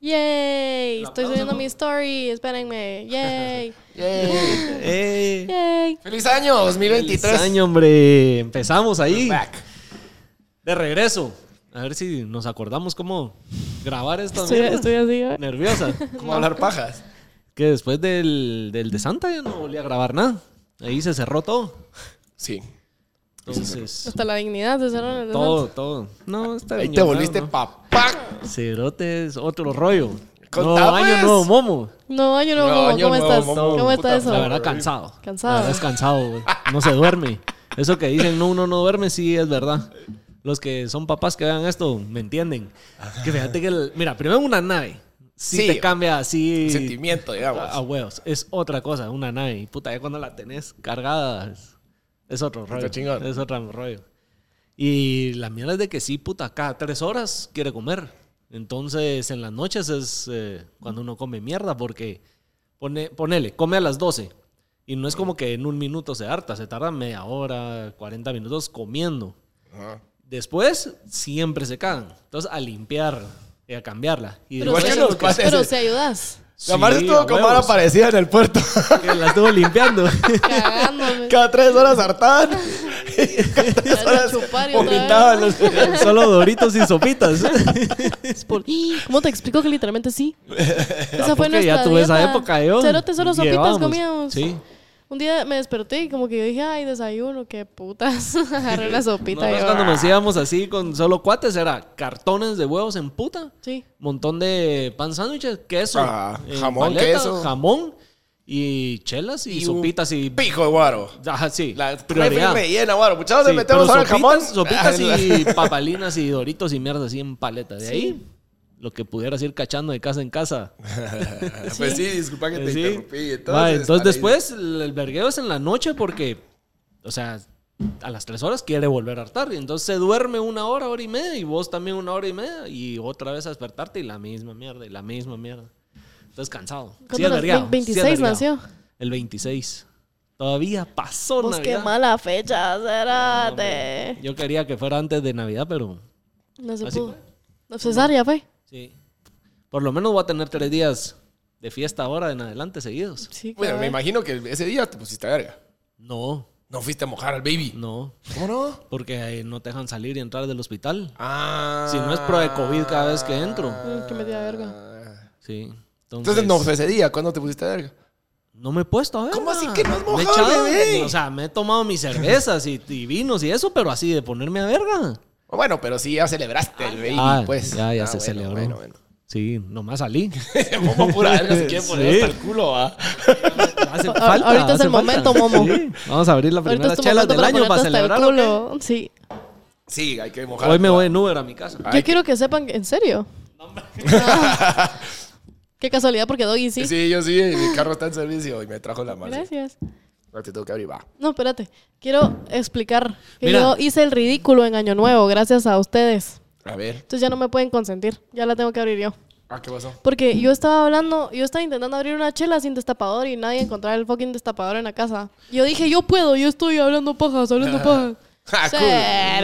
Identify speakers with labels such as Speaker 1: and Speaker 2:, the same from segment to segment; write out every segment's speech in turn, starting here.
Speaker 1: ¡Yay!
Speaker 2: El
Speaker 1: Estoy
Speaker 2: aplauso,
Speaker 1: subiendo
Speaker 2: ¿no?
Speaker 1: mi story, espérenme. ¡Yay!
Speaker 2: Yay.
Speaker 3: ¡Eh!
Speaker 1: ¡Yay!
Speaker 2: ¡Feliz año 2023!
Speaker 3: ¡Feliz año, hombre! Empezamos ahí.
Speaker 2: Back.
Speaker 3: De regreso. A ver si nos acordamos cómo grabar esta
Speaker 1: Estoy, estoy así. ¿eh?
Speaker 3: Nerviosa.
Speaker 2: ¿Cómo hablar pajas?
Speaker 3: que después del, del de Santa ya no volví a grabar nada. Ahí se cerró todo.
Speaker 2: Sí.
Speaker 3: Entonces,
Speaker 1: Hasta la dignidad se cerraron el
Speaker 3: todo, todo. No, está
Speaker 2: Ahí
Speaker 3: bien.
Speaker 2: te volviste
Speaker 3: no.
Speaker 2: papá.
Speaker 3: Cerote es otro rollo.
Speaker 2: Contá,
Speaker 3: Nuevo año,
Speaker 2: pues.
Speaker 3: nuevo momo.
Speaker 1: No, año nuevo,
Speaker 2: No,
Speaker 1: ¿cómo,
Speaker 2: año
Speaker 1: ¿cómo
Speaker 2: nuevo,
Speaker 1: estás?
Speaker 2: momo,
Speaker 1: ¿Cómo está
Speaker 2: puta,
Speaker 1: eso?
Speaker 3: La verdad, cansado.
Speaker 1: Cansado.
Speaker 3: La verdad es cansado, güey. No se duerme. Eso que dicen, no, uno no duerme, sí es verdad. Los que son papás que vean esto, me entienden. Que fíjate que, el- mira, primero una nave. Sí,
Speaker 2: Sí.
Speaker 3: te cambia así.
Speaker 2: Sentimiento, digamos.
Speaker 3: A, a huevos. Es otra cosa, una nave. Y puta, ya cuando la tenés cargada, es, es otro rollo.
Speaker 2: chingón.
Speaker 3: Es otro rollo. Y la mierda es de que sí, puta, cada tres horas quiere comer. Entonces, en las noches es eh, cuando uno come mierda, porque pone, ponele, come a las 12. Y no es como que en un minuto se harta, se tarda media hora, 40 minutos comiendo.
Speaker 2: Ajá.
Speaker 3: Después, siempre se cagan. Entonces, a limpiar y a cambiarla. Y
Speaker 1: Pero
Speaker 2: Igual
Speaker 1: sí-
Speaker 3: después-
Speaker 2: que los cuates.
Speaker 1: Pero si ayudas.
Speaker 2: La Marce
Speaker 3: Sí,
Speaker 2: estuvo
Speaker 3: a
Speaker 2: como
Speaker 3: huevos.
Speaker 2: ahora aparecida en el puerto.
Speaker 3: que la estuvo limpiando.
Speaker 1: Cagándome.
Speaker 2: Cada tres horas hartaban. Cada tres
Speaker 1: Hasta
Speaker 2: horas
Speaker 1: chupar y otra vez.
Speaker 2: vomitaban los...
Speaker 3: Solo doritos y sopitas.
Speaker 1: Es por- ¿Cómo te explico que literalmente sí? Esa fue
Speaker 3: Porque
Speaker 1: nuestra
Speaker 3: ya tuve esa
Speaker 1: dieta.
Speaker 3: época yo.
Speaker 1: Cerote, solo sopitas
Speaker 3: Llevábamos.
Speaker 1: comíamos.
Speaker 3: Sí.
Speaker 1: Un día me desperté y como que yo dije, ay, desayuno, qué putas. Agarré la sopita y
Speaker 3: Nosotros
Speaker 1: yo,
Speaker 3: cuando
Speaker 1: "Ah".
Speaker 3: nos íbamos así con solo cuates era cartones de huevos en puta,
Speaker 1: Sí.
Speaker 3: montón de pan sándwiches, queso,
Speaker 2: Ah,
Speaker 3: en
Speaker 2: jamón, queso.
Speaker 3: jamón y chelas y,
Speaker 2: Y un
Speaker 3: sopitas y
Speaker 2: Pico de guaro.
Speaker 3: ajá, sí,
Speaker 2: La prioridad.
Speaker 3: prioridad.
Speaker 2: rellena, guaro. Muchachos,
Speaker 3: Sí,
Speaker 2: le metemos
Speaker 3: pero
Speaker 2: ahora el jamón. Ah,
Speaker 3: sopitas, sopitas y papalinas y doritos y mierda así en paleta. De
Speaker 1: Sí.
Speaker 3: ahí, lo que pudieras ir cachando de casa en casa.
Speaker 2: Pues sí, disculpa que te
Speaker 3: Eh, Sí.
Speaker 2: interrumpí.
Speaker 3: Va,
Speaker 2: Entonces,
Speaker 3: entonces
Speaker 2: para ir-
Speaker 3: después el el vergueo es en la noche porque, o sea, a las tres horas quiere volver a hartar. Y entonces se duerme una hora, hora y media, y vos también una hora y media, y otra vez a despertarte y la misma mierda, y la misma mierda. Entonces cansado.
Speaker 1: ¿Cuándo
Speaker 3: Sí, es
Speaker 1: nas- ve-
Speaker 3: vergueado, sí es
Speaker 1: 26
Speaker 3: vergueado.
Speaker 1: nació?
Speaker 3: El 26. Todavía pasó
Speaker 1: Pues qué
Speaker 3: Navidad.
Speaker 1: mala fecha, Cerate.
Speaker 3: Yo quería que fuera antes de Navidad, pero
Speaker 1: No se
Speaker 3: Así
Speaker 1: pudo.
Speaker 3: ¿Ah, fue.
Speaker 1: No, cesárea fue.
Speaker 3: sí. Por lo menos voy a tener tres días de fiesta ahora en adelante seguidos.
Speaker 1: Sí,
Speaker 2: Bueno,
Speaker 1: cabal.
Speaker 2: me imagino que ese día te pusiste verga.
Speaker 3: No,
Speaker 2: No fuiste a mojar al baby.
Speaker 3: no.
Speaker 2: ¿Cómo no?
Speaker 3: Porque eh, no te dejan salir y entrar del hospital.
Speaker 2: Ah.
Speaker 3: Si no es pro de COVID cada vez que entro.
Speaker 1: Mm, qué metida verga.
Speaker 2: Ah.
Speaker 3: Sí. Entonces,
Speaker 2: Entonces no fue ese día. ¿Cuándo te pusiste verga?
Speaker 3: no me he puesto a ver.
Speaker 2: ¿Cómo
Speaker 3: nada.
Speaker 2: así que no has
Speaker 3: Me he eh,
Speaker 2: mojado, bebé?
Speaker 3: O sea, me he tomado mis cervezas y, y vinos y eso, pero así de ponerme a verga.
Speaker 2: Bueno, pero sí ya celebraste el baby,
Speaker 3: Ah,
Speaker 2: pues.
Speaker 3: ya, ya
Speaker 2: Ah,
Speaker 3: se
Speaker 2: bueno,
Speaker 3: celebró.
Speaker 2: Bueno, bueno.
Speaker 3: Sí, nomás salí.
Speaker 2: Momo pura verga se quiere poner
Speaker 3: Sí.
Speaker 2: hasta el culo, ¿va?
Speaker 3: Hace
Speaker 1: A- ahorita es el momento, Momo.
Speaker 3: Sí. Vamos a abrir la
Speaker 1: Ahorita
Speaker 3: primera
Speaker 1: es tu
Speaker 3: chela
Speaker 1: momento
Speaker 3: del año para
Speaker 1: ponerte hasta el
Speaker 3: celebrar.
Speaker 1: culo. Sí.
Speaker 2: Sí, hay que mojar.
Speaker 3: Hoy me voy en Uber a mi casa.
Speaker 2: Ay,
Speaker 1: Yo quiero que sepan, que- en serio. Qué casualidad, porque Doggy sí.
Speaker 2: Sí, yo sí, mi carro está en servicio y me trajo la mano.
Speaker 1: Gracias.
Speaker 2: Ahora te tengo que abrir, va.
Speaker 1: No, espérate. Quiero explicar que
Speaker 3: Mira.
Speaker 1: yo hice el ridículo en Año Nuevo, gracias a ustedes.
Speaker 2: A ver.
Speaker 1: Entonces ya no me pueden consentir. Ya la tengo que abrir yo.
Speaker 2: Ah, ¿qué pasó?
Speaker 1: Porque yo estaba hablando, yo estaba intentando abrir una chela sin destapador y nadie encontraba el fucking destapador en la casa. Yo dije, yo puedo, yo estoy hablando pajas, hablando pajas.
Speaker 2: Ah,
Speaker 1: Sí,
Speaker 2: cool.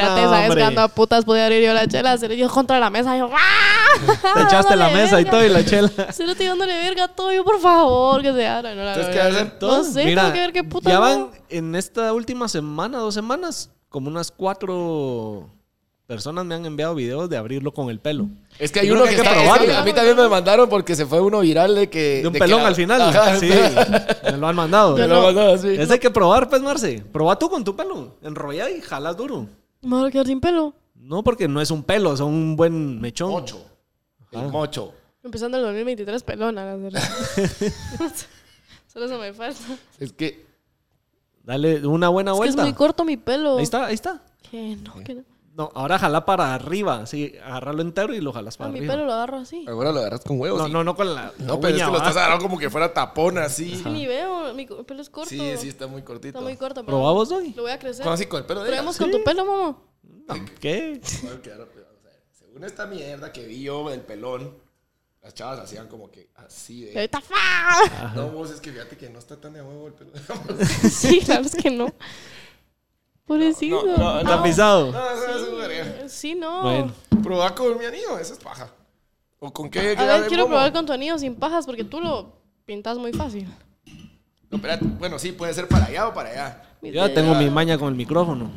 Speaker 1: no te
Speaker 3: No,
Speaker 1: sabes
Speaker 3: hombre.
Speaker 1: cuándo a putas podía abrir yo la chela. Se le dio contra la mesa. Yo, ¡ah!
Speaker 3: Te echaste la
Speaker 1: Dándole
Speaker 3: mesa y
Speaker 1: verga.
Speaker 3: todo y la chela.
Speaker 1: Se lo estoy dándole verga a todo. Yo, por favor, que se abra. No, la
Speaker 2: Entonces, ¿qué
Speaker 1: verdad.
Speaker 2: hacer?
Speaker 1: No sé, tengo que ver qué puta
Speaker 3: Ya
Speaker 1: no.
Speaker 3: van en esta última semana, dos semanas, como unas cuatro personas me han enviado videos de abrirlo con el pelo.
Speaker 2: Es que hay
Speaker 3: Yo
Speaker 2: uno
Speaker 3: creo
Speaker 2: que,
Speaker 3: que hay
Speaker 2: está-
Speaker 3: que
Speaker 2: es que
Speaker 3: probarlo.
Speaker 2: A mí también me mandaron porque se fue uno viral de que.
Speaker 3: De un
Speaker 2: que
Speaker 3: pelón
Speaker 2: la-
Speaker 3: al final.
Speaker 2: Ajá,
Speaker 3: sí, me lo han mandado.
Speaker 2: Me
Speaker 1: Yo
Speaker 2: lo
Speaker 1: no.
Speaker 2: mandaron así.
Speaker 3: Es de que probar, pues, Marce. Proba tú con tu pelo. Enrolla y jalas duro.
Speaker 1: Me voy a quedar sin pelo.
Speaker 3: No, porque no es un pelo, es un buen mechón.
Speaker 2: Mocho. El mocho.
Speaker 1: Empezando el 2023, pelona, la verdad. Solo eso me falta.
Speaker 2: Es que.
Speaker 3: Dale una buena
Speaker 1: Es que es
Speaker 3: vuelta.
Speaker 1: muy corto mi pelo.
Speaker 3: ahí está, ahí está.
Speaker 1: Que no, que no.
Speaker 3: No, ahora jala para arriba. Sí, agarrarlo entero y lo jalas
Speaker 1: Ah,
Speaker 3: para
Speaker 1: mi
Speaker 3: arriba.
Speaker 1: pelo lo agarro así.
Speaker 2: Ahora lo agarras con huevos.
Speaker 3: No,
Speaker 2: sí.
Speaker 3: no, no con la.
Speaker 2: No,
Speaker 3: la
Speaker 2: pero es
Speaker 3: uña,
Speaker 2: que
Speaker 3: ¿va?
Speaker 2: lo estás agarrando como que fuera tapón así.
Speaker 1: Es que ni veo, mi co- pelo es corto.
Speaker 2: Sí, sí, está muy cortito.
Speaker 1: Está muy corto. pero
Speaker 3: ¿Probá vos hoy?
Speaker 1: Lo voy a crecer.
Speaker 2: ¿Cómo así con el pelo de ella?
Speaker 1: Probemos con tu pelo, momo.
Speaker 3: No, ¿Qué?
Speaker 2: Claro, claro, pero, o sea, Según esta mierda que vi yo del pelón, las chavas hacían como que así
Speaker 1: Y
Speaker 2: de.
Speaker 1: ahorita, ¡fa!
Speaker 2: No, vos es que fíjate que no está tan de huevo el pelón.
Speaker 1: Sí, claro es que no. Pobrecito. Ah,
Speaker 2: No, no,
Speaker 3: Tapizado.
Speaker 2: No, eso es una verga.
Speaker 1: Sí, no.
Speaker 3: Bueno.
Speaker 2: Probá con mi anillo, eso es paja. ¿O con qué?
Speaker 1: A
Speaker 2: qué
Speaker 1: ver,
Speaker 2: de
Speaker 1: quiero
Speaker 2: pomo?
Speaker 1: probar con tu anillo sin pajas porque tú lo pintas muy fácil.
Speaker 2: No, espérate. Bueno, sí, puede ser para allá o para allá.
Speaker 1: Mis
Speaker 3: Yo ya
Speaker 1: dedos.
Speaker 3: tengo mi maña con el micrófono.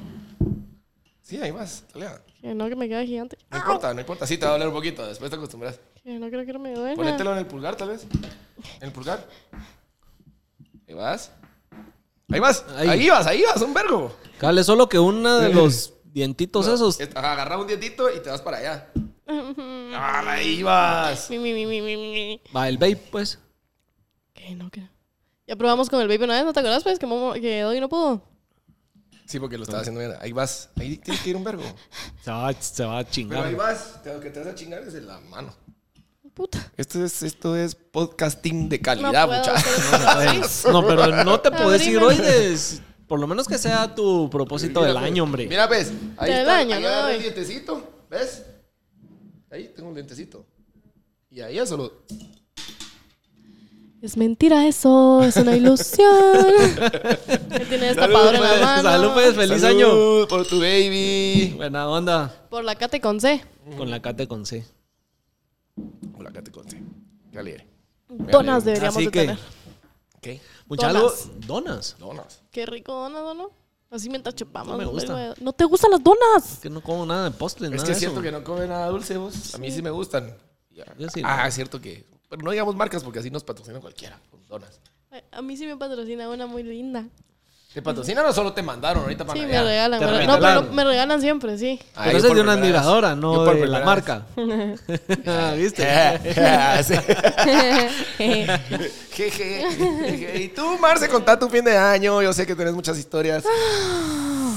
Speaker 2: Sí, hay más. Talía.
Speaker 1: Que no, que me queda gigante. Ah,
Speaker 2: No importa, no importa. Sí, te va a doler un poquito. Después te acostumbras.
Speaker 1: Que no creo que me duela.
Speaker 2: Ponételo en el pulgar, tal vez. En el pulgar. Ahí vas. Ahí vas.
Speaker 3: Ahí.
Speaker 2: Ahí, vas, ahí vas, un vergo.
Speaker 3: Cale, solo que uno de los dientitos esos.
Speaker 2: Es- ajá, Agarra un dientito y te vas para allá. Ah, ahí vas.
Speaker 1: Mi, mi, mi, mi, mi, mi.
Speaker 3: Va, el vape, pues.
Speaker 1: Que no, que Ya probamos con el baby una vez, ¿no te acuerdas? Pues que, Momo- que Doggy no pudo.
Speaker 2: Sí, porque lo estaba haciendo bien. Ahí vas. Ahí tienes que ir un vergo.
Speaker 3: Se va, se va a
Speaker 2: Pero ahí
Speaker 3: chingar.
Speaker 2: vas. Te- Lo que te vas a chingar es en la mano.
Speaker 1: Puta.
Speaker 2: Esto es, esto es podcasting de
Speaker 1: No
Speaker 2: calidad,
Speaker 1: puedo
Speaker 2: muchachos.
Speaker 1: hacer eso así.
Speaker 3: Ah, No, pero no te podés ir
Speaker 1: Abrime.
Speaker 3: hoy de... Por lo menos que sea tu propósito del
Speaker 2: Mira,
Speaker 3: año, hombre.
Speaker 2: Mira, ves. Ahí
Speaker 1: Del
Speaker 2: está.
Speaker 1: año,
Speaker 2: ahí
Speaker 1: ¿no?
Speaker 2: agarra el dientecito. ¿Ves? Ahí tengo un dientecito. Y ahí ya solo.
Speaker 1: Es mentira eso, es una ilusión. Él tiene destapador en la mano.
Speaker 3: Salud, pues, feliz año.
Speaker 2: Salud Por tu baby.
Speaker 3: Buena onda.
Speaker 1: Por la cate con C.
Speaker 3: Con la Cate con C.
Speaker 2: Hola, Cate Conce. Qué alegre.
Speaker 1: Donas deberíamos
Speaker 3: Así
Speaker 1: de
Speaker 3: que-
Speaker 1: tener.
Speaker 2: ¿Qué?
Speaker 3: Muchas
Speaker 1: Donas.
Speaker 3: gracias. Donas.
Speaker 2: Donas.
Speaker 1: Qué rico donas, ¿o ¿no? Así mientras chupamos.
Speaker 3: No me
Speaker 1: un
Speaker 3: gusta.
Speaker 1: vergo de- ¿No te gustan las donas?
Speaker 3: Que no como nada de postres,
Speaker 2: Es
Speaker 3: nada
Speaker 2: que
Speaker 3: de
Speaker 2: es cierto
Speaker 3: eso.
Speaker 2: que no come nada dulce vos. A mí sí me gustan. Ya.
Speaker 3: Yo sí,
Speaker 2: ah, es cierto que. Pero no digamos marcas porque así nos patrocina cualquiera con donas.
Speaker 1: Ay, Eh, A mí sí me patrocina una muy linda.
Speaker 2: ¿Te patrocinan o solo te mandaron ahorita para
Speaker 1: Sí, me
Speaker 2: Navidad?
Speaker 1: regalan.
Speaker 3: Te
Speaker 1: me regalan. No, pero
Speaker 3: regalaron.
Speaker 1: no- me regalan siempre, sí.
Speaker 2: Ah,
Speaker 3: Pero
Speaker 2: yo
Speaker 3: esa es
Speaker 2: por
Speaker 3: de una
Speaker 2: primera vez.
Speaker 3: admiradora,
Speaker 2: Yo
Speaker 3: no
Speaker 2: por Eh.
Speaker 3: de la
Speaker 2: primera vez.
Speaker 3: marca. Ah, ¿Viste?
Speaker 2: Sí. Jeje. Jeje. Y tú, Marce, contá tu fin de año. Yo sé que tenés muchas historias.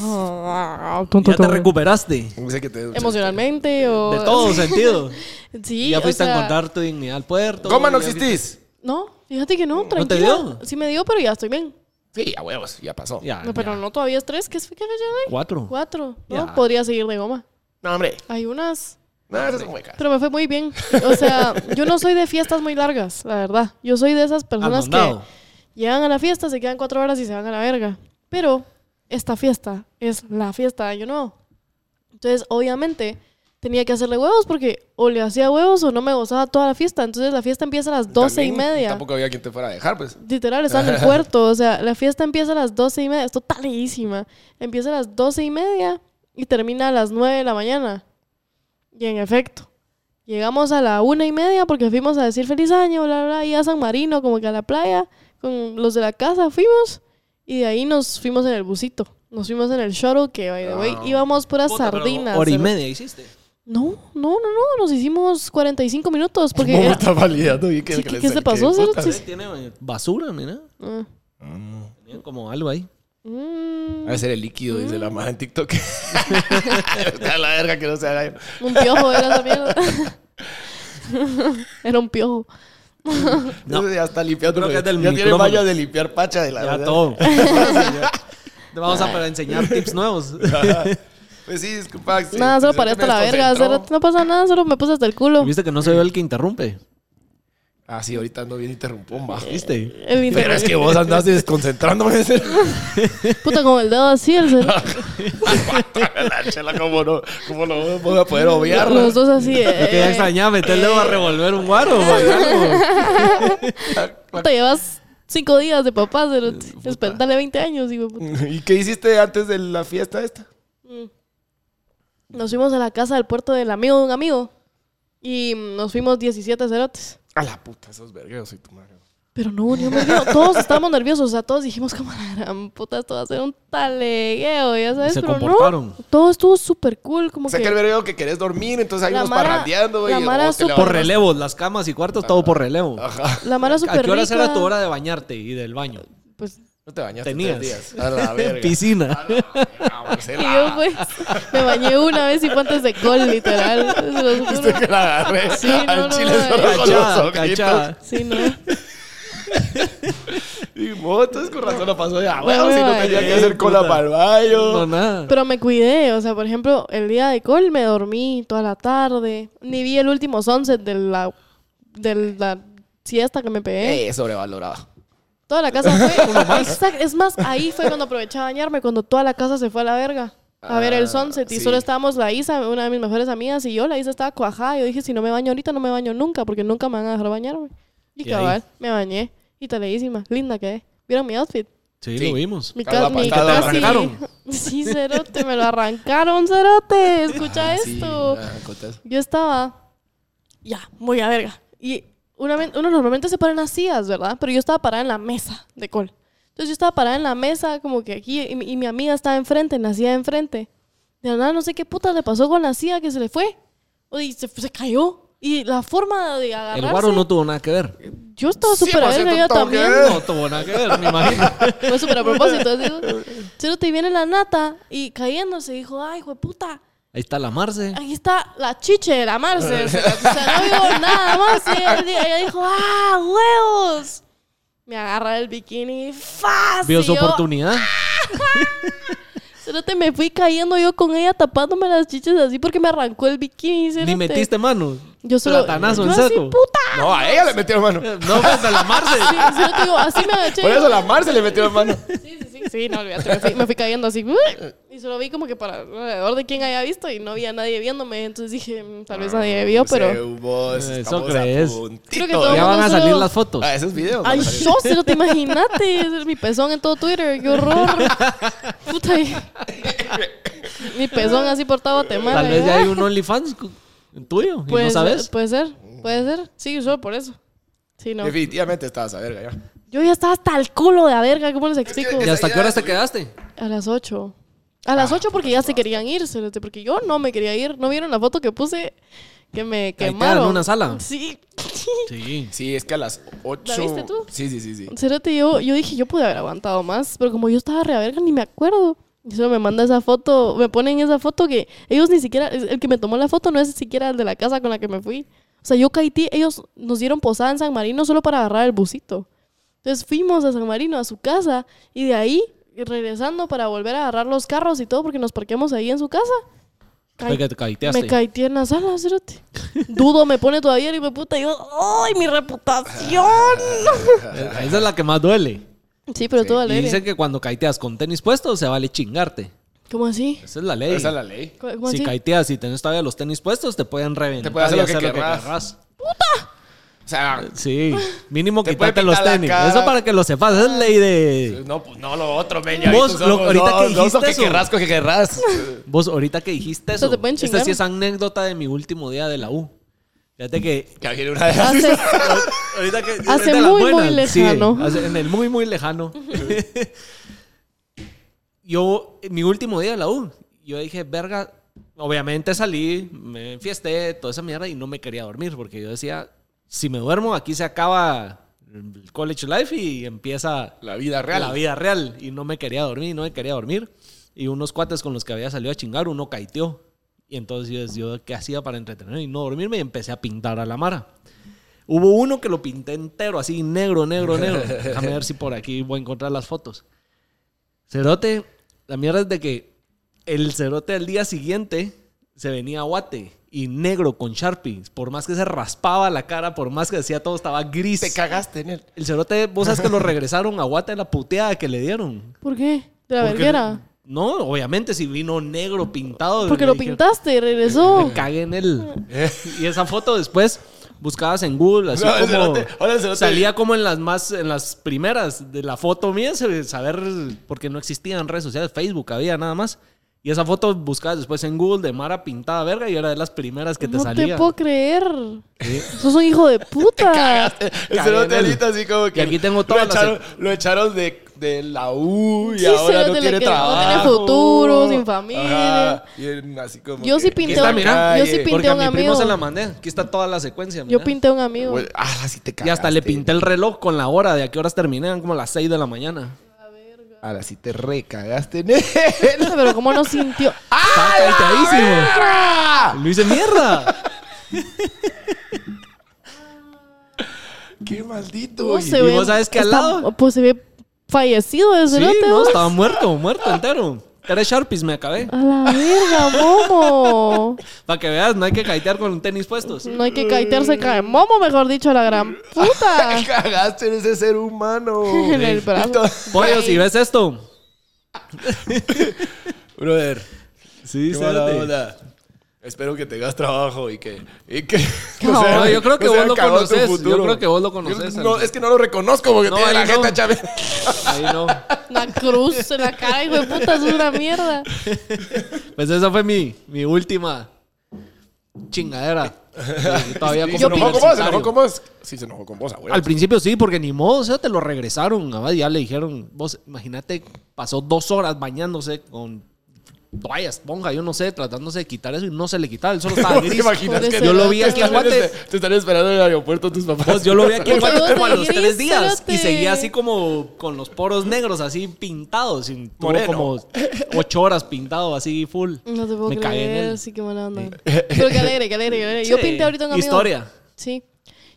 Speaker 1: Ah,
Speaker 3: Ya te recuperaste.
Speaker 2: Yo sé que tenés muchas
Speaker 1: Emocionalmente o...
Speaker 3: De todo sentido.
Speaker 1: Sí,
Speaker 3: Y ya
Speaker 1: o
Speaker 3: fuiste
Speaker 1: sea,
Speaker 3: a encontrar tu dignidad al puerto.
Speaker 2: ¿Cómo no
Speaker 3: ya fuiste-
Speaker 2: existís?
Speaker 1: No, fíjate que no, tranquila.
Speaker 3: te dio?
Speaker 1: Sí me dio, pero ya estoy bien.
Speaker 2: Sí, a huevos, ya pasó.
Speaker 3: Ya,
Speaker 1: No, pero
Speaker 3: Ah, ya.
Speaker 1: no, todavía es tres. ¿Qué es que ya doy?
Speaker 3: Cuatro.
Speaker 1: Cuatro. No,
Speaker 3: Ya.
Speaker 1: podría seguir de goma.
Speaker 2: No, hombre.
Speaker 1: Hay unas...
Speaker 2: No, esas son huecas.
Speaker 1: Pero me fue muy bien. O sea, yo no soy de fiestas muy largas, la verdad. Yo soy de esas personas que
Speaker 3: Abandonado.
Speaker 1: llegan a la fiesta, se quedan cuatro horas y se van a la verga. Pero esta fiesta es la fiesta de Año Nuevo. Entonces, obviamente, tenía que hacerle huevos porque o le hacía huevos o no me gozaba toda la fiesta. Entonces, la fiesta empieza a las doce y
Speaker 2: También,
Speaker 1: media.
Speaker 2: Tampoco había quien te fuera a dejar, pues.
Speaker 1: Literal, está en el puerto. O sea, la fiesta empieza a las doce y media. Esto está leísima. Empieza a las doce y media y termina a las nueve de la mañana. Y en efecto, llegamos a la una y media porque fuimos a decir feliz año, bla, bla, bla, y a San Marino, como que a la playa, con los de la casa fuimos. Y de ahí nos fuimos en el busito. Nos fuimos en el shuttle que, by the way,
Speaker 2: Ah.
Speaker 1: íbamos puras
Speaker 3: Puta, pero
Speaker 1: sardinas.
Speaker 3: Hora y media hiciste.
Speaker 1: No, no, no, no. Nos hicimos 45 minutos porque...
Speaker 2: ¿Cómo está validando? ¿Qué, eh?
Speaker 1: Sí, ¿qué- qué se pasó, Cerote? Sí.
Speaker 3: Tiene basura, mira.
Speaker 1: Ah.
Speaker 3: Tenía como algo ahí.
Speaker 1: Mm,
Speaker 2: a ser el líquido, dice la madre en TikTok. Está la verga que no se haga.
Speaker 1: Un piojo era esa mierda. era un piojo.
Speaker 3: No.
Speaker 2: Entonces ya está limpiando.
Speaker 3: Creo que
Speaker 2: porque
Speaker 3: es del
Speaker 2: ya tiene
Speaker 3: micrófono.
Speaker 2: baño de limpiar pacha de la
Speaker 3: Ya
Speaker 2: verdad.
Speaker 3: todo. Te vamos a para enseñar tips nuevos.
Speaker 2: Pues sí, disculpa. sí,
Speaker 1: nada, solo
Speaker 2: sí,
Speaker 1: para
Speaker 2: me
Speaker 1: esta la verga.
Speaker 2: desconcentró.
Speaker 1: Cerote, No pasa nada, solo me puse hasta el culo.
Speaker 3: ¿Viste que no se ve el que interrumpe?
Speaker 2: Ah, sí, ahorita ando bien interrumpón, va.
Speaker 3: ¿Viste?
Speaker 1: El
Speaker 2: Pero
Speaker 1: internet.
Speaker 2: es que vos andás desconcentrándome. ese-
Speaker 1: Puta, con el dedo así, el cerote.
Speaker 2: la chela, ¿cómo no? ¿Cómo no voy a poder obviar?
Speaker 1: Los dos así.
Speaker 3: Lo que ya
Speaker 1: Eh,
Speaker 3: extrañaba, meterle a revolver un guaro. o algo.
Speaker 1: puta, llevas cinco días de papá, cerote. Espera, dale 20 años, hijo de puta.
Speaker 2: ¿Y qué hiciste antes de la fiesta esta? Mm.
Speaker 1: Nos fuimos a la casa del puerto del amigo de un amigo. Y nos fuimos 17 cerotes.
Speaker 2: A la puta, esos vergueros soy tu madre.
Speaker 1: Pero no hubo ni un vergueo. Todos estábamos nerviosos. O sea, todos dijimos, como la gran puta, esto va a ser un talegueo, ya sabes.
Speaker 3: se
Speaker 1: pero
Speaker 3: comportaron.
Speaker 1: no. Todo estuvo súper cool. Como
Speaker 2: O sea,
Speaker 1: que
Speaker 2: que el verguero que querés dormir, entonces ahí
Speaker 1: La
Speaker 2: nos
Speaker 1: Mara-
Speaker 2: parrandeando.
Speaker 1: la
Speaker 2: y-
Speaker 1: Mara
Speaker 2: o te
Speaker 1: super-
Speaker 3: Por
Speaker 2: levantas-
Speaker 3: relevos, las camas y cuartos, todo por relevo.
Speaker 2: Ajá.
Speaker 1: la mara súper
Speaker 3: ¿A qué hora
Speaker 1: rica.
Speaker 3: era tu hora de bañarte y del baño?
Speaker 1: Pues,
Speaker 2: No te bañaste
Speaker 3: Tenías.
Speaker 2: tres días. A la
Speaker 3: En
Speaker 2: verga.
Speaker 3: piscina.
Speaker 2: Ah,
Speaker 1: y yo
Speaker 2: Marcela.
Speaker 1: pues me bañé una vez y fue antes de col, literal. Se los juro.
Speaker 2: Viste que la agarré.
Speaker 1: Sí, no,
Speaker 2: Al
Speaker 1: no,
Speaker 2: chile
Speaker 1: no,
Speaker 2: solo con los
Speaker 3: Cachada,
Speaker 2: ojitos.
Speaker 3: cachada.
Speaker 1: Sí, no.
Speaker 2: Y motos, con razón lo pasó de ah,
Speaker 1: No
Speaker 2: bueno,
Speaker 1: me
Speaker 2: si no
Speaker 1: bañé,
Speaker 2: tenía que hacer cola
Speaker 3: puta.
Speaker 2: para el baño.
Speaker 3: No, nada.
Speaker 1: Pero me cuidé. O sea, por ejemplo, el día de col me dormí toda la tarde. Ni vi el último sunset de la, de la siesta que me pegué.
Speaker 2: Eh, sobrevalorado.
Speaker 1: Toda la casa fue. Exacto, Es más, ahí fue cuando aproveché a bañarme, cuando toda la casa se fue a la verga. A ver, el
Speaker 2: Ah,
Speaker 1: sunset. Y
Speaker 2: sí.
Speaker 1: solo estábamos la Isa, una de mis mejores amigas, y yo. La Isa estaba cuajada. Yo dije, si no me baño ahorita, no me baño nunca, porque nunca me van a dejar bañarme. Y
Speaker 3: Y ahí.
Speaker 1: cabal, me bañé. Y taleísima. Linda que ¿Vieron mi outfit?
Speaker 3: Sí,
Speaker 2: Sí.
Speaker 3: lo vimos.
Speaker 1: Mi,
Speaker 2: Te
Speaker 1: ca-
Speaker 2: lo
Speaker 1: mi
Speaker 2: arrancaron.
Speaker 1: casi...
Speaker 3: Te lo arrancaron.
Speaker 1: Sí, cerote. Me lo arrancaron, cerote. Escucha
Speaker 2: Ah, sí,
Speaker 1: esto.
Speaker 2: ah, contás.
Speaker 1: Yo estaba. Ya, muy a verga. Y una, men- uno normalmente se para en las sillas, ¿verdad? Pero yo estaba parada en la mesa de col. Entonces yo estaba parada en la mesa, como que aquí, y, mi- y mi amiga estaba enfrente, en la silla de enfrente. De la nada, no sé qué puta le pasó con la silla que se le fue. O- Y se, se cayó. Y la forma de agarrarse.
Speaker 3: El guaro no tuvo nada que ver.
Speaker 1: Yo estaba súper a
Speaker 2: 100%
Speaker 1: verga, yo
Speaker 2: tengo que
Speaker 1: también.
Speaker 2: ver.
Speaker 3: No tuvo nada que ver, me imagino.
Speaker 1: Fue súper a propósito. así. Pero te viene la nata y cayéndose dijo, ay, hijo de puta.
Speaker 3: Ahí está la Marce.
Speaker 1: Aquí está la chiche de la Marce. O sea, no digo nada más. Y él, di- ella dijo, ¡ah, huevos! Me agarra el bikini. ¡Fácil!
Speaker 3: Vio su oportunidad.
Speaker 1: Cerote, me fui cayendo yo con ella tapándome las chiches así porque me arrancó el bikini. Cerote.
Speaker 3: Ni metiste mano.
Speaker 1: Yo solo.
Speaker 3: Platanazo
Speaker 1: yo
Speaker 3: en
Speaker 1: así,
Speaker 3: seco.
Speaker 1: puta.
Speaker 2: No, a ella le metió mano.
Speaker 3: No, pues a la Marce.
Speaker 1: Sí, cerote, digo, así me agaché.
Speaker 2: Por
Speaker 1: yo.
Speaker 2: eso la Mar se le metió mano.
Speaker 1: Sí, sí, sí, sí, no olvídate. Me fui, me fui cayendo así. ¡uh! Y solo vi como que para alrededor de quién había visto y no había nadie viéndome. Entonces dije, mm, tal vez nadie vio, pero.
Speaker 3: Eso
Speaker 2: Eso
Speaker 3: crees.
Speaker 1: Creo que todo-
Speaker 3: Ya van a
Speaker 1: Vámonos,
Speaker 3: salir
Speaker 1: luego.
Speaker 3: las fotos.
Speaker 2: Ah, esos videos.
Speaker 1: Ay,
Speaker 2: ¿no?
Speaker 1: yo se lo te imaginaste. Ese es Mi pezón en todo Twitter, qué horror. Puta. y- Mi pezón así por toda Guatemala.
Speaker 3: Tal vez
Speaker 1: ¿eh?
Speaker 3: ya hay un OnlyFans cu- tuyo. Y
Speaker 1: Puede
Speaker 3: no
Speaker 1: ser,
Speaker 3: sabes.
Speaker 1: Puede ser, puede ser. Sí, yo por eso. Sí, no.
Speaker 2: Definitivamente estabas a verga ya.
Speaker 1: Yo ya estaba hasta el culo de la verga, ¿cómo les explico?
Speaker 2: que-
Speaker 3: ¿Y hasta
Speaker 2: Esa
Speaker 3: qué horas te
Speaker 2: idea de-
Speaker 3: quedaste?
Speaker 1: A las 8. A las 8 porque ya se querían ir, cerote, porque yo no me quería ir. ¿No vieron la foto que puse? Que me
Speaker 3: Ahí
Speaker 1: quemaron.
Speaker 3: en una sala.
Speaker 1: Sí.
Speaker 3: Sí.
Speaker 2: Sí, es que a las 8.
Speaker 1: ¿La viste tú?
Speaker 2: Sí, sí, sí, sí.
Speaker 1: Cerote, yo, yo dije, yo pude haber aguantado más, pero como yo estaba re a verga, ni me acuerdo. Y solo me manda esa foto, me ponen esa foto que ellos ni siquiera, es- el que me tomó la foto no es siquiera el de la casa con la que me fui. O sea, yo caí, ellos nos dieron posada en San Marino solo para agarrar el busito. Entonces fuimos a San Marino, a su casa, y de ahí, regresando para volver a agarrar los carros y todo, porque nos parqueamos ahí en su casa. Cai-
Speaker 3: Fue que te caiteaste.
Speaker 1: me caí en la sala, cerote. Dudo me pone todavía y me puta, y yo, ¡ay, mi reputación!
Speaker 3: Eh, Esa es la que más duele.
Speaker 1: Sí, pero todo
Speaker 3: Y
Speaker 1: alegre.
Speaker 3: dicen que cuando caiteas con tenis puestos se vale chingarte.
Speaker 1: ¿Cómo así?
Speaker 3: Esa es la ley.
Speaker 2: Esa es la ley.
Speaker 1: ¿Cómo cómo
Speaker 3: si
Speaker 1: así?
Speaker 3: caiteas y tenés todavía los tenis puestos, te pueden reventar.
Speaker 2: Te puede hacer
Speaker 3: y
Speaker 2: lo que querrás. O sea,
Speaker 3: Sí. Mínimo
Speaker 2: Te
Speaker 3: quitarte
Speaker 2: puede
Speaker 3: los
Speaker 2: pintar la
Speaker 3: tenis.
Speaker 2: cara.
Speaker 3: Eso para que lo sepas. Esa es ley de.
Speaker 2: no, pues, no lo otro, meña.
Speaker 3: Vos,
Speaker 2: Vos,
Speaker 3: lo- ahorita que dijiste
Speaker 2: que
Speaker 3: eso.
Speaker 2: querrás, que querrás.
Speaker 3: Vos, ahorita que dijiste
Speaker 1: Eso
Speaker 3: eso.
Speaker 1: te pueden
Speaker 3: Esta
Speaker 1: chingar.
Speaker 3: sí es anécdota de mi último día de la U. Fíjate que
Speaker 2: Que viene una de esas.
Speaker 1: Hace-
Speaker 3: Ahorita que
Speaker 1: Hace
Speaker 3: de las
Speaker 1: muy, muy
Speaker 3: buenas, sí,
Speaker 1: lejano.
Speaker 3: hace- en el muy, muy lejano. yo, en mi último día de la U, yo dije, verga, obviamente salí, me enfiesté, toda esa mierda y no me quería dormir porque yo decía, si me duermo, aquí se acaba el college life y empieza
Speaker 2: La vida real.
Speaker 3: la vida real. Y no me quería dormir, no me quería dormir. Y unos cuates con los que había salido a chingar, uno caiteó. Y entonces yo, yo, ¿qué hacía para entretener y no dormirme? Y empecé a pintar a la mara. Hubo uno que lo pinté entero, así negro, negro, negro. Déjame ver si por aquí voy a encontrar las fotos. Cerote, la mierda es de que el cerote al día siguiente se venía a guate y negro con Sharpie. Por más que se raspaba la cara, por más que decía todo, estaba gris.
Speaker 2: Te cagaste en él.
Speaker 3: El cerote, vos sabes que lo regresaron a Guate la puteada que le dieron.
Speaker 1: ¿Por qué? ¿De la
Speaker 3: Porque-
Speaker 1: verguera?
Speaker 3: No, obviamente si vino negro pintado.
Speaker 1: Porque
Speaker 3: le
Speaker 1: lo
Speaker 3: dijeron,
Speaker 1: pintaste y regresó.
Speaker 3: Me cagué en él. y esa foto después buscabas en Google, así
Speaker 2: Eh. No, el
Speaker 3: como
Speaker 2: cerote- ahora el cerote-
Speaker 3: salía como en las más, en las primeras de la foto mía, se- saber porque no existían redes sociales, Facebook había nada más. Y esa foto buscabas después en Google de Mara pintada verga y era de las primeras que te
Speaker 1: no
Speaker 3: salía.
Speaker 1: te puedo creer. Sos un hijo de puta.
Speaker 2: El cerote ahorita así como que.
Speaker 3: Y aquí tengo todas
Speaker 2: lo
Speaker 3: las-
Speaker 2: echaron, lo echaron de, de la U y
Speaker 1: Sí,
Speaker 2: ahora no
Speaker 1: cerote, le
Speaker 2: tiene
Speaker 1: que no tiene
Speaker 2: trabajo.
Speaker 1: futuro, sin familia.
Speaker 2: Ajá, y él así como
Speaker 1: Yo
Speaker 2: que-
Speaker 1: sí
Speaker 2: que
Speaker 1: pinté
Speaker 2: está
Speaker 1: un-
Speaker 2: mirando.
Speaker 1: yo sí
Speaker 2: Calle.
Speaker 1: pinté
Speaker 3: Porque a
Speaker 1: un
Speaker 3: mi
Speaker 1: amigo.
Speaker 3: primo se la mandé. Aquí está toda la secuencia.
Speaker 1: Yo
Speaker 3: mira.
Speaker 1: pinté a un amigo.
Speaker 2: Güey, Ah, sí te
Speaker 3: Y
Speaker 2: cagaste.
Speaker 3: hasta le pinté el reloj con la hora de a qué horas terminé, eran como las 6 de la mañana.
Speaker 2: Ahora sí te recagaste en él.
Speaker 1: Pero cómo no sintió.
Speaker 3: Estaba caiteadísimo.
Speaker 2: ¡Ah!
Speaker 3: Lo hice mierda.
Speaker 2: ¡Qué maldito!
Speaker 1: ¿Cómo
Speaker 2: oye.
Speaker 1: se
Speaker 3: y
Speaker 1: ve?
Speaker 3: vos sabes que al
Speaker 1: Está-
Speaker 3: lado-
Speaker 1: Pues se ve fallecido ese
Speaker 3: Sí,
Speaker 1: cerote,
Speaker 3: no,
Speaker 1: vos.
Speaker 3: estaba muerto, muerto entero. Tres Sharpies me acabé.
Speaker 1: A la verga, momo.
Speaker 3: Para que veas, no hay que caitear con tenis puestos.
Speaker 1: No hay que caitearse, cae momo, mejor dicho, la gran puta.
Speaker 2: Cagaste en ese ser humano.
Speaker 1: en el brazo.
Speaker 2: Esto-
Speaker 3: Pollo, si ves esto,
Speaker 2: Brother,
Speaker 3: Sí,
Speaker 2: Qué mala
Speaker 3: cerote.
Speaker 2: onda. Espero que tengas trabajo y que. y que-
Speaker 1: No,
Speaker 3: no, yo creo que vos
Speaker 2: sea
Speaker 3: lo
Speaker 2: cagón tu
Speaker 3: conoces, yo
Speaker 2: futuro.
Speaker 3: creo que vos lo conoces,
Speaker 2: Yo no,
Speaker 3: Andrés.
Speaker 2: es que no lo reconozco porque
Speaker 3: No,
Speaker 2: tiene la
Speaker 3: ahí no.
Speaker 2: jeta chave.
Speaker 3: Ahí no.
Speaker 1: Una cruz en la cara, hijo de puta, eso es una mierda.
Speaker 3: Pues esa fue mi, mi última chingadera. Y Todavía como
Speaker 2: ¿Se enojó con vos? ¿Se enojó
Speaker 3: universitario.
Speaker 2: con vos? Pues, Sí, se enojó con vos, abuelo.
Speaker 3: Al principio sí, porque ni modo, o sea, te lo regresaron. ¿verdad? Ya le dijeron, vos, imagínate, pasó dos horas bañándose con toalla, esponja, yo no sé, tratándose de quitar eso y no se le quitaba, él solo estaba
Speaker 2: ¿Vos te
Speaker 3: gris.
Speaker 2: imaginas
Speaker 1: Pobre
Speaker 2: que
Speaker 1: cerote.
Speaker 3: Yo lo vi
Speaker 2: te
Speaker 3: aquí en
Speaker 2: están, este,
Speaker 3: Guate.
Speaker 2: te están esperando en el aeropuerto tus papás?
Speaker 3: Pues yo lo vi aquí en Guate
Speaker 1: Pero
Speaker 3: como a los
Speaker 1: gris,
Speaker 3: tres días
Speaker 1: cerote.
Speaker 3: y seguía así como con los poros negros, así pintados. Y tuvo
Speaker 2: Moreno.
Speaker 3: como ocho horas pintado, así full.
Speaker 1: No te puedo
Speaker 3: Me cagué en
Speaker 1: creer,
Speaker 3: él.
Speaker 1: sí, qué mala onda. Pero qué alegre, qué alegre, qué alegre. Yo
Speaker 3: Sí,
Speaker 1: pinté ahorita un amigo.
Speaker 3: Historia.
Speaker 1: Sí.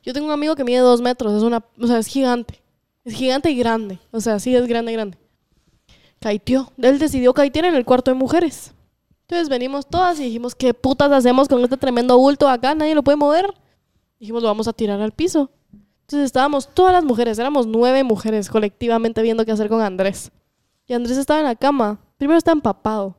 Speaker 1: Yo tengo un amigo que mide dos metros, es una, o sea, es gigante. Es gigante y grande. O sea, sí, es grande, grande. Caiteó. Él decidió caitear en el cuarto de mujeres. Entonces venimos todas y dijimos, ¿qué putas hacemos con este tremendo bulto acá? Nadie lo puede mover. Dijimos, lo vamos a tirar al piso. Entonces estábamos todas las mujeres, éramos nueve mujeres colectivamente viendo qué hacer con Andrés. Y Andrés estaba en la cama. Primero estaba empapado,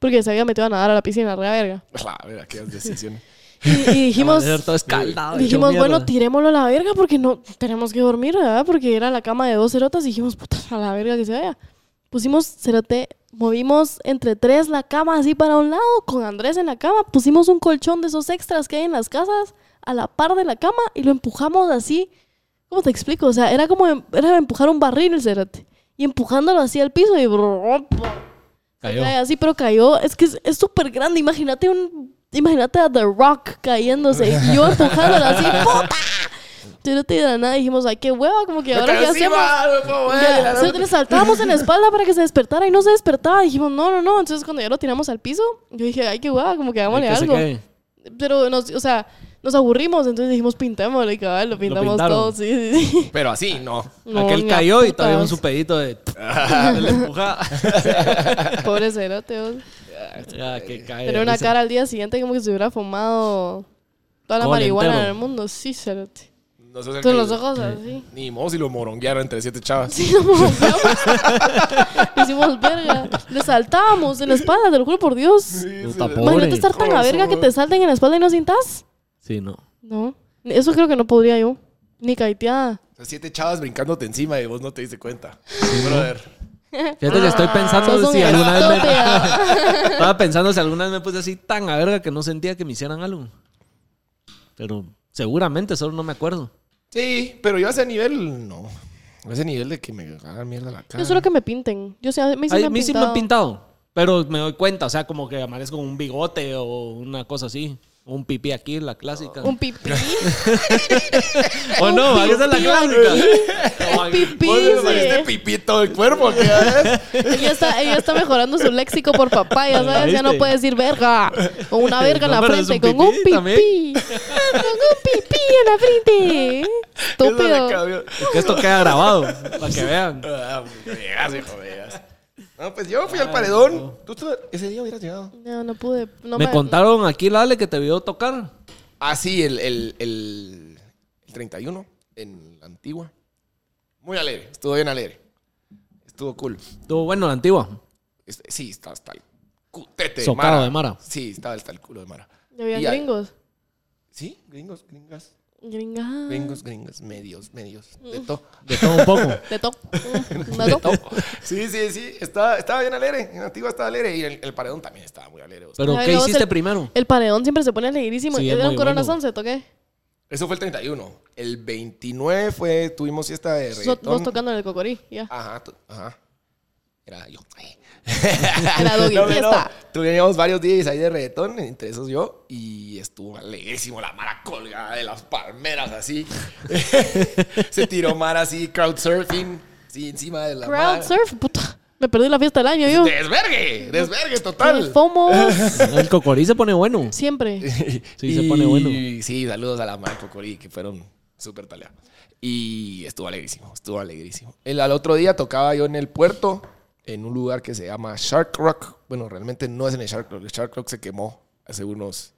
Speaker 1: porque se había metido a nadar a la piscina, re verga.
Speaker 2: A ver, aquellas decisiones.
Speaker 1: Y, y dijimos,
Speaker 3: Amanecer todo escaldado, hecho
Speaker 1: dijimos
Speaker 3: mierda.
Speaker 1: bueno, tirémoslo a la verga porque no tenemos que dormir, ¿verdad? Porque era la cama de dos cerotas y dijimos, puta, a la verga que se vaya. Pusimos cerote, movimos entre tres la cama así para un lado, con Andrés en la cama, pusimos un colchón de esos extras que hay en las casas a la par de la cama y lo empujamos así. ¿Cómo te explico? O sea, era como em- era empujar un barril el cerote. Y empujándolo así al piso y...
Speaker 3: Cayó.
Speaker 1: Cae así, pero cayó. Es que es es súper grande. Imagínate un. Imagínate a The Rock cayéndose. Y yo empujándola así. ¡Puta! Yo no te digo nada. Dijimos, ay, qué hueva, como que ahora qué hacemos.
Speaker 2: pues,
Speaker 1: Ya, se- le saltábamos en la espalda para que se despertara y no se despertaba. Dijimos, no, no, no. Entonces, cuando ya lo tiramos al piso, yo dije, ay, qué hueva, como que hagámosle
Speaker 3: Que se
Speaker 1: algo.
Speaker 3: quede.
Speaker 1: Pero, nos, o sea, nos aburrimos. Entonces dijimos, pintémoslo y cabal, lo pintamos
Speaker 3: pintaron.
Speaker 1: todo. Sí, sí, sí.
Speaker 2: Pero así, no.
Speaker 1: No,
Speaker 3: Aquel
Speaker 1: ni a
Speaker 3: cayó y todavía un
Speaker 1: putas.
Speaker 3: su pedito de. de la empujada.
Speaker 1: Pobre cerote. vos.
Speaker 3: Ya, Ah, que cae.
Speaker 1: Tener una
Speaker 3: Dice,
Speaker 1: cara al día siguiente como que se hubiera fumado toda la
Speaker 3: Todo el
Speaker 1: marihuana
Speaker 3: entero.
Speaker 1: del mundo. Sí, cerote.
Speaker 2: No sos el
Speaker 1: Con
Speaker 2: que-
Speaker 1: los ojos así.
Speaker 2: Ni modo si lo moronguearon entre siete chavas.
Speaker 1: Sí, nos volteamos. Hicimos verga. Le saltábamos en la espalda, te lo juro por Dios.
Speaker 3: Puta,
Speaker 2: sí.
Speaker 3: pobre.
Speaker 1: Imagínate estar tan a
Speaker 2: Corazón.
Speaker 1: verga que te salten en la espalda y no sientas.
Speaker 3: Sí, no.
Speaker 1: No. Eso creo que no podría yo. Ni caiteada.
Speaker 2: O sea, siete chavas brincándote encima y vos no te diste cuenta. Brother.
Speaker 3: Fíjate que estoy
Speaker 1: Sos
Speaker 3: pensando
Speaker 1: un
Speaker 3: si Ah, alguna vez me.
Speaker 1: estúpido.
Speaker 3: Estaba pensando si alguna vez me puse así tan a verga que no sentía que me hicieran algo. Pero seguramente, solo no me acuerdo.
Speaker 2: Sí, pero yo a ese nivel, no. A ese nivel de que me hagan mierda la cara.
Speaker 1: Yo solo que me pinten. Yo sí, a mí sí
Speaker 3: Ay,
Speaker 1: me
Speaker 3: a
Speaker 1: han
Speaker 3: mí sí me han
Speaker 1: pintado.
Speaker 3: pintado. Pero me doy cuenta, o sea, como que amanezco con un bigote o una cosa así. Un pipí aquí, la clásica.
Speaker 1: Un pipí.
Speaker 3: ¿O no?
Speaker 1: un
Speaker 3: ¿A esa es la
Speaker 1: pipí
Speaker 3: clásica?
Speaker 1: Un pipí.
Speaker 2: ¿Vos
Speaker 1: sí.
Speaker 2: le saliste pipí todo el cuerpo? ¿Qué haces?
Speaker 1: Ella está, ella está mejorando su léxico por papá, ya sabes, ya no
Speaker 3: ¿Viste?
Speaker 1: puede decir verga. O una verga en
Speaker 3: No,
Speaker 1: la
Speaker 3: pero es
Speaker 1: frente,
Speaker 3: un
Speaker 1: con un
Speaker 3: pipí
Speaker 1: pipí. Ah,
Speaker 3: también.
Speaker 1: Con un pipí en la frente.
Speaker 2: Eso le
Speaker 1: Estúpido.
Speaker 2: cambió.
Speaker 3: Que esto queda grabado, para que vean.
Speaker 2: Ah, veas, hijo, veas. No, pues yo fui
Speaker 3: Ah,
Speaker 2: al paredón. Tú, tú- ese día hubieras llegado.
Speaker 1: No, no pude. No
Speaker 3: me contaron aquí, Lale, que te vio tocar.
Speaker 2: Ah, sí, el, el, el, el 31 en la antigua. Muy alegre, estuvo bien alegre. Estuvo cool.
Speaker 3: Estuvo bueno la antigua.
Speaker 2: Es- Sí, estaba hasta el cutete de
Speaker 3: Socado
Speaker 2: Mara.
Speaker 3: de Mara.
Speaker 2: Sí, estaba hasta el culo de Mara.
Speaker 1: Ya habían
Speaker 2: Y a-
Speaker 1: gringos.
Speaker 2: Sí, gringos, gringas.
Speaker 1: Gringas.
Speaker 2: Gringos, gringas, medios, medios. De todo.
Speaker 3: De todo un poco.
Speaker 1: De todo. De todo.
Speaker 2: Sí, sí, sí. Estaba, estaba bien alegre. En Antigua estaba alegre. Y el, el paredón también estaba muy alegre. o sea.
Speaker 3: Pero,
Speaker 1: Ay,
Speaker 3: ¿qué
Speaker 1: luego
Speaker 3: hiciste
Speaker 1: se-
Speaker 3: primero?
Speaker 1: El paredón siempre se pone alegrísimo.
Speaker 3: Sí, es
Speaker 1: ¿Era un
Speaker 3: muy
Speaker 1: Corona
Speaker 3: bueno.
Speaker 1: 11 toqué?
Speaker 2: Eso fue el 31. El 29 fue, tuvimos fiesta de
Speaker 1: So- Vos
Speaker 2: reggaetón.
Speaker 1: tocando en el cocorí, ya.
Speaker 2: Ajá, tú- ajá. Era yo.
Speaker 1: Era Doggy,
Speaker 2: No, no,
Speaker 1: fiesta.
Speaker 2: no. Tuvimos varios días ahí de reggaetón, entre esos yo, y estuvo alegrísimo la Mara colgada de las palmeras así. Se tiró Mara así, crowd surfing, sí, encima de la
Speaker 1: Crowd
Speaker 2: Mara.
Speaker 1: surf, puta. Me perdí la fiesta del año, yo.
Speaker 2: Desvergue, desvergue
Speaker 1: El
Speaker 2: total.
Speaker 1: FOMO
Speaker 3: El cocorí se pone bueno.
Speaker 1: siempre.
Speaker 3: Sí, se pone bueno.
Speaker 2: Y Sí, saludos a la Mara Cocorí, que fueron súper taleados. Y estuvo alegrísimo, estuvo alegrísimo. El, al otro día tocaba yo en el puerto, en un lugar que se llama Shark Rock. Bueno, realmente no es en el Shark Rock, el Shark Rock se quemó hace unos,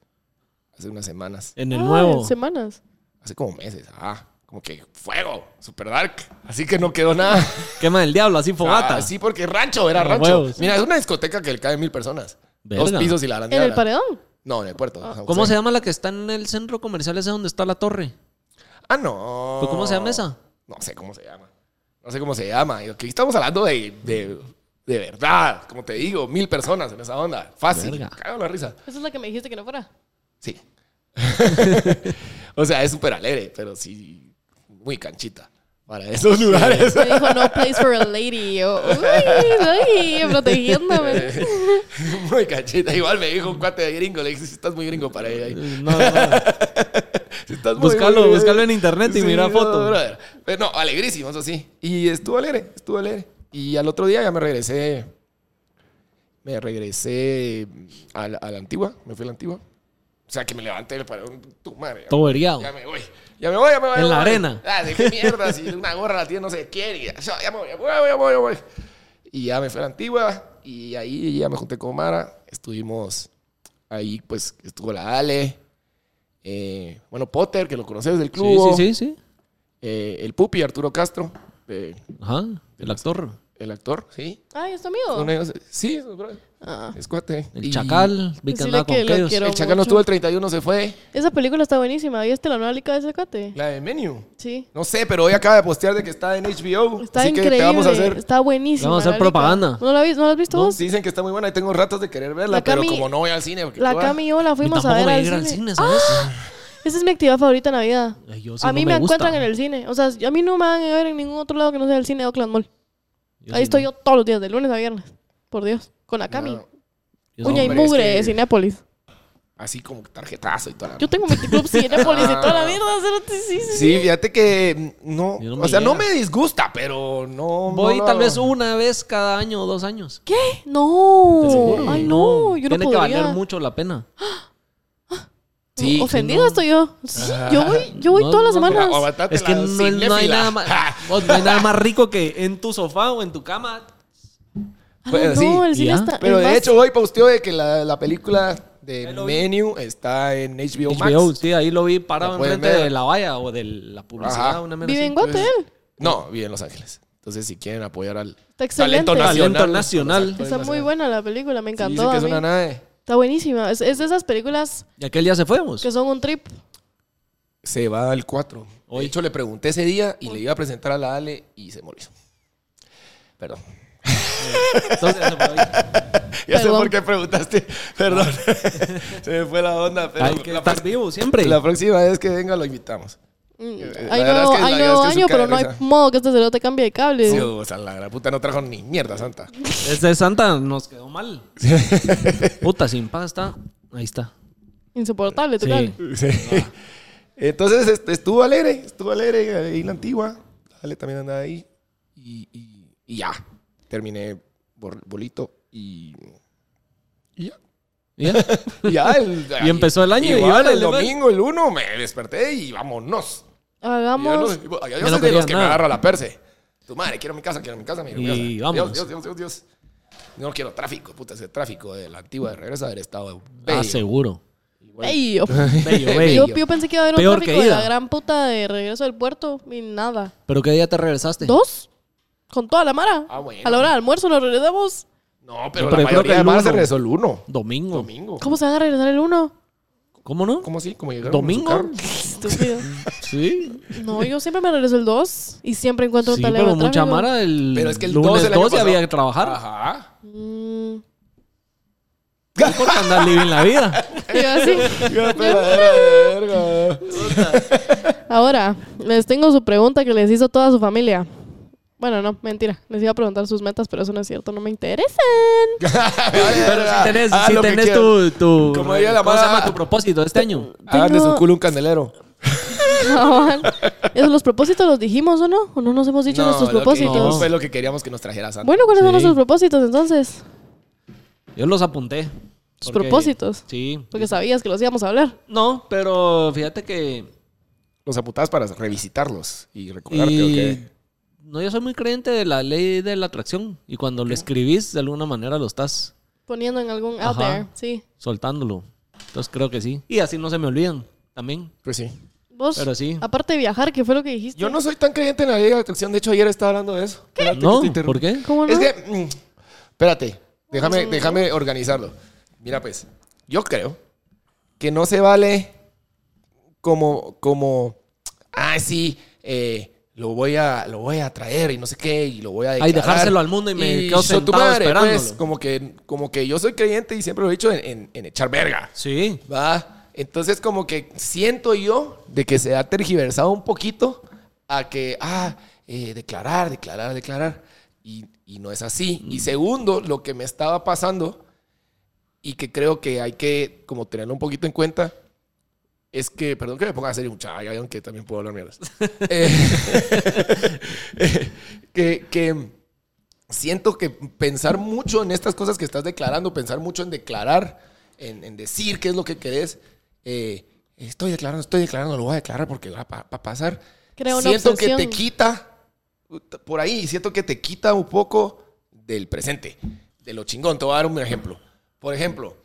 Speaker 2: hace unas semanas,
Speaker 3: En el
Speaker 1: Ah,
Speaker 3: nuevo.
Speaker 1: Semanas.
Speaker 2: hace como meses, ah, como que fuego, super dark. Así que no quedó nada.
Speaker 3: Quema del diablo, así fogata.
Speaker 2: Ah, sí, porque rancho, era
Speaker 3: Como
Speaker 2: rancho.
Speaker 3: huevos.
Speaker 2: Mira, es una discoteca que le caen mil personas. Dos
Speaker 3: Verga.
Speaker 2: pisos y la gran
Speaker 1: En el Ah.
Speaker 2: diabla.
Speaker 1: paredón.
Speaker 2: No, en el puerto. Ajá,
Speaker 3: ¿Cómo
Speaker 2: sí.
Speaker 3: se llama la que está en el centro comercial ese donde está la torre?
Speaker 2: Ah, no.
Speaker 3: ¿Pero cómo se llama esa?
Speaker 2: No sé cómo se llama. No sé cómo se llama. Y Aquí estamos hablando de, de, de verdad. Como te digo, mil personas en esa onda. Fácil.
Speaker 3: Verga.
Speaker 2: Cago en la risa.
Speaker 1: Esa es la que me dijiste que no fuera.
Speaker 2: Sí. o sea, es súper alegre, pero sí, muy canchita para esos lugares.
Speaker 1: Me dijo, no place for a lady. Y yo, uy, uy, protegiéndome.
Speaker 2: muy canchita. Igual me dijo un cuate de gringo. Le dije, si estás muy gringo para ella. ahí.
Speaker 3: No, no.
Speaker 2: Si estás muy-
Speaker 3: Búscalo,
Speaker 2: muy-
Speaker 3: búscalo en internet y
Speaker 2: Sí,
Speaker 3: mira
Speaker 2: no,
Speaker 3: foto.
Speaker 2: brother. Pero no, alegrísimo, eso sí. Y estuvo alegre, estuvo alegre. Y al otro día ya me regresé. Me regresé a la, a la antigua, me fui a la antigua. O sea, que me levanté del paredón, tu madre.
Speaker 3: Todo veriado.
Speaker 2: Ya me voy. Ya me voy, ya me voy.
Speaker 3: En
Speaker 2: ya
Speaker 3: la
Speaker 2: me voy.
Speaker 3: arena.
Speaker 2: Ah, de qué mierda, si una gorra la tiene no sé quién. y Ya, ya, ya me voy, ya me voy, ya me voy, ya me voy. Y ya me fui a la antigua y ahí ya me junté con Mara. Estuvimos ahí, pues estuvo la Ale. eh, bueno, Potter, que lo conoces del
Speaker 3: Sí,
Speaker 2: club.
Speaker 3: sí, sí, sí.
Speaker 2: eh, el Pupi, Arturo Castro, eh,
Speaker 3: Ajá, el actor.
Speaker 2: el actor, sí.
Speaker 1: Ay, ¿es tu
Speaker 2: Uno de
Speaker 1: amigo?
Speaker 2: ellos- sí, es, bro,
Speaker 1: Ah.
Speaker 2: es cuate.
Speaker 3: El
Speaker 2: Y
Speaker 3: chacal, vi que
Speaker 1: Decile
Speaker 3: andaba con
Speaker 1: que lo
Speaker 3: aquellos.
Speaker 1: quiero.
Speaker 2: El chacal no
Speaker 1: mucho.
Speaker 2: estuvo el 31, se fue.
Speaker 1: Esa película está buenísima. ¿Viste la nueva lica de ese cuate?
Speaker 2: La de Menu.
Speaker 1: Sí.
Speaker 2: No sé, pero hoy acaba de postear de que está en HBO.
Speaker 1: Está
Speaker 2: así
Speaker 1: increíble.
Speaker 2: que te vamos a hacer.
Speaker 1: Está buenísima.
Speaker 3: Vamos a hacer
Speaker 1: la lica.
Speaker 3: propaganda.
Speaker 1: ¿No la, vi- no la has visto
Speaker 2: No,
Speaker 1: vos?
Speaker 2: sí dicen que está muy buena y tengo ratos de querer verla,
Speaker 1: La
Speaker 2: pero
Speaker 1: Cami-
Speaker 2: como no voy al cine. Porque
Speaker 1: La
Speaker 2: tú, ah,
Speaker 1: Cami y yo la fuimos a ver
Speaker 3: voy
Speaker 1: al
Speaker 3: ir
Speaker 1: cine.
Speaker 3: al cine, ¿sabes?
Speaker 1: Esa es mi actividad favorita en Navidad.
Speaker 3: Ay, yo sí
Speaker 1: a
Speaker 3: no
Speaker 1: mí
Speaker 3: me
Speaker 1: me,
Speaker 3: gusta.
Speaker 1: encuentran en el cine. O sea, a mí no me van a ver en ningún otro lado que no sea el cine de Oakland Mall.
Speaker 3: Yo
Speaker 1: Ahí
Speaker 3: sí
Speaker 1: estoy
Speaker 3: no.
Speaker 1: yo todos los días, de lunes a viernes. Por Dios. Con la Cami.
Speaker 2: no,
Speaker 3: Yo sí
Speaker 1: Uña y
Speaker 2: hombre, es
Speaker 1: mugre
Speaker 2: que-
Speaker 1: de Cinépolis.
Speaker 2: así como tarjetazo y toda la.
Speaker 1: Yo tengo mi club Cinépolis y toda la mierda. cerote, Sí, sí.
Speaker 2: Sí, fíjate que mm, no.
Speaker 3: Yo no me
Speaker 2: o sea, no
Speaker 3: llega.
Speaker 2: me disgusta, pero no.
Speaker 3: no. Voy
Speaker 2: no
Speaker 3: tal
Speaker 2: lo-
Speaker 3: vez una vez cada año o dos años.
Speaker 1: ¿Qué? No.
Speaker 3: Te seguro.
Speaker 1: Ay, no. Yo no
Speaker 3: Tiene
Speaker 1: podría.
Speaker 3: que valer mucho la pena.
Speaker 2: Sí, Ah.
Speaker 1: Ofendida
Speaker 3: no.
Speaker 1: estoy yo. Sí, yo voy, yo voy
Speaker 3: No,
Speaker 1: todas las
Speaker 3: no, mira,
Speaker 1: semanas.
Speaker 2: Mira, aguantate
Speaker 3: Es que
Speaker 2: la Ah,
Speaker 3: no, no hay
Speaker 2: cinéfila.
Speaker 3: nada más, vos, no hay nada más rico que en tu sofá o en tu cama.
Speaker 1: Ah,
Speaker 2: Pues,
Speaker 1: no,
Speaker 2: sí,
Speaker 1: el cine
Speaker 3: ya.
Speaker 1: está.
Speaker 2: Pero
Speaker 1: es
Speaker 2: de
Speaker 1: más-
Speaker 2: hecho, hoy posteó de que la, la película de
Speaker 3: Hello.
Speaker 2: Menu está en HBO,
Speaker 3: HBO,
Speaker 2: Max.
Speaker 3: sí, ahí lo vi
Speaker 2: Lo
Speaker 3: parado
Speaker 2: pueden
Speaker 3: enfrente
Speaker 2: ver.
Speaker 3: de la valla o de la publicidad.
Speaker 2: Ajá.
Speaker 3: Una mierda
Speaker 1: Vive
Speaker 3: así.
Speaker 1: en Guate
Speaker 2: pues,
Speaker 1: él.
Speaker 2: No, vive en Los Ángeles. Entonces, si quieren apoyar al
Speaker 1: Está excelente.
Speaker 2: talento nacional.
Speaker 3: Talento nacional.
Speaker 2: Los actores
Speaker 1: Está muy
Speaker 2: nacionales.
Speaker 1: buena la película, me
Speaker 2: Sí,
Speaker 1: encantó.
Speaker 2: dice que
Speaker 1: a
Speaker 2: es
Speaker 1: mí.
Speaker 2: una nave.
Speaker 1: Está buenísima. Es, es de esas películas
Speaker 3: Y aquel día se fuimos.
Speaker 1: que son un trip.
Speaker 2: Se va al 4. De
Speaker 3: Hoy.
Speaker 2: hecho, le pregunté ese día y le iba a presentar a la Ale y se murió. Perdón.
Speaker 3: Entonces, se fue ahí.
Speaker 2: Ya sé
Speaker 1: Perdón.
Speaker 2: por qué preguntaste. Perdón. se me fue la onda. Pero
Speaker 3: Hay que
Speaker 2: la,
Speaker 3: estar
Speaker 2: pro-
Speaker 3: vivo siempre.
Speaker 2: la próxima vez que venga lo invitamos.
Speaker 1: Mm,
Speaker 2: Eh,
Speaker 1: Hay
Speaker 2: la verdad
Speaker 1: nuevo,
Speaker 2: es que-
Speaker 1: hay nuevo
Speaker 2: la verdad es que
Speaker 1: año,
Speaker 2: es un
Speaker 1: pero no hay
Speaker 2: cagadero.
Speaker 1: modo que este cerote cambie de cable.
Speaker 2: Sí, o sea, la gran puta no trajo ni mierda, santa.
Speaker 3: Ese Santa nos quedó mal. Puta, sin pasta. Ahí está.
Speaker 1: Insoportable, tu
Speaker 3: Sí.
Speaker 1: cable.
Speaker 2: Sí. Entonces este, estuvo alegre, estuvo alegre ahí la antigua. Ale también andaba ahí. Y, y- y ya. Terminé bol- bolito y. Y ya.
Speaker 3: ¿Ya?
Speaker 2: Y, ya, el-
Speaker 3: Y empezó el año, y
Speaker 2: Igual,
Speaker 3: vale,
Speaker 2: el
Speaker 3: le vale.
Speaker 2: domingo, el 1, me desperté y vámonos. Y ya no-
Speaker 1: Hagamos.
Speaker 3: no
Speaker 2: yo soy de
Speaker 3: quería
Speaker 2: los que me
Speaker 3: nada.
Speaker 2: agarra la perse. Tu madre, quiero mi casa, quiero mi casa, mi
Speaker 3: Y
Speaker 2: casa. Dios,
Speaker 3: vámonos.
Speaker 2: Dios, Dios, Dios, Dios. No quiero tráfico, puta, ese tráfico de la antigua de regreso haber estado.
Speaker 3: Ah,
Speaker 2: bello.
Speaker 3: seguro.
Speaker 2: Igual-
Speaker 1: Bello.
Speaker 3: Bello,
Speaker 1: Yo,
Speaker 3: bello.
Speaker 1: yo pensé que iba a haber un
Speaker 3: Peor
Speaker 1: tráfico
Speaker 3: que
Speaker 1: de la
Speaker 3: ida.
Speaker 1: gran puta de regreso del puerto y nada.
Speaker 3: ¿Pero qué día te regresaste?
Speaker 1: ¿Dos? Con toda la mara.
Speaker 2: Ah, bueno.
Speaker 1: A la hora del almuerzo nos regresamos.
Speaker 2: No, pero,
Speaker 3: No, pero
Speaker 2: la
Speaker 3: yo creo
Speaker 2: mayoría
Speaker 3: que
Speaker 2: de
Speaker 3: el
Speaker 2: Mara se
Speaker 3: uno.
Speaker 2: regresó el 1.
Speaker 3: Domingo.
Speaker 2: Domingo.
Speaker 1: ¿Cómo se van a regresar el uno?
Speaker 3: ¿Cómo no?
Speaker 2: ¿Cómo así? ¿Cómo llegaron? en
Speaker 3: ¿Domingo?
Speaker 2: su carro?
Speaker 1: Estúpido.
Speaker 3: Sí.
Speaker 1: No, yo siempre me regreso el 2 y siempre encuentro
Speaker 3: Sí,
Speaker 1: un talento.
Speaker 3: pero mucha mara el
Speaker 2: Pero es que el
Speaker 3: lunes
Speaker 2: 12
Speaker 3: 12,
Speaker 2: del año pasado-
Speaker 3: había que trabajar.
Speaker 2: Ajá.
Speaker 1: Mm.
Speaker 3: No importa andar living la vida.
Speaker 2: verga.
Speaker 1: Ahora, les tengo su pregunta que les hizo toda su familia. Bueno, no, mentira. Les iba a preguntar sus metas, pero eso no es cierto. No me interesan.
Speaker 3: Pero si tenés,
Speaker 2: Ah,
Speaker 3: si
Speaker 2: lo que
Speaker 3: tenés
Speaker 2: quieran.
Speaker 3: tu, tu
Speaker 2: Como diría la
Speaker 3: ¿cómo se
Speaker 2: mara-
Speaker 3: llama tu propósito este año?
Speaker 2: Hagan Ah, de
Speaker 1: Tengo-
Speaker 2: su culo un candelero.
Speaker 1: Cabal. ¿Esos los propósitos los dijimos o no? ¿O no nos hemos dicho nuestros
Speaker 2: lo que-
Speaker 1: propósitos?
Speaker 2: no, fue lo que queríamos que nos trajera Santa.
Speaker 1: Bueno, ¿cuáles son
Speaker 3: Sí.
Speaker 1: nuestros propósitos entonces?
Speaker 3: Yo los apunté.
Speaker 1: Tus
Speaker 3: Porque-
Speaker 1: propósitos.
Speaker 3: Sí.
Speaker 1: Porque sabías que los íbamos a hablar.
Speaker 3: No, pero fíjate que
Speaker 2: Los apuntabas para revisitarlos y recordarte,
Speaker 3: Y-
Speaker 2: ¿o qué?
Speaker 3: No, yo soy muy creyente de la ley de la atracción. Y cuando lo escribís, de alguna manera lo estás
Speaker 1: Poniendo en algún out
Speaker 3: Ajá.
Speaker 1: there. Sí.
Speaker 3: soltándolo. Entonces creo que sí. Y así no se me olvidan también.
Speaker 2: Pues sí.
Speaker 1: Vos,
Speaker 3: Pero sí.
Speaker 1: aparte de viajar, que fue lo que dijiste.
Speaker 2: Yo no soy tan creyente en la ley de atracción. De hecho, ayer estaba hablando de eso. Espérate que
Speaker 3: No,
Speaker 2: te
Speaker 3: ¿por
Speaker 2: interrumpo.
Speaker 3: qué?
Speaker 1: ¿Cómo no?
Speaker 2: Es que, mm, espérate, déjame, déjame organizarlo. Mira, pues, yo creo que no se vale como, como, ah, sí, eh, lo voy a, lo voy a traer y no sé qué, y lo voy a declarar.
Speaker 3: Ay, dejárselo al mundo y me quedo
Speaker 2: hizo tu
Speaker 3: sentado
Speaker 2: pues,
Speaker 3: esperándolo.
Speaker 2: como que, como que yo soy creyente y siempre lo he dicho en, en- en echar verga,
Speaker 3: Sí.
Speaker 2: va. Entonces, como que siento yo de que se ha tergiversado un poquito a que, ah, eh, declarar, declarar, declarar. Y, y no es así. Y segundo, lo que me estaba pasando y que creo que hay que como tenerlo un poquito en cuenta es que, perdón que me ponga a hacer un chay, aunque también puedo hablar mierdas. Eh, que, que siento que pensar mucho en estas cosas que estás declarando, pensar mucho en declarar, en, en decir qué es lo que querés. eh, estoy declarando, estoy declarando, lo voy a declarar porque va a pasar.
Speaker 1: Crea una
Speaker 2: siento que te
Speaker 1: obsesión.
Speaker 2: quita puta, por ahí, siento que te quita un poco del presente, de lo chingón. Te voy a dar un ejemplo. Por ejemplo,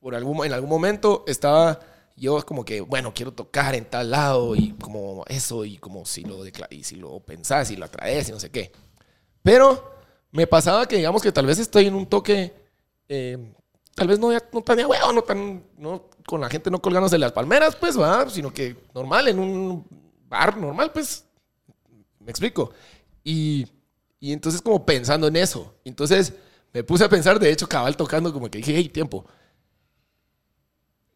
Speaker 2: por algún, en algún momento estaba yo como que, bueno, quiero tocar en tal lado y como eso y como si lo, decla- y si lo pensás y lo atraes y no sé qué. Pero me pasaba que, digamos, que tal vez estoy en un toque, eh, tal vez no, ya- no tan de huevo, no tan, no, con la gente no colgándose las palmeras, pues, va, sino que normal, en un bar normal, pues, me explico. Y, y entonces, como pensando en eso, entonces me puse a pensar, de hecho, cabal tocando, como que dije, hey, tiempo.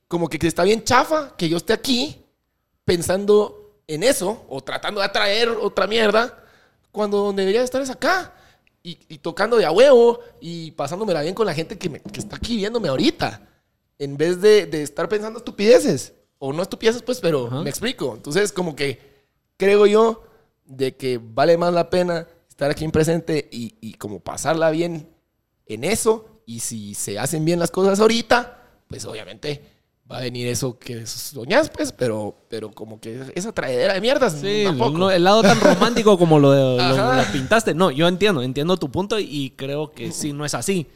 Speaker 2: Como que está bien chafa que yo esté aquí pensando en eso o tratando de atraer otra mierda cuando donde debería estar es acá y, y tocando de a huevo y pasándomela bien con la gente que, me- que está aquí viéndome ahorita en vez de, de estar pensando estupideces o no estupideces pues pero
Speaker 3: Ajá.
Speaker 2: me explico entonces como que creo yo de que vale más la pena estar aquí en presente y, y como pasarla bien en eso y si se hacen bien las cosas ahorita pues obviamente va a venir eso que soñás pues pero pero como que esa traedera de mierdas mm,
Speaker 3: Sí, pues,
Speaker 2: tampoco.
Speaker 3: no, el lado tan romántico como lo, lo-
Speaker 2: Ajá.
Speaker 3: la pintaste. No, yo entiendo, entiendo tu punto y creo que sí, no es así.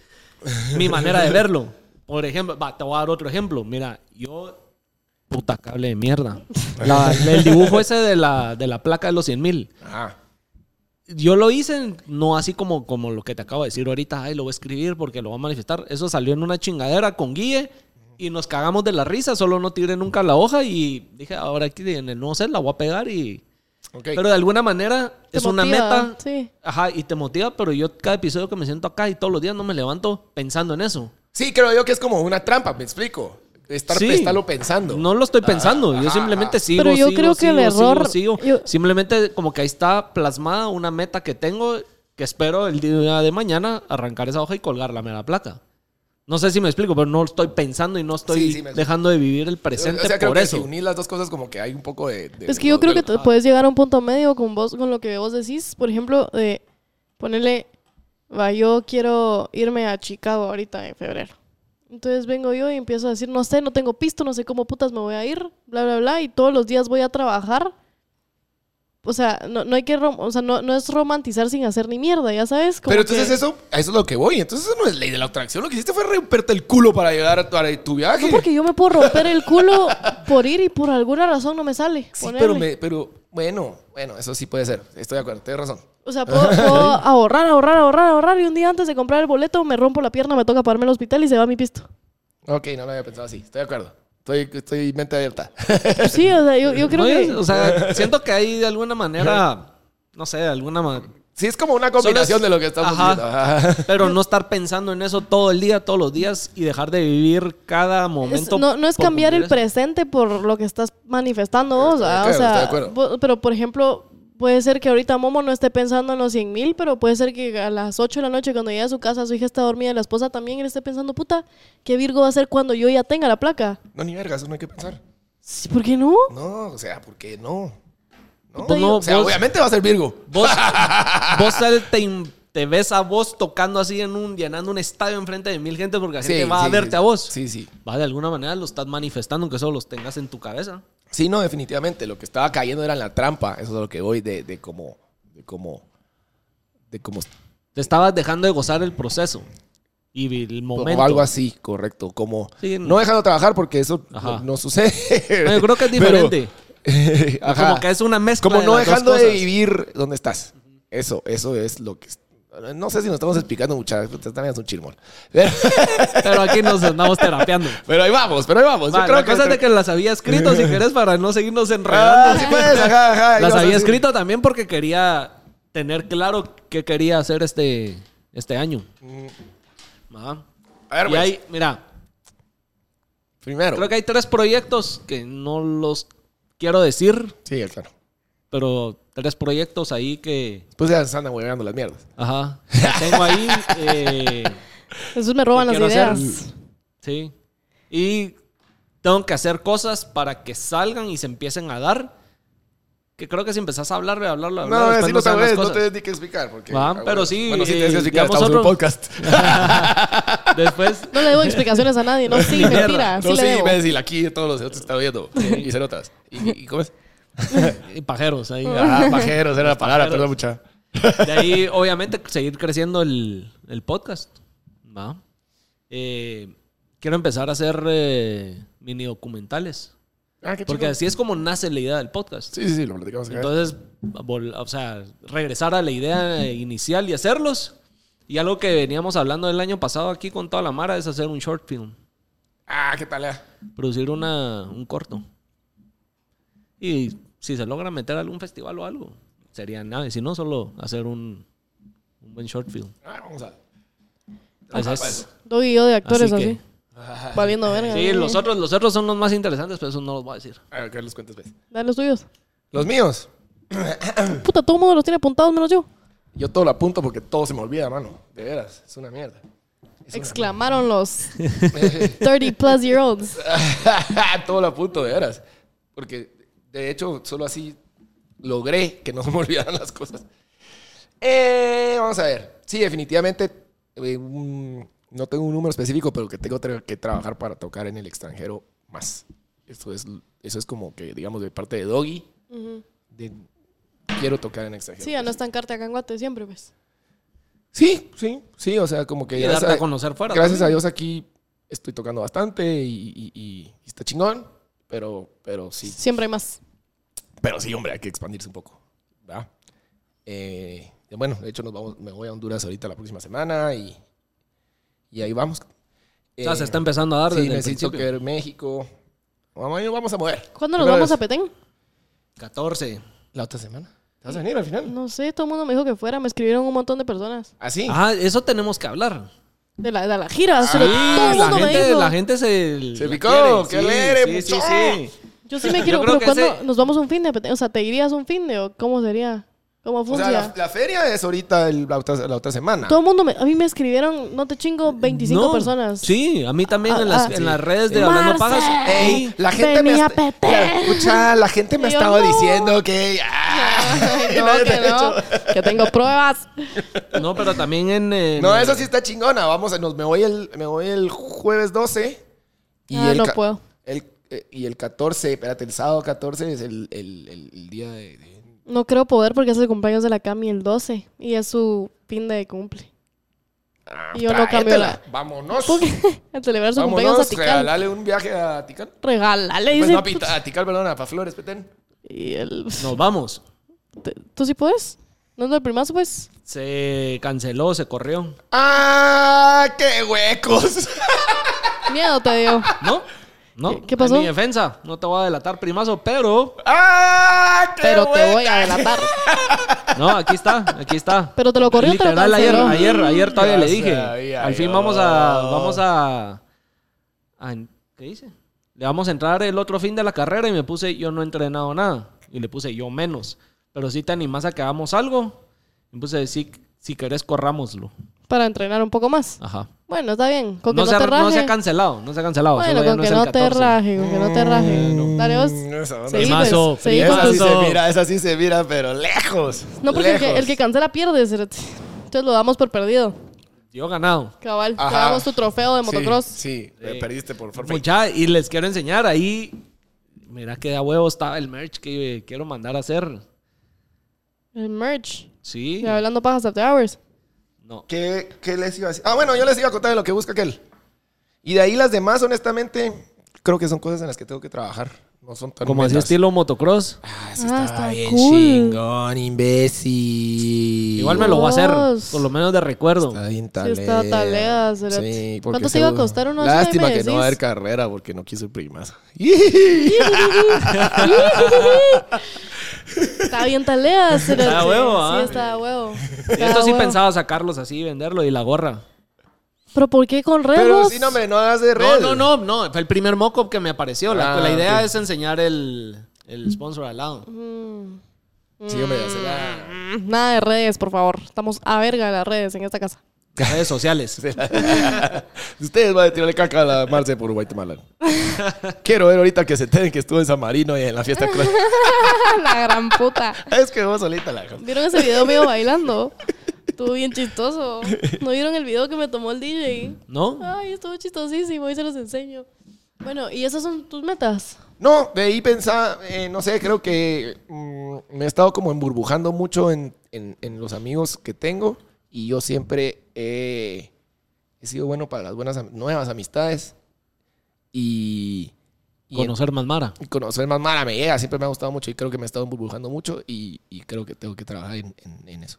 Speaker 3: Mi manera de verlo. Por ejemplo, va, te voy a dar otro ejemplo. Mira, yo... Puta cable de mierda. La- el dibujo ese de la, de la placa de los 100 mil.
Speaker 2: Ajá.
Speaker 3: Yo lo hice, no así como, como lo que te acabo de decir ahorita, ay, lo voy a escribir porque lo voy a manifestar. Eso salió en una chingadera con Guille y nos cagamos de la risa, solo no tiré nunca la hoja y dije, ahora aquí en el nuevo set la voy a pegar y...
Speaker 2: Ok.
Speaker 3: Pero de alguna manera
Speaker 1: Te
Speaker 3: es una
Speaker 1: motiva,
Speaker 3: meta.
Speaker 1: Sí.
Speaker 3: Ajá, y te motiva, pero yo cada episodio que me siento acá y todos los días no me levanto pensando en eso.
Speaker 2: Sí, creo yo que es como una trampa, me explico. Estar,
Speaker 3: Sí.
Speaker 2: estarlo pensando. Ah,
Speaker 3: No lo estoy pensando, yo
Speaker 2: ajá,
Speaker 3: simplemente
Speaker 2: ajá.
Speaker 3: sigo.
Speaker 1: Pero yo
Speaker 3: sigo,
Speaker 1: creo que
Speaker 3: sigo,
Speaker 1: el
Speaker 3: sigo,
Speaker 1: error-
Speaker 3: sigo.
Speaker 1: yo-
Speaker 3: Simplemente como que ahí está plasmada una meta que tengo que espero el día de mañana arrancar esa hoja y colgarla me la placa. No sé si me explico, pero no estoy pensando y no estoy
Speaker 2: Sí, sí, me-
Speaker 3: dejando de vivir el
Speaker 2: O sea,
Speaker 3: presente
Speaker 2: creo
Speaker 3: por
Speaker 2: que
Speaker 3: eso.
Speaker 2: si unís las dos cosas como que hay un poco de... de-
Speaker 1: Es que yo creo que
Speaker 2: de-
Speaker 1: te puedes llegar a un punto medio con vos, con lo que vos decís. Por ejemplo, de ponerle, va, yo quiero irme a Chicago ahorita en febrero. Entonces vengo yo y empiezo a decir, no sé, no tengo pisto, no sé cómo putas me voy a ir, bla, bla, bla, y todos los días voy a trabajar. O sea, no, no hay que, rom- o sea, no, no es romantizar sin hacer ni mierda, ya sabes. como
Speaker 2: Pero entonces
Speaker 1: que-
Speaker 2: eso, a eso es lo que voy. Entonces eso no es ley de la atracción. Lo que hiciste fue romperte el culo para llegar a tu, a tu viaje.
Speaker 1: No, porque yo me puedo romper el culo por ir y por alguna razón no me sale.
Speaker 2: Sí,
Speaker 1: ponerle.
Speaker 2: pero, me- pero bueno, bueno, eso sí puede ser. Estoy de acuerdo, tienes razón.
Speaker 1: O sea, puedo, puedo ahorrar, ahorrar, ahorrar, ahorrar. Y un día antes de comprar el boleto me rompo la pierna, me toca pararme en el hospital y se va mi pisto.
Speaker 2: Ok, no lo había pensado así. Estoy de acuerdo. Estoy, estoy mente abierta.
Speaker 1: Sí, o sea, yo, yo creo
Speaker 3: No,
Speaker 1: que.
Speaker 3: es- O sea, siento que hay de alguna manera, no sé, de alguna manera...
Speaker 2: Sí, es como una
Speaker 3: Solo
Speaker 2: combinación
Speaker 3: es-
Speaker 2: de lo que estamos
Speaker 3: Ajá.
Speaker 2: diciendo. Ajá.
Speaker 3: Pero no estar pensando en eso todo el día, todos los días y dejar de vivir cada
Speaker 1: es-
Speaker 3: momento.
Speaker 1: no, no es
Speaker 3: por
Speaker 1: cambiar el
Speaker 3: cumplir eso.
Speaker 1: presente por lo que estás manifestando vos,
Speaker 2: Estoy de
Speaker 1: ¿ah?
Speaker 2: acuerdo, estoy de
Speaker 1: o sea,
Speaker 2: acuerdo.
Speaker 1: vos- pero por ejemplo, puede ser que ahorita Momo no esté pensando en los 100 mil, pero puede ser que a las 8 de la noche, cuando llegue a su casa, su hija está dormida y la esposa también, él esté pensando, puta, ¿qué Virgo va a hacer cuando yo ya tenga la placa?
Speaker 2: No, ni vergas, eso no hay que pensar.
Speaker 1: Sí, ¿Por qué no?
Speaker 2: No, o sea, ¿por qué no? No,
Speaker 3: Pues no,
Speaker 2: o sea,
Speaker 3: vos-
Speaker 2: obviamente va a ser Virgo.
Speaker 3: Vos, vos al- te, im- te ves a vos tocando así en un, llenando un estadio enfrente de mil gente porque la gente va a
Speaker 2: sí,
Speaker 3: verte
Speaker 2: sí.
Speaker 3: a vos.
Speaker 2: Sí, sí.
Speaker 3: Va, de alguna manera lo estás manifestando, aunque solo los tengas en tu cabeza.
Speaker 2: Sí, no, definitivamente. Lo que estaba cayendo era en la trampa. Eso es a lo que voy de, de cómo. De cómo. De cómo.
Speaker 3: Te estabas dejando de gozar el proceso y vi- el momento.
Speaker 2: O algo así, correcto. Como.
Speaker 3: Sí, no.
Speaker 2: no dejando trabajar porque eso
Speaker 3: Ajá.
Speaker 2: no, no sucede.
Speaker 3: No, yo creo que es
Speaker 2: Pero-
Speaker 3: diferente.
Speaker 2: Ajá.
Speaker 3: Como que es una mezcla.
Speaker 2: Como
Speaker 3: de
Speaker 2: no
Speaker 3: las dos
Speaker 2: dejando de
Speaker 3: cosas.
Speaker 2: vivir donde estás. Eso, eso es lo que. No sé si nos estamos explicando muchas, también es un chirmol. Pero,
Speaker 3: Pero aquí nos andamos terapeando.
Speaker 2: pero ahí vamos, pero ahí vamos.
Speaker 3: Va,
Speaker 2: Yo creo
Speaker 3: la
Speaker 2: que,
Speaker 3: cosa es de que las había escrito, si querés, para no seguirnos enredando.
Speaker 2: Ah, sí, pues, ajá, ajá,
Speaker 3: las
Speaker 2: ibas a
Speaker 3: había
Speaker 2: decir.
Speaker 3: escrito también porque quería tener claro qué quería hacer este, este año. Ajá.
Speaker 2: A ver,
Speaker 3: Y
Speaker 2: Mm. pues,
Speaker 3: hay, mira,
Speaker 2: primero.
Speaker 3: creo que hay tres proyectos que no los quiero decir,
Speaker 2: Sí, claro.
Speaker 3: pero tres proyectos ahí que,
Speaker 2: Después ya se andan hueveando las mierdas.
Speaker 3: ajá, que tengo ahí. eh,
Speaker 1: Esos me roban
Speaker 3: ¿Qué
Speaker 1: las
Speaker 3: quiero hacer?
Speaker 1: ideas.
Speaker 3: sí. Y tengo que hacer cosas para que salgan y se empiecen a dar. Que creo que si empezás a hablarle, a hablarlo, a hablarlo,
Speaker 2: No,
Speaker 3: después
Speaker 2: sí,
Speaker 3: no
Speaker 2: no
Speaker 3: se dan las
Speaker 2: sabes, no
Speaker 3: cosas.
Speaker 2: te tienes ni que explicar. Porque,
Speaker 3: Va,
Speaker 2: ah, bueno.
Speaker 3: pero sí,
Speaker 2: Bueno, sí tienes
Speaker 3: eh,
Speaker 2: que explicar,
Speaker 3: digamos
Speaker 2: estamos en un
Speaker 3: otro-
Speaker 2: podcast.
Speaker 3: Después,
Speaker 1: No le debo explicaciones a nadie. No, sí,
Speaker 3: Ni mierda.
Speaker 1: mentira. Sí
Speaker 2: no,
Speaker 1: le
Speaker 2: sí,
Speaker 1: debo.
Speaker 2: imbécil, aquí todos los otros están viendo. Y se notas. ¿Y, y cómo es?
Speaker 3: y pajeros ahí.
Speaker 2: Ah, pajeros, era la palabra,
Speaker 3: pajeros.
Speaker 2: perdón, mucha.
Speaker 3: De ahí, obviamente, seguir creciendo el, el podcast. ¿va? Eh, quiero empezar a hacer eh, mini documentales.
Speaker 2: Ah, qué
Speaker 3: Porque
Speaker 2: chingón.
Speaker 3: así es como nace la idea del podcast.
Speaker 2: Sí, sí, sí, lo platicamos acá.
Speaker 3: Entonces, vol- o sea, regresar a la idea inicial y hacerlos. Y algo que veníamos hablando el año pasado aquí con toda la mara es hacer un short film.
Speaker 2: ah, qué tal. ah?
Speaker 3: Producir una, un corto. Y si se logra meter a algún festival o algo, sería nada. Si no, solo hacer un, un buen short film.
Speaker 2: Ah, vamos a. Ah,
Speaker 3: Ese es-
Speaker 2: pues.
Speaker 1: Doy yo de actores
Speaker 3: Así
Speaker 1: así.
Speaker 3: que-
Speaker 1: Valiendo verga.
Speaker 3: Sí,
Speaker 1: eh.
Speaker 3: los otros, los otros son los más interesantes, pero eso no los voy a decir.
Speaker 2: A ver, que los cuentas, ves.
Speaker 1: Dale los tuyos.
Speaker 2: Los míos.
Speaker 1: Puta, todo el mundo los tiene apuntados menos yo.
Speaker 2: Yo todo lo apunto porque todo se me olvida, mano. De veras, es una mierda.
Speaker 1: Exclamaron los 30 plus year olds.
Speaker 2: todo lo apunto, de veras. Porque, de hecho, solo así logré que no se me olvidaran las cosas. Eh, vamos a ver. Sí, definitivamente. eh, un- no tengo un número específico, pero que tengo tra- que trabajar para tocar en el extranjero más. Eso es, eso es como que, digamos, de parte de Doggy. de- quiero tocar en el extranjero.
Speaker 1: Sí, a no estancarte acá en Guate siempre, pues.
Speaker 2: Sí, sí, sí, o sea, como que
Speaker 3: Y
Speaker 2: gracias,
Speaker 3: darte a
Speaker 2: a,
Speaker 3: conocer fuera.
Speaker 2: gracias a
Speaker 3: también.
Speaker 2: Dios aquí estoy tocando bastante y, y- y- y está chingón, pero, pero sí,
Speaker 1: Siempre hay más.
Speaker 2: pero sí, hombre, hay que expandirse un poco, ¿verdad? Eh, bueno, de hecho nos vamos, me voy a Honduras ahorita la próxima semana y, y ahí vamos.
Speaker 3: O sea,
Speaker 2: Eh,
Speaker 3: se está empezando a dar
Speaker 2: sí,
Speaker 3: desde el
Speaker 2: necesito
Speaker 3: principio.
Speaker 2: que ver México. Vamos, ahí nos vamos a mover.
Speaker 1: ¿Cuándo nos
Speaker 2: Primera
Speaker 1: vamos a
Speaker 2: vez.
Speaker 1: Petén?
Speaker 3: 14.
Speaker 2: La otra semana. ¿Te vas a venir al final?
Speaker 1: No sé, todo el mundo me dijo que fuera. Me escribieron un montón de personas.
Speaker 2: Así.
Speaker 3: Ah, eso tenemos que hablar.
Speaker 1: De la, de la gira. se lo- todo el
Speaker 3: la,
Speaker 1: mundo me
Speaker 3: gente,
Speaker 1: dijo.
Speaker 3: la gente se...
Speaker 2: Se
Speaker 3: la
Speaker 2: picó,
Speaker 3: quiere.
Speaker 2: que alegre,
Speaker 3: sí, sí,
Speaker 2: mucho.
Speaker 3: sí, sí.
Speaker 1: Yo sí me quiero,
Speaker 3: Yo
Speaker 1: pero
Speaker 3: creo que
Speaker 1: ¿cuándo
Speaker 3: ese-
Speaker 1: nos vamos a un fin de Petén? O sea, ¿te irías a un fin de o cómo sería? ¿Cómo
Speaker 2: o
Speaker 1: funciona?
Speaker 2: sea, la, la feria es ahorita el- la, otra, la otra semana.
Speaker 1: Todo el mundo, me- a mí me escribieron, no te chingo, 25
Speaker 3: No,
Speaker 1: personas.
Speaker 3: Sí, a mí también
Speaker 1: Ah,
Speaker 3: en, las,
Speaker 1: ah.
Speaker 3: en las redes de
Speaker 1: Sí.
Speaker 3: Hablando
Speaker 1: Marce.
Speaker 3: Pajas.
Speaker 2: Ey,
Speaker 3: Ey,
Speaker 2: la gente me
Speaker 1: Vení
Speaker 2: ha,
Speaker 1: a Petén.
Speaker 2: la, escucha, la gente me ha
Speaker 1: Y yo,
Speaker 2: estado
Speaker 1: no.
Speaker 2: diciendo que ah,
Speaker 1: Ay,
Speaker 2: y
Speaker 1: no,
Speaker 2: nadie te
Speaker 1: que
Speaker 2: ha
Speaker 1: no,
Speaker 2: hecho.
Speaker 1: que tengo pruebas.
Speaker 3: no, pero también en... eh, en-
Speaker 2: No, eso sí está chingona. Vamos, nos, me voy el me voy el jueves 12 y
Speaker 1: Ah,
Speaker 2: el
Speaker 1: no
Speaker 2: ca-
Speaker 1: puedo.
Speaker 2: el- eh, y el 14, espérate, el sábado 14 es el, el- el- el día de, de-
Speaker 1: No creo poder porque es el cumpleaños de la Cami el 12 y es su fin de cumple.
Speaker 2: Ah,
Speaker 1: Y yo no cambio
Speaker 2: tráetela.
Speaker 1: la- Pues,
Speaker 2: Vámonos.
Speaker 1: Porque a celebrar su cumpleaños a
Speaker 2: Vámonos,
Speaker 1: Tikal.
Speaker 2: regalarle un viaje a Tikal.
Speaker 1: Regalale,
Speaker 2: Pues
Speaker 1: dice.
Speaker 2: no a, Pita- a Tikal, perdón, a Flores, Petén.
Speaker 1: Y el-
Speaker 3: Nos vamos.
Speaker 1: te- ¿Tú sí puedes? ¿No es el primazo, pues?
Speaker 3: Se canceló, se corrió.
Speaker 2: ¡Ah, qué huecos!
Speaker 1: Miedo te dio.
Speaker 3: ¿No? ¿No?
Speaker 1: ¿Qué- qué pasó?
Speaker 3: En mi defensa. No te voy a delatar, primazo, pero...
Speaker 2: ¡Ah, qué
Speaker 1: Pero te voy a
Speaker 2: huecas!
Speaker 1: delatar.
Speaker 3: No, aquí está, aquí está.
Speaker 1: Pero te lo corrió, te lo
Speaker 3: Literal, ayer,
Speaker 1: canceló.
Speaker 3: ayer, ayer todavía
Speaker 2: Ya
Speaker 3: le dije.
Speaker 2: sabía
Speaker 3: Al fin
Speaker 2: yo.
Speaker 3: vamos a, vamos a, a- ¿qué dice? Le vamos a entrar el otro fin de la carrera y me puse yo no he entrenado nada y le puse yo menos. Pero si te animas a que hagamos algo, me puse sí, si querés corrámoslo.
Speaker 1: Para entrenar un poco más.
Speaker 3: Ajá.
Speaker 1: Bueno, está bien. Con que
Speaker 3: No,
Speaker 1: no,
Speaker 3: se, ha-
Speaker 1: te raje.
Speaker 3: no se ha cancelado, no se ha cancelado.
Speaker 1: bueno,
Speaker 3: solo ya
Speaker 1: con
Speaker 3: no
Speaker 1: que
Speaker 3: es el
Speaker 1: no te
Speaker 3: 14.
Speaker 1: raje, con que no te raje. Dale vos.
Speaker 2: Mm, esa onda.
Speaker 1: Seguí,
Speaker 3: Primazo,
Speaker 1: pues, seguí
Speaker 2: esa
Speaker 1: con
Speaker 2: sí
Speaker 1: tus-
Speaker 2: se
Speaker 3: Incluso-
Speaker 2: mira, esa sí se mira, pero lejos.
Speaker 1: No, porque el que,
Speaker 2: lejos.
Speaker 1: el que cancela pierde. cerote. Entonces lo damos por perdido.
Speaker 3: Yo he ganado.
Speaker 1: Cabal,
Speaker 2: Ajá.
Speaker 1: te damos tu trofeo de
Speaker 2: Sí,
Speaker 1: motocross.
Speaker 2: Sí, eh, perdiste por forfeit.
Speaker 3: Mucha, Pues y les quiero enseñar ahí. Mira que da huevo estaba el merch que eh, quiero mandar a hacer.
Speaker 1: El merch.
Speaker 3: Sí.
Speaker 1: Y hablando pajas after hours.
Speaker 3: No.
Speaker 2: ¿Qué, qué les iba a decir? Ah, bueno, yo les iba a contar de lo que busca aquel. Y de ahí las demás, honestamente, creo que son cosas en las que tengo que trabajar. No son tan
Speaker 3: Como así
Speaker 2: metas.
Speaker 3: estilo motocross.
Speaker 2: Ah, sí
Speaker 1: Ah,
Speaker 2: estaba
Speaker 1: está
Speaker 2: bien
Speaker 1: cool.
Speaker 2: chingón, imbécil.
Speaker 3: Igual me lo voy a hacer,
Speaker 1: Dios.
Speaker 3: por lo menos de recuerdo.
Speaker 2: Está bien
Speaker 1: Sí,
Speaker 2: talea.
Speaker 1: está talea, cerote.
Speaker 2: porque
Speaker 1: ¿Cuánto te iba a
Speaker 2: seguro-
Speaker 1: costar uno de esos,
Speaker 2: Lástima
Speaker 1: me
Speaker 2: que no va a haber
Speaker 1: decís?
Speaker 2: carrera porque no quiso el primazo.
Speaker 1: Está bien talea, cerote.
Speaker 3: Está a huevo, ¿ah?
Speaker 1: Sí, está a huevo.
Speaker 3: Y
Speaker 1: Está
Speaker 3: esto
Speaker 1: a
Speaker 3: sí
Speaker 1: huevo.
Speaker 3: pensaba sacarlos así, venderlo y la gorra.
Speaker 1: ¿Pero por qué con Red
Speaker 2: Pero
Speaker 1: Box?
Speaker 2: sí, no, hombre, no hagas
Speaker 3: No,
Speaker 2: de red.
Speaker 3: no, no, no. Fue el primer mock-up que me apareció. La,
Speaker 2: Ah,
Speaker 3: la idea
Speaker 2: ok.
Speaker 3: es enseñar el, el sponsor al lado.
Speaker 1: Mm.
Speaker 2: Sí, hombre, ya se la-
Speaker 1: Mm, Nada de redes, por favor. Estamos a verga de las redes en esta casa.
Speaker 3: Redes sociales.
Speaker 2: Ustedes van a tirarle caca a la Marce por Guatemala. Quiero ver ahorita que se enteren que estuvo en San Marino y en la fiesta. cro-
Speaker 1: la gran puta.
Speaker 2: es que vos solita la
Speaker 1: ¿Vieron ese video mío bailando? Estuvo bien chistoso. ¿No vieron el video que me tomó el DJ?
Speaker 3: ¿No?
Speaker 1: Ay, estuvo chistosísimo. Hoy se los enseño. Bueno, ¿y esas son tus metas?
Speaker 2: No, de ahí pensaba, eh, no sé, creo que mm, me he estado como emburbujando mucho en, en- en los amigos que tengo y yo siempre he, he sido bueno para las buenas am- nuevas amistades y, y en-
Speaker 3: Conocer más Mara.
Speaker 2: y conocer más Mara me llega, siempre me ha gustado mucho y creo que me he estado emburbujando mucho y, y creo que tengo que trabajar en, en- en eso.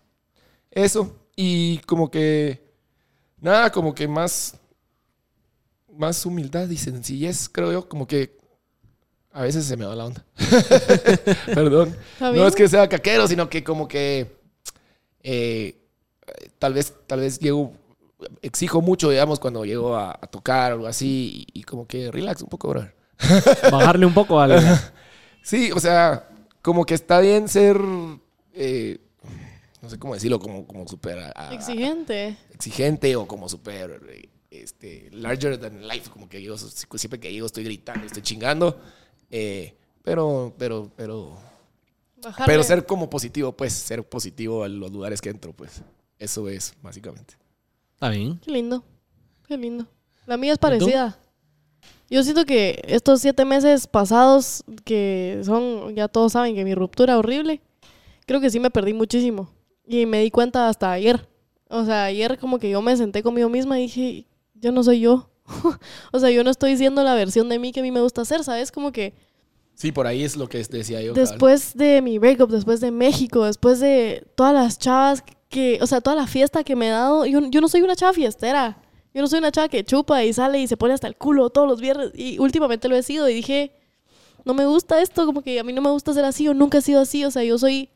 Speaker 2: Eso, y como que, nada, como que más, más humildad y sencillez, creo yo, como que a veces se me va la onda. Perdón.
Speaker 1: ¿Está bien?
Speaker 2: No es que sea caquero, sino que como que eh, tal vez, tal vez llego, exijo mucho, digamos, cuando llego a, a tocar o algo así y, y como que relax un poco, brother.
Speaker 3: Bajarle un poco al...
Speaker 2: Sí, o sea, como que está bien ser. eh, no sé cómo decirlo, como, como súper a-
Speaker 3: Ah.
Speaker 2: a-
Speaker 1: Exigente.
Speaker 2: exigente o como súper. eh, Este, larger than life. Como que yo so- siempre que llego estoy gritando, estoy chingando. eh, pero, pero, pero.
Speaker 1: Bajarle.
Speaker 2: Pero ser como positivo, pues, ser positivo a los lugares que entro, pues. Eso es, básicamente.
Speaker 3: Está bien.
Speaker 1: Qué lindo. Qué lindo. La mía es parecida. Yo siento que estos siete meses pasados, que son, ya todos saben que mi ruptura horrible, creo que sí me perdí muchísimo. Y me di cuenta hasta ayer. O sea, ayer como que yo me senté conmigo misma y dije, yo no soy yo. o sea, yo no estoy siendo la versión de mí que a mí me gusta hacer, ¿sabes? Como que
Speaker 2: Sí, por ahí es lo que decía yo. cabal.
Speaker 1: después de mi breakup, después de México, después de todas las chavas que, o sea, toda la fiesta que me he dado, yo, yo no soy una chava fiestera. Yo no soy una chava que chupa y sale y se pone hasta el culo todos los viernes. Y últimamente lo he sido y dije, no me gusta esto, como que a mí no me gusta ser así, yo nunca he sido así, o sea, yo soy,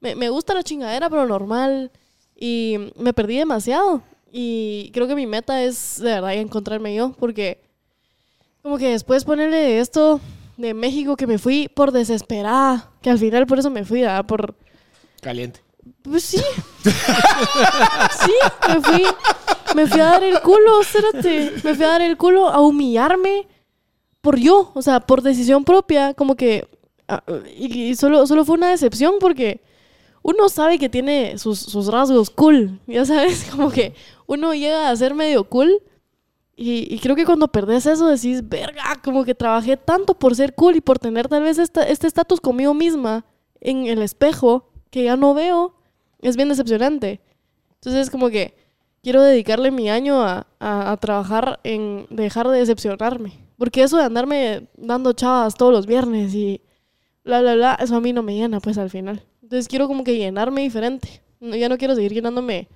Speaker 1: me, me gusta la chingadera, pero normal. Y me perdí demasiado. Y creo que mi meta es, de verdad, encontrarme yo, porque... Como que después ponerle esto de México que me fui por desesperada, que al final por eso me fui, ¿verdad? Por
Speaker 2: Caliente.
Speaker 1: pues sí. sí, me fui me fui a dar el culo, espérate, me fui a dar el culo a humillarme por yo, o sea, por decisión propia, como que ah, y, y solo solo fue una decepción porque uno sabe que tiene sus, sus rasgos cool, ya sabes, como que uno llega a ser medio cool y, y creo que cuando perdés eso decís, verga, como que trabajé tanto por ser cool y por tener tal vez esta- este estatus conmigo misma en el espejo que ya no veo, es bien decepcionante. Entonces como que quiero dedicarle mi año a, a- a trabajar en dejar de decepcionarme. Porque eso de andarme dando chavas todos los viernes y bla, bla, bla, eso a mí no me llena pues al final. Entonces quiero como que llenarme diferente. No, ya no quiero seguir llenándome.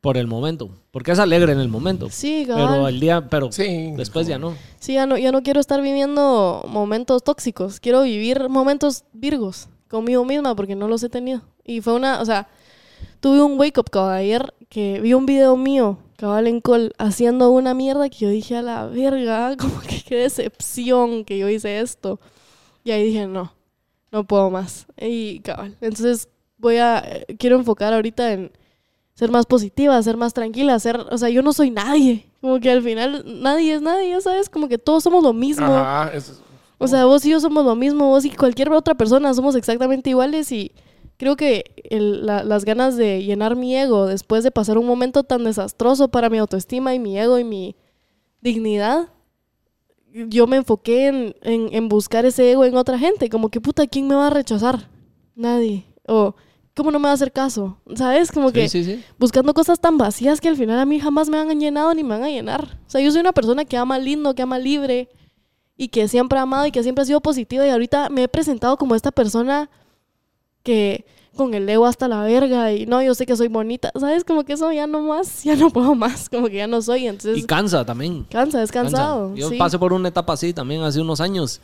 Speaker 3: Por el momento. Porque es alegre en el momento.
Speaker 1: Sí, cabal.
Speaker 3: Pero el día... Pero
Speaker 2: Sí.
Speaker 3: después ya no.
Speaker 1: Sí, ya no, ya no quiero estar viviendo momentos tóxicos. Quiero vivir momentos virgos conmigo misma porque no los he tenido. Y fue una, o sea, tuve un wake up call ayer que vi un video mío, cabal en col, haciendo una mierda que yo dije a la verga, como que qué decepción que yo hice esto. Y ahí dije, no, no puedo más. Y cabal. Entonces voy a, eh, quiero enfocar ahorita en ser más positiva, ser más tranquila, ser, o sea, yo no soy nadie. Como que al final nadie es nadie, ya sabes, como que todos somos lo mismo.
Speaker 2: Ajá, eso es-
Speaker 1: O sea, vos y yo somos lo mismo, vos y cualquier otra persona somos exactamente iguales y creo que el- la- las ganas de llenar mi ego después de pasar un momento tan desastroso para mi autoestima y mi ego y mi dignidad, yo me enfoqué en, en- en buscar ese ego en otra gente, como que puta, ¿quién me va a rechazar? Nadie. O, ¿cómo no me va a hacer caso? ¿Sabes? Como que
Speaker 3: Sí, sí, sí.
Speaker 1: buscando cosas tan vacías que al final a mí jamás me han llenado ni me van a llenar. O sea, yo soy una persona que ama lindo, que ama libre, y que siempre ha amado y que siempre ha sido positiva y ahorita me he presentado como esta persona que con el ego hasta la verga y no, yo sé que soy bonita, ¿sabes? Como que eso ya no más, ya no puedo más, como que ya no soy, entonces
Speaker 3: Y cansa también.
Speaker 1: cansa, es
Speaker 3: Cansa.
Speaker 1: cansado.
Speaker 3: Yo
Speaker 1: sí.
Speaker 3: pasé por una etapa así también hace unos años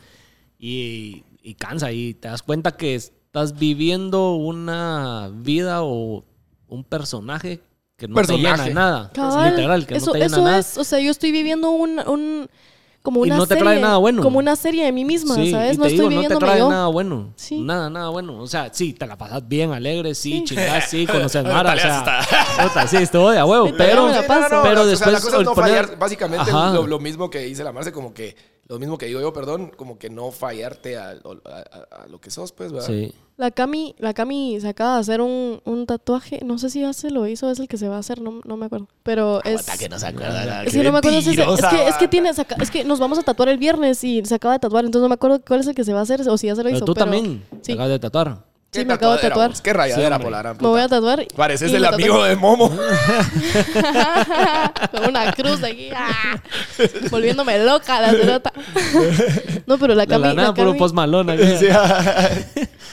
Speaker 3: y, y cansa y te das cuenta que estás viviendo una vida o un personaje que no te llena
Speaker 2: Personaje.
Speaker 3: de nada.
Speaker 1: Cabal,
Speaker 3: Literal, que
Speaker 1: eso,
Speaker 3: no te llena
Speaker 1: eso
Speaker 3: nada.
Speaker 1: es, o sea, yo estoy viviendo un, un como
Speaker 3: Y
Speaker 1: una
Speaker 3: no te
Speaker 1: serie,
Speaker 3: trae nada bueno.
Speaker 1: como una serie de mí misma,
Speaker 3: Sí,
Speaker 1: ¿sabes?
Speaker 3: y
Speaker 1: No estoy
Speaker 3: te digo, no te
Speaker 1: viviéndome
Speaker 3: trae
Speaker 1: yo.
Speaker 3: nada bueno.
Speaker 1: Sí.
Speaker 3: Nada, nada bueno. O sea, sí, te la pasas bien alegre, sí,
Speaker 1: Sí.
Speaker 3: chingas, sí, conoces Mara. O
Speaker 2: Talía
Speaker 3: sea, puta, sí, estuvo de a huevo, pero...
Speaker 1: me la
Speaker 2: Sí, no, no, no,
Speaker 3: pero
Speaker 2: o sea,
Speaker 3: después
Speaker 2: la cosa es no
Speaker 3: el poner-
Speaker 2: fallar, básicamente
Speaker 3: Ajá.
Speaker 2: lo, lo mismo que dice la Marce, como que lo mismo que digo yo, perdón, como que no fallarte a, a- a- a lo que sos, pues, ¿verdad?
Speaker 3: Sí.
Speaker 1: La Cami, la Cami se acaba de hacer un, un tatuaje, no sé si ya se lo hizo, o es el que se va a hacer, no, no me acuerdo, pero es...
Speaker 2: Aguanta que no se acuerda. nada,
Speaker 1: Es
Speaker 2: Ah, qué
Speaker 1: que no me acuerdo si se- es,
Speaker 2: mentirosa,
Speaker 1: que, es que
Speaker 2: va.
Speaker 1: tiene, saca- es que nos vamos a tatuar el viernes y se acaba de tatuar, entonces no me acuerdo cuál es el que se va a hacer o si ya se lo
Speaker 3: Pero
Speaker 1: hizo.
Speaker 3: tú
Speaker 1: pero-
Speaker 3: también te
Speaker 1: Sí,
Speaker 3: acabas de tatuar.
Speaker 1: sí, me acabo de
Speaker 2: tatuadera,
Speaker 1: tatuar.
Speaker 2: vos, Qué rayadera
Speaker 3: Sí,
Speaker 2: por la gran
Speaker 1: Me voy a
Speaker 2: puta.
Speaker 1: tatuar. y-
Speaker 2: Pareces
Speaker 1: y
Speaker 2: el
Speaker 1: me tatué-
Speaker 2: amigo de Momo.
Speaker 1: Con una cruz de aquí. ¡ah! Volviéndome loca la cerota. No, pero la
Speaker 3: De
Speaker 1: Cami.
Speaker 3: la nada,
Speaker 1: la
Speaker 3: puro
Speaker 1: Cami-
Speaker 3: post malona.
Speaker 2: Sí, ah,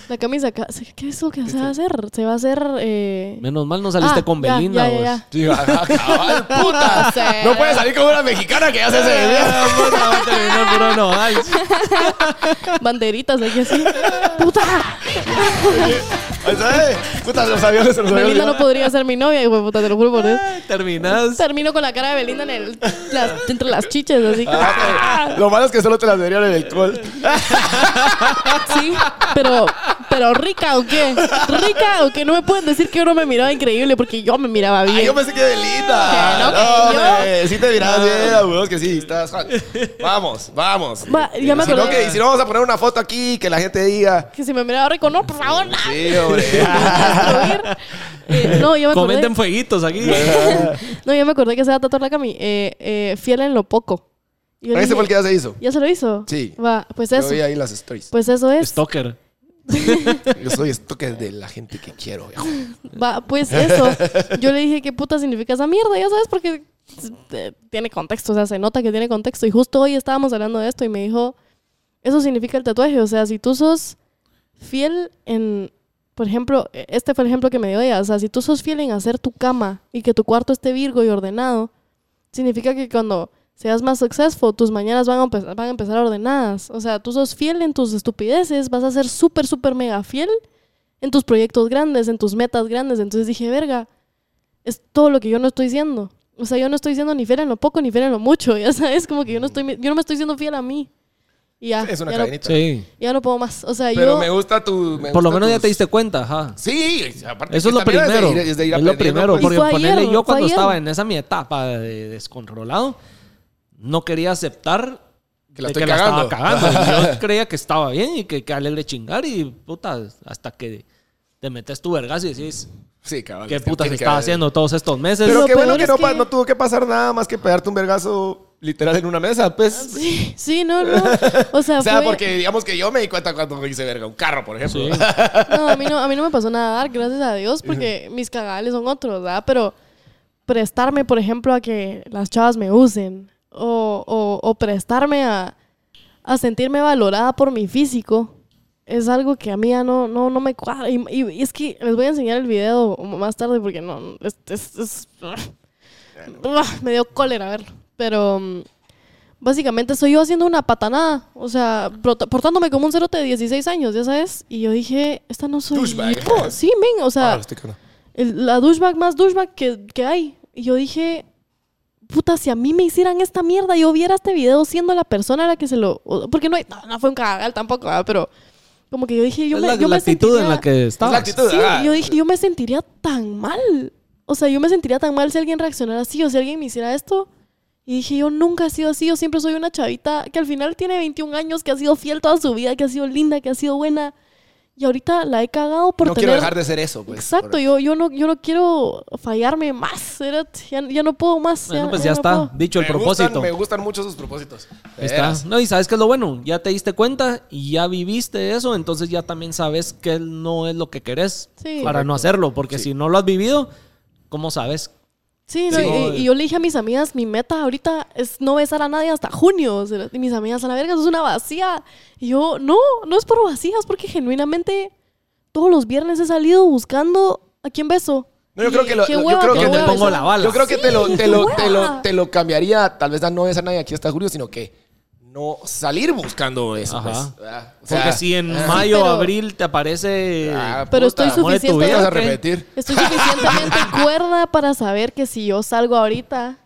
Speaker 1: la Cami saca- ¿Qué es lo que se va a hacer? Se va a hacer. eh,
Speaker 3: Menos mal no saliste
Speaker 1: ah,
Speaker 3: con
Speaker 1: ya,
Speaker 3: Belinda, pues.
Speaker 1: ya, ya,
Speaker 3: vos.
Speaker 1: ya.
Speaker 2: sí, ah, cabal, puta.
Speaker 1: No sé.
Speaker 2: No puedes salir con una mexicana que hace ese
Speaker 3: Ah, puta, va a terminar puro nodal.
Speaker 1: Banderitas aquí así. ¡Puta!
Speaker 2: ¿Sabes? Pues, eh, Puta, los aviones, los aviones.
Speaker 1: Belinda no podría ser mi novia. Y puta, te lo juro por Dios.
Speaker 3: Ay, Terminás.
Speaker 1: Termino con la cara de Belinda en el, las- entre las chiches, así que.
Speaker 2: Ah, Lo malo es que solo te las deberían en el col.
Speaker 1: Sí, pero, pero rica o qué? Rica o qué? No me pueden decir que yo no me miraba increíble porque yo me miraba bien.
Speaker 2: Ay, Ah, yo pensé que de linda.
Speaker 1: Que no, que yo-
Speaker 2: hombre, sí te mirabas bien, a huevos que sí, estás. Vamos, vamos.
Speaker 1: Va, ya me
Speaker 2: si, no,
Speaker 1: acordé.
Speaker 2: que, si no, vamos a poner una foto aquí que la gente diga.
Speaker 1: Que si me miraba rico, no, por favor, no.
Speaker 2: Sí, hombre.
Speaker 1: Destruir. Eh, no, yo me acordé.
Speaker 3: Comenten fueguitos aquí.
Speaker 1: No, yo me acordé que se va a tatuar la cami. Eh, eh, fiel en lo poco. Y yo le
Speaker 2: Ese
Speaker 1: dije,
Speaker 2: fue el que ya se hizo.
Speaker 1: ¿Ya se lo hizo?
Speaker 2: Sí.
Speaker 1: Va, pues
Speaker 2: Yo
Speaker 1: eso.
Speaker 2: vi ahí las stories.
Speaker 1: Pues eso es.
Speaker 3: Stalker.
Speaker 1: Pues
Speaker 2: Yo soy esto que es de la gente que quiero. viejo.
Speaker 1: Va, pues eso. Yo le dije, ¿qué puta significa esa mierda? Ya sabes, porque eh, tiene contexto, o sea, se nota que tiene contexto. Y justo hoy estábamos hablando de esto y me dijo, eso significa el tatuaje. O sea, si tú sos fiel en, por ejemplo, eh, este fue el ejemplo que me dio ella, o sea, si tú sos fiel en hacer tu cama y que tu cuarto esté virgo y ordenado, significa que cuando seas más successful, tus mañanas van a, empe- van a empezar ordenadas. O sea, tú sos fiel en tus estupideces, vas a ser súper, súper mega fiel en tus proyectos grandes, en tus metas grandes. Entonces dije, verga, es todo lo que yo no estoy siendo. O sea, yo no estoy siendo ni fiel en lo poco ni fiel en lo mucho. Ya sabes, como que yo no, estoy, yo no me estoy siendo fiel a mí. Y ya,
Speaker 2: Es una
Speaker 1: ya, no,
Speaker 2: cadenita.
Speaker 3: Sí.
Speaker 1: ya no puedo más. O sea,
Speaker 2: Pero
Speaker 1: yo...
Speaker 2: me gusta tu. me
Speaker 3: Por lo
Speaker 2: gusta
Speaker 3: menos ya
Speaker 2: tus-
Speaker 3: te diste cuenta, ajá.
Speaker 2: Sí, aparte.
Speaker 3: Eso es
Speaker 2: que
Speaker 3: lo
Speaker 2: también de
Speaker 3: primero.
Speaker 2: ir-
Speaker 3: Es,
Speaker 2: de ir
Speaker 3: lo
Speaker 2: aprendiendo,
Speaker 3: primero.
Speaker 2: pues.
Speaker 3: Porque
Speaker 1: Y fue
Speaker 3: ponele,
Speaker 1: ayer,
Speaker 3: yo
Speaker 1: fue
Speaker 3: cuando
Speaker 1: ayer.
Speaker 3: estaba en esa mi etapa de descontrolado, no quería aceptar
Speaker 2: Que la
Speaker 3: de
Speaker 2: estoy
Speaker 3: estaba
Speaker 2: cagando.
Speaker 3: cagando. Yo creía que estaba bien y que, que alegre chingar y puta, hasta que te metes tu vergas y decís,
Speaker 2: Sí, cabrón.
Speaker 3: ¿qué
Speaker 2: tiene
Speaker 3: putas
Speaker 2: que
Speaker 3: estaba
Speaker 2: haber-
Speaker 3: haciendo todos estos meses?
Speaker 2: Pero
Speaker 1: Lo
Speaker 2: qué bueno
Speaker 1: peor
Speaker 2: que,
Speaker 1: es
Speaker 2: no, pa-
Speaker 1: que-
Speaker 2: no tuvo que pasar nada más que pegarte un vergazo literal en una mesa, pues.
Speaker 1: Ah, Sí, sí, no, no. O sea,
Speaker 2: O sea,
Speaker 1: fue- Ah,
Speaker 2: porque digamos que yo me di cuenta cuando me hice verga un carro, por ejemplo.
Speaker 3: Sí.
Speaker 1: No, a mí no, a mí no me pasó nada dark, gracias a Dios, porque mis cagales son otros, ¿verdad? Pero prestarme, por ejemplo, a que las chavas me usen o, o- o prestarme a, a sentirme valorada por mi físico es algo que a mí ya no, no, no me cuadra. Y, y- y es que les voy a enseñar el video más tarde porque no, no, es, es- es- me dio cólera verlo. Pero mm, básicamente soy yo haciendo una patanada, o sea, prota- portándome como un cerote de 16 años, ya sabes. Y yo dije, esta no soy
Speaker 2: Douchebag.
Speaker 1: yo. Sí, men, o sea,
Speaker 2: Ah,
Speaker 3: este
Speaker 2: estoy cagando.
Speaker 1: el- la douchebag más douchebag que, que hay. Y yo dije, puta, si a mí me hicieran esta mierda, yo viera este video siendo la persona a la que se lo... o- Porque no, hay- no, no fue un cagadal tampoco, ¿verdad? pero como que yo dije, yo
Speaker 3: es
Speaker 1: me,
Speaker 3: la,
Speaker 1: yo me
Speaker 3: la actitud en
Speaker 1: sentiría-
Speaker 3: la que
Speaker 2: Es la
Speaker 3: estabas.
Speaker 2: actitud.
Speaker 1: Sí,
Speaker 2: ah.
Speaker 1: yo dije, yo me sentiría tan mal. O sea, yo me sentiría tan mal si alguien reaccionara así o si alguien me hiciera esto. Y dije, yo nunca he sido así, yo siempre soy una chavita que al final tiene 21 años, que ha sido fiel toda su vida, que ha sido linda, que ha sido buena. Y ahorita la he cagado por
Speaker 2: no
Speaker 1: tener...
Speaker 2: quiero dejar de ser eso, pues.
Speaker 1: Exacto, yo, yo, no, yo no quiero fallarme más, ¿verdad? ya, ya no puedo más.
Speaker 3: Bueno, pues ya
Speaker 1: no
Speaker 3: está,
Speaker 1: puedo.
Speaker 3: dicho el
Speaker 2: Me
Speaker 3: propósito.
Speaker 2: Gustan, me gustan mucho sus propósitos. De
Speaker 3: Ahí Está.
Speaker 2: veras.
Speaker 3: No, y sabes qué es lo bueno, ya te diste cuenta y ya viviste eso, entonces ya también sabes que no es lo que querés
Speaker 1: Sí.
Speaker 3: para no hacerlo, porque
Speaker 2: Sí.
Speaker 3: si no lo has vivido, ¿cómo sabes
Speaker 1: Sí, no,
Speaker 2: Sí.
Speaker 1: Y, y yo le dije a mis amigas, mi meta ahorita es no besar a nadie hasta junio. O sea, y mis amigas, a la verga, eso es una vacía. Y yo, no, no es por vacías, porque genuinamente todos los viernes he salido buscando a quién beso.
Speaker 2: No, yo
Speaker 1: Y,
Speaker 2: creo que lo-
Speaker 1: qué
Speaker 2: yo
Speaker 1: hueva,
Speaker 2: creo
Speaker 1: qué
Speaker 2: que
Speaker 3: ¿Dónde
Speaker 1: hueva
Speaker 3: pongo
Speaker 1: besar.
Speaker 3: la bala?
Speaker 2: Yo creo que te, lo,
Speaker 1: Sí,
Speaker 2: te, lo,
Speaker 1: qué
Speaker 2: te, lo,
Speaker 1: hueva.
Speaker 2: te lo cambiaría, tal vez a no besar a nadie aquí hasta julio, sino que no salir buscando eso.
Speaker 3: Ajá.
Speaker 2: pues, ¿verdad? O sea,
Speaker 3: Porque si en
Speaker 2: ah,
Speaker 3: mayo,
Speaker 1: pero-
Speaker 3: abril te aparece.
Speaker 2: ah,
Speaker 1: Pero
Speaker 2: puta,
Speaker 1: estoy
Speaker 2: amor de tu
Speaker 1: suficiente-
Speaker 2: vida, vas a
Speaker 3: ¿Qué?
Speaker 2: repetir.
Speaker 1: Estoy suficientemente cuerda para saber que si yo salgo ahorita,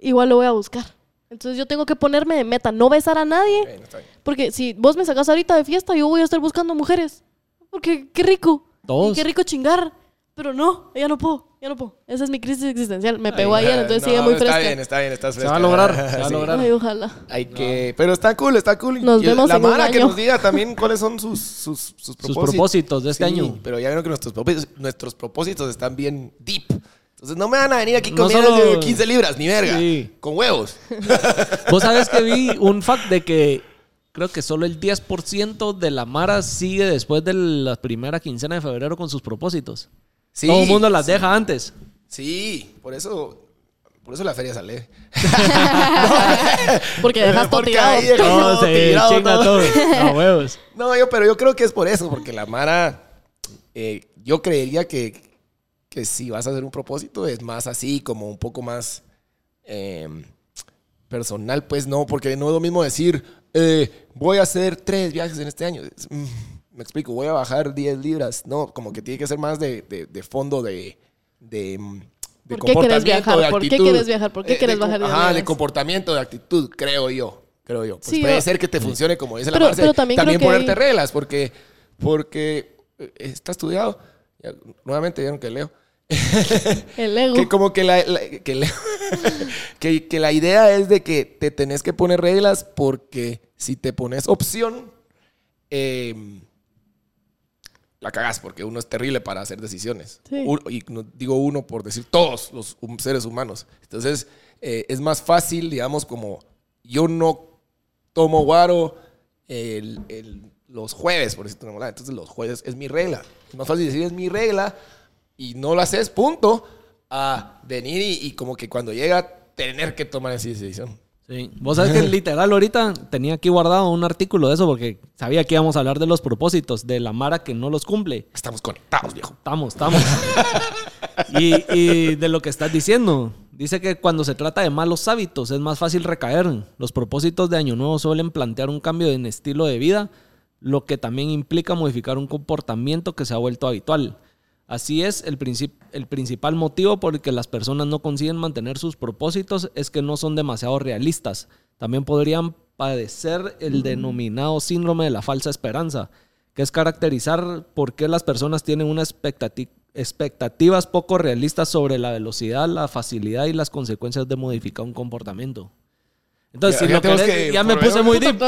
Speaker 1: igual lo voy a buscar. Entonces yo tengo que ponerme de meta, no besar a nadie,
Speaker 2: Bueno, está bien.
Speaker 1: porque si vos me sacas ahorita de fiesta, yo voy a estar buscando mujeres. Porque qué rico.
Speaker 3: Todos.
Speaker 1: Y Qué rico chingar. Pero no, ya no puedo, ya no puedo. Esa es mi crisis existencial. Me pegó ayer, entonces
Speaker 2: No,
Speaker 1: sigue muy
Speaker 2: está
Speaker 1: fresca.
Speaker 2: bien, está bien, estás
Speaker 3: Se va a
Speaker 2: fresca.
Speaker 3: lograr, se va a
Speaker 2: Sí.
Speaker 3: lograr.
Speaker 1: Ay, ojalá.
Speaker 2: Hay que, pero está cool, está cool.
Speaker 1: Nos
Speaker 2: Y el-
Speaker 1: vemos
Speaker 2: la
Speaker 1: en un
Speaker 2: Mara que
Speaker 1: año.
Speaker 2: nos diga también cuáles son sus, sus, sus propósitos.
Speaker 3: propósitos de este
Speaker 2: Sí,
Speaker 3: año.
Speaker 2: Pero ya vieron que nuestros propósitos, nuestros propósitos están bien deep. Entonces no me van a venir aquí
Speaker 3: No
Speaker 2: con mierdas
Speaker 3: solo-
Speaker 2: de 15 libras, ni verga.
Speaker 3: Sí.
Speaker 2: Con huevos.
Speaker 3: Vos sabés que vi un fact de que creo que solo el 10% de la Mara sigue después de la primera quincena de febrero con sus propósitos.
Speaker 2: Sí.
Speaker 3: Todo el mundo las deja antes.
Speaker 2: Sí, por eso, por eso la feria sale.
Speaker 1: Porque dejas todo
Speaker 2: Porque
Speaker 1: tirado.
Speaker 2: ahí llega- Todo tirado, todo.
Speaker 3: A huevos.
Speaker 2: No, yo, pero yo creo que es por eso, porque la Mara, eh, yo creería que, que si vas a hacer un propósito, es más así, como un poco más eh, personal, pues no, porque no es lo mismo decir, eh, voy a hacer tres viajes en este año. Es, mm, me explico, voy a bajar 10 libras. No, como que tiene que ser más de, de- de fondo de... de mm, de
Speaker 1: ¿Por qué quieres
Speaker 2: comportamiento,
Speaker 1: viajar?
Speaker 2: de
Speaker 1: ¿Por qué
Speaker 2: actitud. Eh,
Speaker 1: quieres viajar? ¿Por qué
Speaker 2: de
Speaker 1: quieres
Speaker 2: com-
Speaker 1: bajar 10
Speaker 2: Ajá, de
Speaker 1: libras?
Speaker 2: comportamiento, de actitud, creo yo. Creo yo. Pues
Speaker 1: Sí,
Speaker 2: puede
Speaker 1: yo-
Speaker 2: ser que te funcione como dice la
Speaker 1: Pero-
Speaker 2: Marce.
Speaker 1: pero también creo que
Speaker 2: ponerte
Speaker 1: hay-
Speaker 2: reglas, porque, porque eh, está estudiado. Ya, nuevamente vieron que leo.
Speaker 1: El ego.
Speaker 2: Que como que la, la- que, leo. que, que la idea es de que te tenés que poner reglas porque si te pones opción, eh, la cagás, porque uno es terrible para hacer decisiones.
Speaker 1: Sí.
Speaker 2: Un- y no digo uno por decir todos los hum- seres humanos. Entonces, eh, es más fácil, digamos, como yo no tomo guaro el- el- los jueves, por decirte una molada. Entonces, los jueves es mi regla. Es más fácil decir es mi regla y no lo haces, punto, a venir y, y como que cuando llega, tener que tomar esa decisión.
Speaker 3: Sí. Vos sabés que literal ahorita tenía aquí guardado un artículo de eso porque sabía que íbamos a hablar de los propósitos, de la Mara que no los cumple.
Speaker 2: Estamos conectados, viejo.
Speaker 3: Estamos, estamos. y, y de lo que estás diciendo, dice que cuando se trata de malos hábitos es más fácil recaer. Los propósitos de Año Nuevo suelen plantear un cambio en estilo de vida, lo que también implica modificar un comportamiento que se ha vuelto habitual. Así es, el, princip- el principal motivo por el que las personas no consiguen mantener sus propósitos es que no son demasiado realistas. También podrían padecer el denominado síndrome de la falsa esperanza, que es caracterizar por qué las personas tienen unas expectati- expectativas poco realistas sobre la velocidad, la facilidad y las consecuencias de modificar un comportamiento. Entonces,
Speaker 2: Ya-
Speaker 3: si
Speaker 2: ya
Speaker 3: lo
Speaker 2: tenemos
Speaker 3: querés-
Speaker 2: que
Speaker 3: ya me
Speaker 2: volver-
Speaker 3: puse muy deep.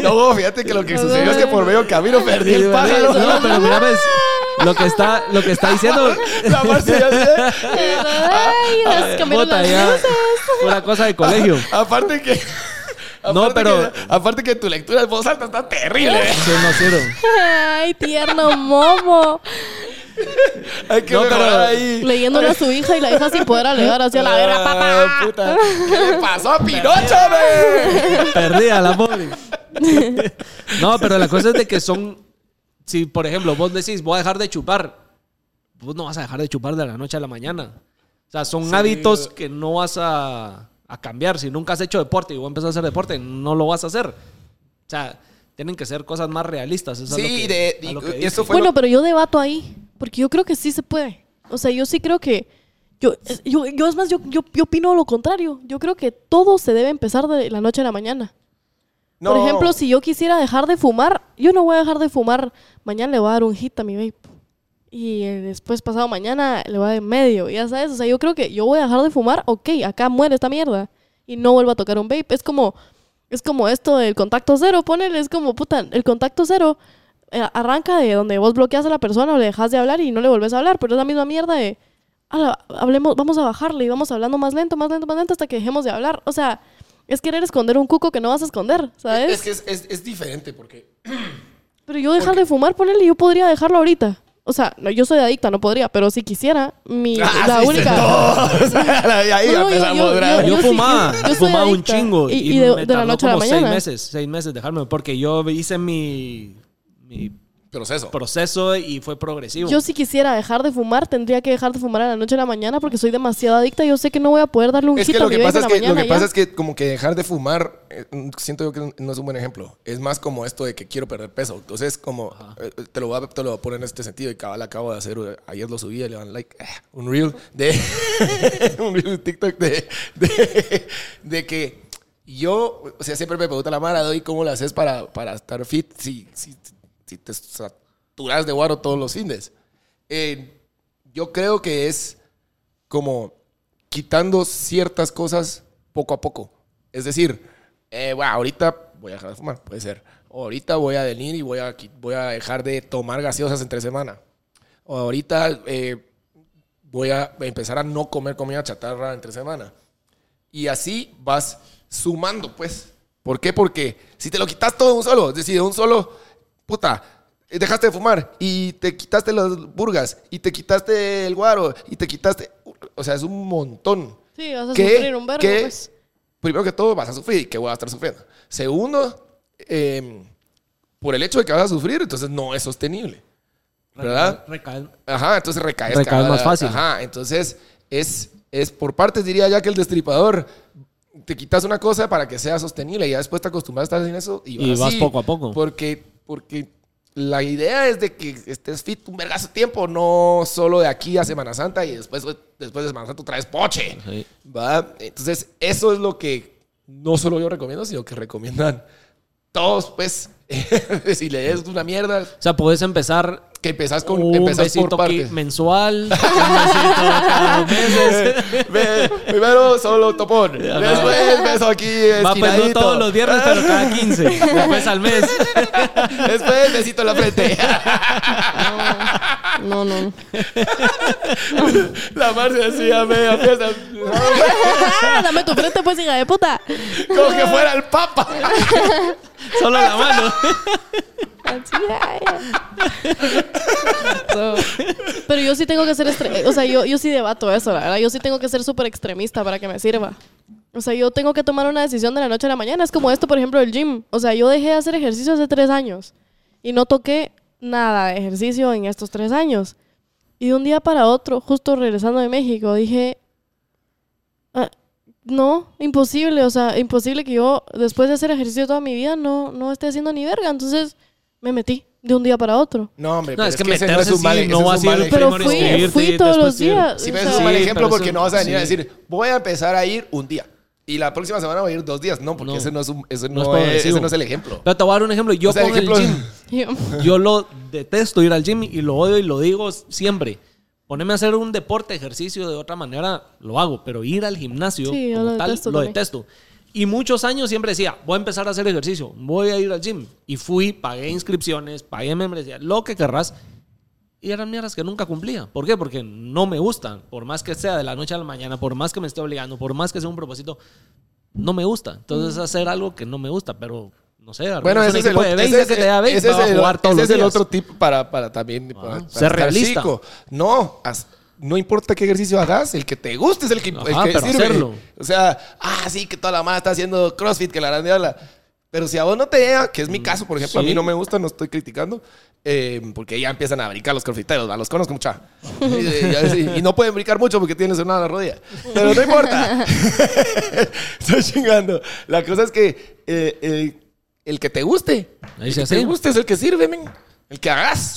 Speaker 2: No, fíjate que lo que sucedió es que por medio camino perdí el pájaro.
Speaker 3: No, pero mira, ves, lo que está, lo que está diciendo.
Speaker 2: La Marcia ya se-
Speaker 1: Ay, las cambiaron
Speaker 3: Puta,
Speaker 1: las
Speaker 3: ya,
Speaker 1: luces.
Speaker 3: Una cosa de colegio.
Speaker 2: Aparte que.
Speaker 3: No,
Speaker 2: aparte
Speaker 3: pero-
Speaker 2: que- aparte que tu lectura en voz alta está terrible.
Speaker 3: Sí, no cero.
Speaker 1: Ay, tierno momo.
Speaker 2: Hay que
Speaker 3: No,
Speaker 2: mejorar
Speaker 3: pero-
Speaker 2: ahí.
Speaker 1: Leyéndole a su hija y la hija sin poder alegar hacia la verga,
Speaker 2: Ah,
Speaker 1: papá.
Speaker 2: puta. ¿Qué le pasó a Pinocho, ve?
Speaker 3: Perdida la pobre. No, pero la cosa es de que son. Si, por ejemplo, vos decís, voy a dejar de chupar, vos no vas a dejar de chupar de la noche a la mañana. O sea, son hábitos que no vas a, a cambiar. Si nunca has hecho deporte y vos empezás a hacer deporte, no lo vas a hacer. O sea, tienen que ser cosas más realistas. Eso es lo
Speaker 2: Sí,
Speaker 3: que-
Speaker 2: de-
Speaker 3: a
Speaker 2: y-
Speaker 3: lo que
Speaker 2: y
Speaker 3: dije.
Speaker 2: eso fue.
Speaker 1: Bueno,
Speaker 2: lo-
Speaker 1: pero yo debato ahí, porque yo creo que sí se puede. O sea, yo sí creo que... Yo, es- yo, yo, es más, yo, yo, yo opino lo contrario. Yo creo que todo se debe empezar de la noche a la mañana.
Speaker 2: No.
Speaker 1: Por ejemplo, si yo quisiera dejar de fumar, yo no voy a dejar de fumar. Mañana le voy a dar un hit a mi vape. Y eh, después, pasado mañana, le voy a dar medio. Ya sabes, o sea, yo creo que yo voy a dejar de fumar, ok, acá muere esta mierda. Y no vuelvo a tocar un vape. Es como, es como esto del contacto cero, ponele. Es como, puta, el contacto cero eh, arranca de donde vos bloqueas a la persona o le dejas de hablar y no le volvés a hablar. Pero es la misma mierda de, "Ala, hablemos, vamos a bajarle y vamos hablando más lento, más lento, más lento hasta que dejemos de hablar. O sea, es querer esconder un cuco que no vas a esconder, ¿sabes?
Speaker 2: Es que es, es- es diferente porque.
Speaker 1: Pero yo dejar de fumar, ponerle, yo podría dejarlo ahorita. O sea, no, yo soy adicta, no podría, pero si quisiera, mi,
Speaker 2: Ah,
Speaker 1: la
Speaker 2: sí,
Speaker 1: única.
Speaker 2: todos. Ahí
Speaker 1: No, no, yo-
Speaker 2: empezamos
Speaker 1: yo-
Speaker 2: bravo.
Speaker 1: yo
Speaker 3: Yo
Speaker 1: sí-
Speaker 3: fumaba,
Speaker 1: yo- yo soy
Speaker 3: fumaba un
Speaker 1: adicta.
Speaker 3: chingo.
Speaker 1: Y- y de-
Speaker 3: me
Speaker 1: de la
Speaker 3: tardó
Speaker 1: noche a la
Speaker 3: como
Speaker 1: mañana.
Speaker 3: Seis meses, seis meses dejarme, porque yo hice mi, mi
Speaker 2: Proceso.
Speaker 3: proceso y fue progresivo.
Speaker 1: Yo si quisiera dejar de fumar, tendría que dejar de fumar a la noche a la mañana porque soy demasiado adicta y yo sé que no voy a poder darle un
Speaker 2: Es
Speaker 1: hit
Speaker 2: que
Speaker 1: a
Speaker 2: lo
Speaker 1: mi
Speaker 2: que
Speaker 1: baby
Speaker 2: pasa
Speaker 1: en
Speaker 2: es
Speaker 1: la
Speaker 2: que lo que
Speaker 1: mañana,
Speaker 2: pasa
Speaker 1: ya.
Speaker 2: es que como que dejar de fumar, eh, mm, siento yo que no es un buen ejemplo. Es más como esto de que quiero perder peso. Entonces, como eh, eh, te lo, voy a, te lo voy a poner en este sentido, y cabal acabo de hacer, eh, ayer lo subí, y le dan like, eh, un reel de un reel de TikTok de, de, de que yo, o sea, siempre me pregunta la Mara, doy cómo le haces para, para estar fit si, si, si te saturas de guaro todos los fines. Eh, yo creo que es como quitando ciertas cosas poco a poco. Es decir, eh, bueno, ahorita voy a dejar de fumar, puede ser. O ahorita voy a venir y voy a, qui- voy a dejar de tomar gaseosas entre semana. O ahorita eh, voy a empezar a no comer comida chatarra entre semana. Y así vas sumando, pues. ¿Por qué? Porque si te lo quitas todo de un solo, es decir, de un solo, puta, eh, dejaste de fumar y te quitaste las burgas y te quitaste el guaro y te quitaste, o sea, es un montón.
Speaker 1: Sí, vas a
Speaker 2: ¿Qué?
Speaker 1: sufrir un verbo,
Speaker 2: ¿Qué?
Speaker 1: pues.
Speaker 2: Primero que todo, vas a sufrir y que voy a estar sufriendo. Segundo, eh, por el hecho de que vas a sufrir, entonces no es sostenible. ¿Verdad?
Speaker 3: Recaen-
Speaker 2: Ajá, entonces recaes.
Speaker 3: Recaes
Speaker 2: cada-
Speaker 3: más fácil.
Speaker 2: Ajá, entonces es, es por partes, diría ya que el destripador te quitas una cosa para que sea sostenible y ya después te acostumbras a estar en eso y vas,
Speaker 3: Y vas
Speaker 2: así.
Speaker 3: poco a poco.
Speaker 2: Porque, porque la idea es de que estés fit un vergazo de tiempo, no solo de aquí a Semana Santa y después, después de Semana Santa traes poche.
Speaker 3: Sí.
Speaker 2: ¿va? Entonces, eso es lo que no solo yo recomiendo, sino que recomiendan todos, pues, si le des una mierda,
Speaker 3: O sea, puedes empezar
Speaker 2: que empezás, con,
Speaker 3: un
Speaker 2: empezás por
Speaker 3: besito aquí
Speaker 2: partes.
Speaker 3: mensual, un besito cada mes.
Speaker 2: Ve, primero solo topón. Después beso aquí
Speaker 3: Va pues no
Speaker 2: esquinadito.
Speaker 3: todos los viernes, pero cada 15. Después al mes.
Speaker 2: Después besito en la frente.
Speaker 1: No, no, no.
Speaker 2: La Mar se hacía media fiesta.
Speaker 1: Dame tu frente, pues, hija de puta.
Speaker 2: Como que fuera el papa.
Speaker 3: Solo la mano.
Speaker 1: Así, ay, ay. So, pero yo sí tengo que ser estre- eh, o sea, yo, yo sí debato eso, la verdad. Yo sí tengo que ser súper extremista para que me sirva. O sea, yo tengo que tomar una decisión de la noche a la mañana. Es como esto, por ejemplo, el gym. O sea, yo dejé de hacer ejercicio hace tres años y no toqué nada de ejercicio en estos tres años. Y de un día para otro, justo regresando de México, dije, "Ah, no, imposible, o sea, imposible que yo después de hacer ejercicio toda mi vida no, no esté haciendo ni verga. Entonces me metí de un día para otro.
Speaker 2: No, hombre,
Speaker 3: No,
Speaker 2: pero
Speaker 3: es que
Speaker 2: ese no es
Speaker 3: meterse
Speaker 2: un mal
Speaker 3: sí, no
Speaker 2: ese
Speaker 3: va a
Speaker 2: es un mal
Speaker 3: ser-
Speaker 2: ejemplo.
Speaker 1: Pero
Speaker 3: Primero
Speaker 1: fui,
Speaker 3: inscribirte,
Speaker 1: fui todos
Speaker 3: después
Speaker 1: los
Speaker 3: te ir.
Speaker 1: días.
Speaker 2: Si
Speaker 1: o
Speaker 2: ves
Speaker 1: sea,
Speaker 2: es un mal
Speaker 3: Sí,
Speaker 2: ejemplo
Speaker 3: pero
Speaker 2: porque
Speaker 3: eso-
Speaker 2: no vas a venir a
Speaker 3: sí.
Speaker 2: decir, voy a empezar a ir un día. Y la próxima semana voy a ir dos días. No, porque
Speaker 3: No.
Speaker 2: ese no es, un- ese
Speaker 3: No es
Speaker 2: no es-
Speaker 3: progresivo.
Speaker 2: ese no es el ejemplo.
Speaker 3: Pero te voy a dar un ejemplo. Yo
Speaker 2: O sea,
Speaker 3: con
Speaker 2: ejemplo-
Speaker 3: el gym.
Speaker 1: yo-
Speaker 3: Yo lo detesto ir al gym y lo odio y lo digo siempre. Ponerme a hacer un deporte, ejercicio de otra manera, lo hago, pero ir al gimnasio
Speaker 1: Sí, yo
Speaker 3: como
Speaker 1: lo
Speaker 3: tal,
Speaker 1: detesto
Speaker 3: lo
Speaker 1: también.
Speaker 3: detesto. Y muchos años siempre decía, voy a empezar a hacer ejercicio, voy a ir al gym. Y fui, pagué inscripciones, pagué membresía, lo que querrás. Y eran mierdas que nunca cumplía. ¿Por qué? Porque no me gustan. Por más que sea de la noche a la mañana, por más que me esté obligando, por más que sea un propósito, no me gusta. Entonces hacer algo que no me gusta, pero no sé.
Speaker 2: Bueno,
Speaker 3: armar un
Speaker 2: ese es el
Speaker 3: equipo
Speaker 2: otro-
Speaker 3: de
Speaker 2: ese
Speaker 3: béisbol
Speaker 2: es-
Speaker 3: que te da béisbol,
Speaker 2: ese es
Speaker 3: va a
Speaker 2: el-
Speaker 3: jugar todos
Speaker 2: ese
Speaker 3: los
Speaker 2: es el
Speaker 3: días.
Speaker 2: otro tip para, para también
Speaker 3: Ah,
Speaker 2: para- para
Speaker 3: ser
Speaker 2: estar
Speaker 3: realista.
Speaker 2: chico. No, haz- no importa qué ejercicio hagas, el que te guste es el que, el
Speaker 3: Ajá,
Speaker 2: que
Speaker 3: pero
Speaker 2: sirve.
Speaker 3: hacerlo.
Speaker 2: O sea, ah, sí, que toda la mala está haciendo crossfit, que la grandiola. Pero si a vos no te llega, que es mi caso, por ejemplo, a mí
Speaker 3: Mm, sí.
Speaker 2: no me gusta, no estoy criticando, eh, porque ya empiezan a brincar los crossfiteros, ¿va? los conozco mucha. Y, eh, ya sí, y no pueden brincar mucho porque tienen lesionada la rodilla. Pero no importa. estoy chingando. La cosa es que eh, el, el que te guste,
Speaker 3: Ahí
Speaker 2: el
Speaker 3: se
Speaker 2: que te
Speaker 3: hace.
Speaker 2: guste es el que sirve, men. El que hagas.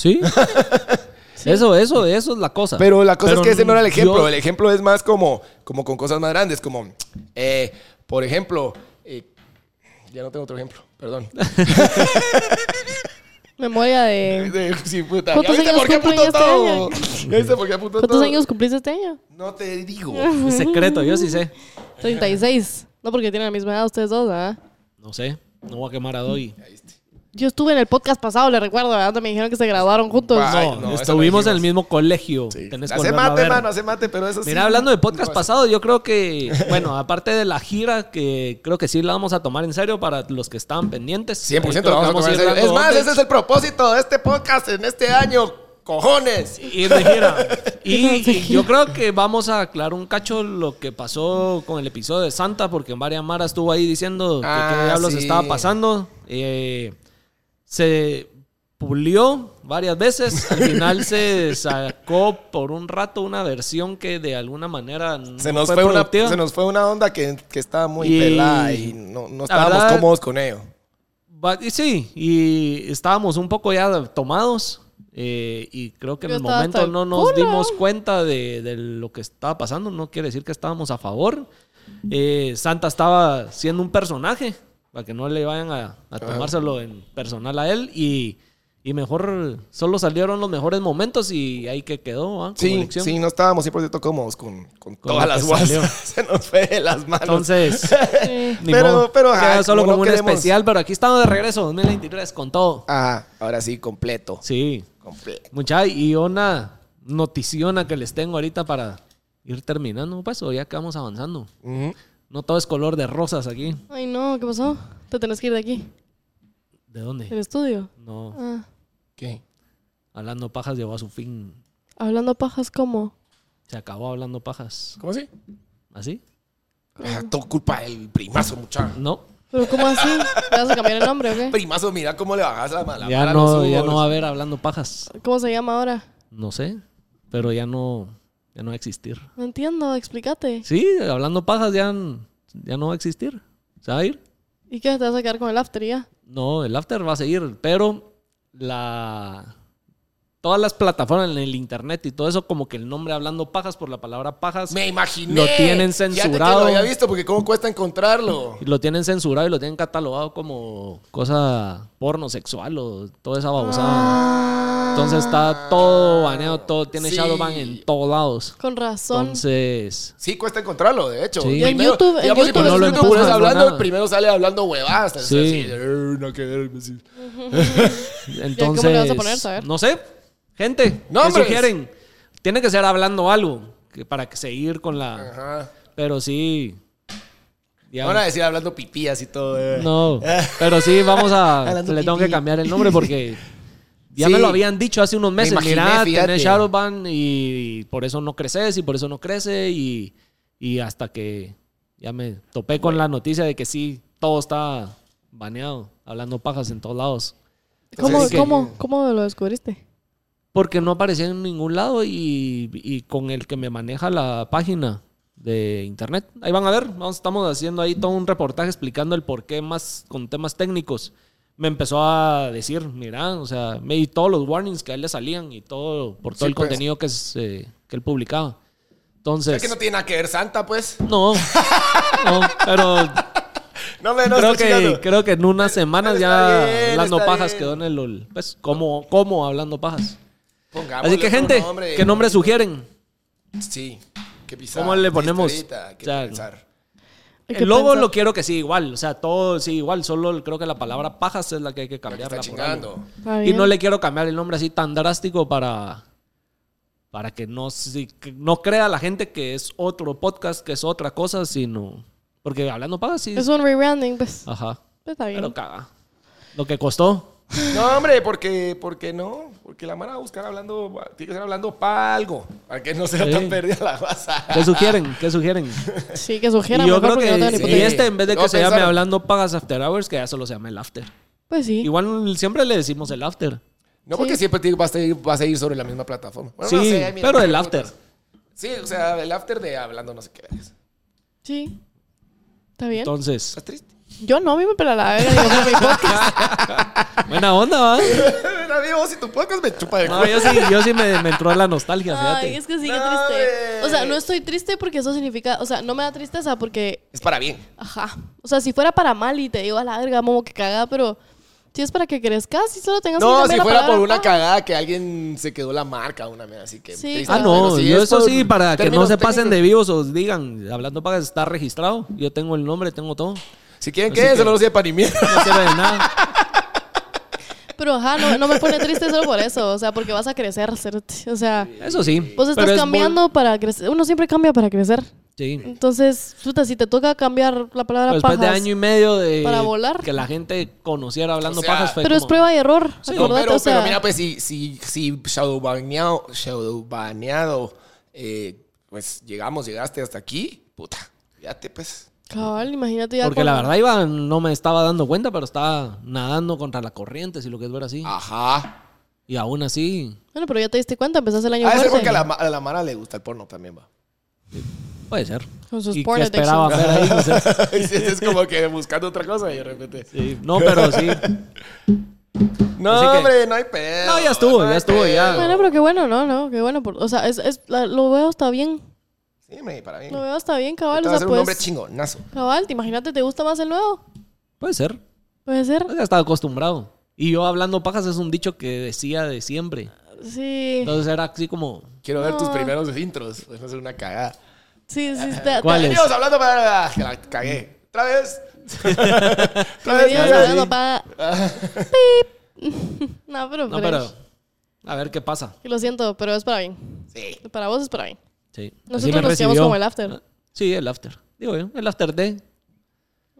Speaker 3: Sí. Eso, eso, eso es la cosa.
Speaker 2: Pero la cosa
Speaker 3: Pero
Speaker 2: es que ese no era el ejemplo.
Speaker 3: yo-
Speaker 2: El ejemplo es más como, como con cosas más grandes, como, eh, por ejemplo, eh, ya no tengo otro ejemplo, perdón.
Speaker 1: Memoria de...
Speaker 2: De- sí, puta. ¿Ya
Speaker 1: ¿Cuántos
Speaker 2: viste
Speaker 1: años
Speaker 2: por qué
Speaker 1: cumplen
Speaker 2: apuntó
Speaker 1: este
Speaker 2: todo?
Speaker 1: año?
Speaker 2: ¿Ya viste por qué apuntó
Speaker 1: ¿Cuántos
Speaker 2: todo?
Speaker 1: años cumpliste este año?
Speaker 2: No te digo.
Speaker 3: Es secreto, yo sí sé.
Speaker 1: 36. No porque tienen la misma edad ustedes dos, ¿verdad?
Speaker 3: No sé. No voy a quemar a Doy.
Speaker 1: Yo estuve en el podcast pasado, le recuerdo, ¿verdad? Donde Me dijeron que se graduaron juntos.
Speaker 2: Va. Ay,
Speaker 3: No,
Speaker 2: no, eso
Speaker 3: estuvimos
Speaker 2: lo dijimos.
Speaker 3: en el mismo colegio.
Speaker 2: Sí.
Speaker 3: Tenés que
Speaker 2: Hace
Speaker 3: volverlo a
Speaker 2: mate,
Speaker 3: ver.
Speaker 2: mano, hace mate, pero eso Pues sí.
Speaker 3: Mira, hablando de podcast
Speaker 2: No,
Speaker 3: pasado, yo creo que, bueno, aparte de la gira, que creo que sí la vamos a tomar en serio para los que estaban pendientes. eh,
Speaker 2: 100%
Speaker 3: Creo
Speaker 2: lo
Speaker 3: que
Speaker 2: vamos a tomar en
Speaker 3: ir
Speaker 2: serio. Es
Speaker 3: dando
Speaker 2: más,
Speaker 3: updates.
Speaker 2: ese es el propósito de este podcast en este año. cojones.
Speaker 3: Y Regina, y yo creo que vamos a aclarar un cacho lo que pasó con el episodio de Santa, porque María Mara estuvo ahí diciendo que
Speaker 2: Ah,
Speaker 3: qué diablos
Speaker 2: sí.
Speaker 3: estaba pasando. Eh, se pulió varias veces, al final se sacó por un rato una versión que de alguna manera no
Speaker 2: Se nos, fue una,
Speaker 3: Mm, productiva.
Speaker 2: se nos fue una onda que, que estaba muy
Speaker 3: Y-
Speaker 2: pelada y no, no
Speaker 3: La
Speaker 2: estábamos
Speaker 3: verdad-
Speaker 2: cómodos con ello.
Speaker 3: Va- y sí, y estábamos un poco ya tomados. eh, y creo que en
Speaker 1: Yo
Speaker 3: el
Speaker 1: estaba
Speaker 3: momento
Speaker 1: hasta el
Speaker 3: no nos
Speaker 1: culo.
Speaker 3: dimos cuenta de, de lo que estaba pasando. No quiere decir que estábamos a favor. Eh, Santa estaba siendo un personaje, para que no le vayan a, a tomárselo en personal a él. Y, y mejor, solo salieron los mejores momentos y ahí que quedó. ¿va? Como
Speaker 2: Sí,
Speaker 3: lección.
Speaker 2: sí, no estábamos 100% cómodos con, con
Speaker 3: lo
Speaker 2: todas las
Speaker 3: que
Speaker 2: guas.
Speaker 3: salió.
Speaker 2: Se nos fue de las manos.
Speaker 3: Entonces,
Speaker 1: Sí.
Speaker 3: ni
Speaker 2: Pero-
Speaker 3: modo.
Speaker 2: pero, ajá,
Speaker 3: Queda solo
Speaker 2: como
Speaker 3: como,
Speaker 2: no
Speaker 3: un
Speaker 2: queremos-
Speaker 3: especial, pero aquí estamos de regreso, 2023, con todo.
Speaker 2: Ajá, Ah, ahora sí, completo.
Speaker 3: Sí,
Speaker 2: Completo.
Speaker 3: Mucha, y una noticiona que les tengo ahorita para ir terminando, pues, o ya que vamos avanzando.
Speaker 2: Ujú.
Speaker 3: No todo es color de rosas aquí.
Speaker 1: Ay, no, ¿qué pasó? Te tenés que ir de aquí,
Speaker 3: ¿De
Speaker 1: del
Speaker 3: dónde?
Speaker 1: estudio.
Speaker 3: No,
Speaker 1: Ah,
Speaker 2: ¿Qué?
Speaker 3: hablando pajas llegó a su fin.
Speaker 1: hablando pajas como.
Speaker 3: Se acabó hablando pajas.
Speaker 2: ¿Cómo así?
Speaker 3: ¿Así?
Speaker 2: Ah, todo culpa del primazo, muchacho.
Speaker 3: No,
Speaker 1: ¿Pero cómo así? ¿Le vas a cambiar el nombre o qué?
Speaker 2: Primazo, mira cómo le bajas la mala.
Speaker 3: ya no, ya no va a haber hablando pajas.
Speaker 1: ¿Cómo se llama ahora?
Speaker 3: No sé, pero ya no, ya no va a existir.
Speaker 1: No entiendo, explícate.
Speaker 3: Sí, hablando pajas ya, n- ya no va a existir. ¿Se va a ir?
Speaker 1: ¿Y qué? ¿Te vas a quedar con el after y ya?
Speaker 3: No, el after va a seguir, pero la todas las plataformas en el internet y todo eso como que el nombre hablando pajas por la palabra pajas
Speaker 2: Me imaginé.
Speaker 3: Lo tienen
Speaker 2: Fíjate que
Speaker 3: censurado.
Speaker 2: lo había visto porque cómo cuesta encontrarlo.
Speaker 3: lo tienen censurado y lo tienen catalogado como cosa porno sexual o toda esa babosada.
Speaker 1: Ah.
Speaker 3: Entonces está todo baneado, todo tiene
Speaker 2: Sí.
Speaker 3: shadowban en todos lados.
Speaker 1: Con razón.
Speaker 3: Entonces,
Speaker 2: Sí, cuesta encontrarlo, de hecho.
Speaker 3: Sí.
Speaker 1: Y en YouTube- en
Speaker 2: digamos, si
Speaker 1: YouTube
Speaker 2: pones
Speaker 1: no lo
Speaker 2: YouTube pones
Speaker 3: empujas, no
Speaker 2: hablando,
Speaker 3: nada.
Speaker 2: el primero sale hablando huevadas.
Speaker 3: Sí.
Speaker 2: Sí. no que ver, sí.
Speaker 3: entonces
Speaker 1: le vas a poner, saber?
Speaker 3: no sé, gente, ¿qué
Speaker 2: Nombres.
Speaker 3: sugieren? Tiene que ser hablando algo que para que seguir con la
Speaker 1: Ah.
Speaker 2: Ajá.
Speaker 3: Pero sí. ya-
Speaker 2: Ahora decir hablando pipí así todo. eh.
Speaker 3: no, pero sí, vamos a.
Speaker 2: Hablando
Speaker 3: le tengo que
Speaker 2: pipí.
Speaker 3: cambiar el nombre porque ya me
Speaker 2: Sí.
Speaker 3: lo habían dicho hace unos meses.
Speaker 2: imaginé,
Speaker 3: Mira,
Speaker 2: fíjate.
Speaker 3: tenés Shadowban y por eso no creces y por eso no crece. Y, y hasta que ya me topé con la noticia de que sí, todo está baneado, hablando pajas en todos lados.
Speaker 1: ¿Cómo,
Speaker 3: Entonces,
Speaker 1: cómo, cómo lo descubriste?
Speaker 3: Porque no aparecía en ningún lado y, y con el que me maneja la página de internet. Ahí van a ver, vamos, estamos haciendo ahí todo un reportaje explicando el por qué más con temas técnicos. Me empezó a decir, mira, o sea, me di todos los warnings que a él le salían y todo, por todo
Speaker 2: Sí,
Speaker 3: el
Speaker 2: pues.
Speaker 3: contenido que, se- que él publicaba.
Speaker 2: Es
Speaker 3: Entonces,
Speaker 2: que no tiene nada que ver Santa, pues.
Speaker 3: no, no, pero
Speaker 2: No me no
Speaker 3: creo,
Speaker 2: estoy
Speaker 3: que,
Speaker 2: chingando.
Speaker 3: creo que en unas semanas ya
Speaker 2: Está bien,
Speaker 3: Hablando
Speaker 2: está
Speaker 3: Pajas
Speaker 2: bien.
Speaker 3: quedó en el, ol- pues, como, como Hablando Pajas.
Speaker 2: Pongámosle
Speaker 3: Así que,
Speaker 2: otro pues,
Speaker 3: gente, ¿qué nombre sugieren?
Speaker 2: Sí. Qué pisada.
Speaker 3: ¿Cómo le
Speaker 2: qué
Speaker 3: ponemos?
Speaker 2: historita, qué
Speaker 3: O sea,
Speaker 2: pensar.
Speaker 1: Hay que
Speaker 3: El logo
Speaker 1: pensar.
Speaker 3: lo quiero que sí igual, o sea, todo sí igual, solo el- creo que la palabra pajas es la que hay que
Speaker 2: La que
Speaker 3: cambiar.
Speaker 2: está chingando.
Speaker 1: Está
Speaker 3: Y no
Speaker 1: bien.
Speaker 3: le quiero cambiar el nombre así tan drástico para, para que no, sí, que no crea la gente que es otro podcast, que es otra cosa, sino... Porque hablando pajas sí...
Speaker 1: Es un rebranding, pues.
Speaker 3: Ajá.
Speaker 1: Pues Está bien.
Speaker 3: Pero caga. Lo que costó.
Speaker 2: No, hombre, porque, porque no. Porque la mara va a buscar hablando, tiene que ser hablando para algo. Para que no sea
Speaker 3: Sí.
Speaker 2: tan perdida la raza.
Speaker 3: ¿Qué sugieren? ¿Qué sugieren?
Speaker 1: Sí, que sugiera
Speaker 3: Y
Speaker 1: mejor
Speaker 3: yo creo
Speaker 1: porque
Speaker 3: que
Speaker 1: no tengo ni
Speaker 2: sí.
Speaker 1: puta
Speaker 3: y
Speaker 1: idea.
Speaker 3: este en vez de
Speaker 2: No
Speaker 3: que se llame
Speaker 2: pensaron.
Speaker 3: hablando pagas after hours, que ya solo se llame el after.
Speaker 1: Pues sí.
Speaker 3: Igual siempre le decimos el after.
Speaker 2: No, porque siempre tiene- va, a seguir, va a seguir sobre la misma plataforma. Bueno,
Speaker 3: sí,
Speaker 2: no sé, mira,
Speaker 3: pero
Speaker 2: qué
Speaker 3: el
Speaker 2: putas.
Speaker 3: after.
Speaker 2: Sí, o sea, el after de hablando no sé qué vergas.
Speaker 1: Sí. Está bien.
Speaker 3: Entonces...
Speaker 2: ¿Estás triste?
Speaker 1: Yo no, a mí me pela la verga. digo, por mi podcast.
Speaker 3: Buena onda, ¿va?
Speaker 2: David, vos y tu podcast me chupa de
Speaker 3: No, yo sí, yo sí me, me entró la nostalgia,
Speaker 1: Ay,
Speaker 3: fíjate.
Speaker 1: es que sí, qué
Speaker 2: No,
Speaker 1: triste.
Speaker 2: hombre.
Speaker 1: O sea, no estoy triste porque eso significa... O sea, no me da tristeza porque...
Speaker 2: Es para bien.
Speaker 1: Ajá. O sea, si fuera para mal y te digo a la verga, momo, que caga, pero... Si es para que crezcas y solo tengas que
Speaker 2: No,
Speaker 1: cambiar
Speaker 2: si
Speaker 1: la
Speaker 2: fuera por
Speaker 1: palabra,
Speaker 2: una
Speaker 1: ah.
Speaker 2: cagada que alguien se quedó la marca, una mierda así que.
Speaker 1: Sí,
Speaker 2: triste,
Speaker 3: Ah, no,
Speaker 2: pero si
Speaker 3: yo
Speaker 2: es
Speaker 3: eso
Speaker 2: por
Speaker 3: sí, para que no
Speaker 2: términos
Speaker 3: se pasen
Speaker 2: técnicos.
Speaker 3: de vivos o digan, hablando para está registrado, yo tengo el nombre, tengo todo,
Speaker 2: Si quieren,
Speaker 3: Así
Speaker 2: que
Speaker 3: que-
Speaker 2: no lo sepa ni mierda.
Speaker 3: no sirve de nada.
Speaker 1: Pero ajá, no, no me pone triste solo por eso. O sea, porque vas a crecer, cerote. O sea,
Speaker 3: Eso sí.
Speaker 1: vos
Speaker 3: pero
Speaker 1: Pues estás
Speaker 3: es
Speaker 1: cambiando para crecer. Uno siempre cambia para crecer.
Speaker 3: bol- Sí.
Speaker 1: Entonces, puta, si te toca cambiar la palabra
Speaker 3: Pero después
Speaker 1: pajas.
Speaker 3: de año y medio de
Speaker 1: Para volar.
Speaker 3: que la gente conociera hablando
Speaker 2: O sea,
Speaker 3: pajas fue
Speaker 1: pero es
Speaker 3: como-
Speaker 1: prueba y error.
Speaker 3: Sí,
Speaker 2: No,
Speaker 1: acordate,
Speaker 2: pero,
Speaker 1: o sea,
Speaker 2: pero mira, pues si, si, si shadowbaneado, shadowbaneado, eh, pues llegamos, llegaste hasta aquí, puta, fíjate pues.
Speaker 1: cabal, imagínate ya.
Speaker 3: porque la
Speaker 1: con-
Speaker 3: verdad iba no me estaba dando cuenta pero estaba nadando contra la corriente si lo que es ver así
Speaker 2: Ah. Ajá.
Speaker 3: y aún así
Speaker 1: Bueno, pero ya te diste cuenta, empezaste el año
Speaker 2: A ser
Speaker 1: fuerte.
Speaker 2: porque a la, ma- a la Mara le gusta el porno también, va.
Speaker 3: puede ser
Speaker 1: Con sus
Speaker 3: y
Speaker 1: porn
Speaker 3: que esperaba
Speaker 1: addictions.
Speaker 3: ver ahí no sé.
Speaker 2: es, es como que buscando otra cosa y de repente.
Speaker 3: Sí, no pero sí
Speaker 2: No,
Speaker 3: Así que-
Speaker 2: hombre, no hay pedo.
Speaker 3: No, ya estuvo,
Speaker 2: hay
Speaker 3: ya estuvo, ya.
Speaker 2: pedo.
Speaker 1: Bueno, pero qué bueno, Ah, no, no, qué bueno. por- o sea, es, es- la- lo veo hasta bien.
Speaker 2: Sí, hombre, para mí.
Speaker 1: Lo
Speaker 2: Te
Speaker 1: veo hasta bien, cabal.
Speaker 2: vas
Speaker 1: O
Speaker 2: a
Speaker 1: sea,
Speaker 2: ser un hombre
Speaker 1: pues,
Speaker 2: chingonazo.
Speaker 1: cabal, te imagínate, ¿te gusta más el nuevo?
Speaker 3: puede ser
Speaker 1: Puede ser.
Speaker 3: ya estaba acostumbrado y yo hablando pajas es un dicho que decía de siempre
Speaker 1: Sí,
Speaker 3: entonces era así como
Speaker 2: Quiero ver tus
Speaker 1: No.
Speaker 2: primeros intros. Vas a hacer una cagada.
Speaker 1: sí, sí.
Speaker 2: Ah,
Speaker 1: Está,
Speaker 3: ¿Cuál es?
Speaker 2: Venimos hablando para. ah, Que la cagué. Otra vez. Otra vez.
Speaker 1: Bienvenidos
Speaker 2: otra
Speaker 1: a
Speaker 2: vez.
Speaker 1: Hablando Pa- Pip. no, pero,
Speaker 3: no pero a ver qué pasa
Speaker 1: Lo siento, pero es para bien.
Speaker 2: Sí.
Speaker 1: Para vos es para bien.
Speaker 3: sí
Speaker 1: Nosotros nos quedamos como el after.
Speaker 3: Ah, sí el after digo yo el after de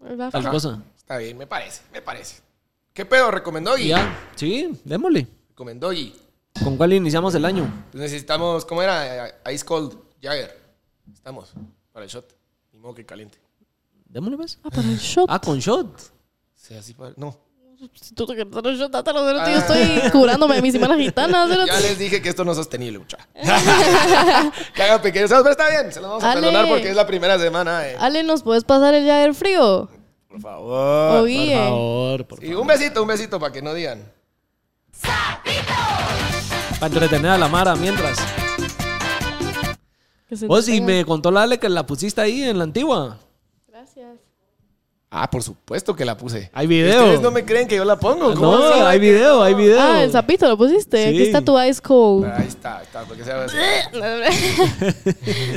Speaker 1: ¿Verdad?
Speaker 3: tal
Speaker 2: Ajá.
Speaker 3: cosa
Speaker 2: Está bien, me parece, me parece. ¿Qué pedo? ¿Recomendó
Speaker 3: Y
Speaker 2: Gui?
Speaker 3: ya sí démosle
Speaker 2: Recomendó Gui. Pues
Speaker 3: ¿Con cuál iniciamos el año?
Speaker 2: Necesitamos, ¿cómo era? Ice Cold Jagger. Estamos para el shot. Ni modo que caliente.
Speaker 3: Démosle pues.
Speaker 1: Ah, para el shot.
Speaker 3: Ah, con shot.
Speaker 2: Sí, así para... No.
Speaker 1: Si tú te quieres dar el shot, dátelo, cerote. Yo estoy curándome de mis semanas gitanas,
Speaker 2: Ah. Ya
Speaker 1: cerote.
Speaker 2: les dije que esto no es sostenible, mucha. que hagan pequeños pero está bien. Se los vamos a
Speaker 1: Ale.
Speaker 2: perdonar porque es la primera semana. eh.
Speaker 1: Ale, ¿nos puedes pasar el Jagger frío?
Speaker 2: Por favor.
Speaker 1: O
Speaker 3: Ah, Por
Speaker 1: Guille.
Speaker 3: favor, por
Speaker 2: Y un besito, un besito para que no digan.
Speaker 3: Para entretener a la Mara mientras.
Speaker 1: Que se
Speaker 3: Vos, y
Speaker 1: entretengan.
Speaker 3: me contó la Ale que la pusiste ahí en la antigua.
Speaker 1: Gracias.
Speaker 2: Ah, por supuesto que la puse.
Speaker 3: Hay video.
Speaker 2: Ustedes no me creen que yo la pongo. ¿Cómo
Speaker 3: No,
Speaker 2: van a saber
Speaker 3: hay
Speaker 2: que
Speaker 3: video,
Speaker 2: no?
Speaker 3: hay video.
Speaker 1: Ah, el sapito lo pusiste.
Speaker 3: Sí.
Speaker 1: Aquí está tu ice cold.
Speaker 2: Ahí está, ahí está. Porque se va a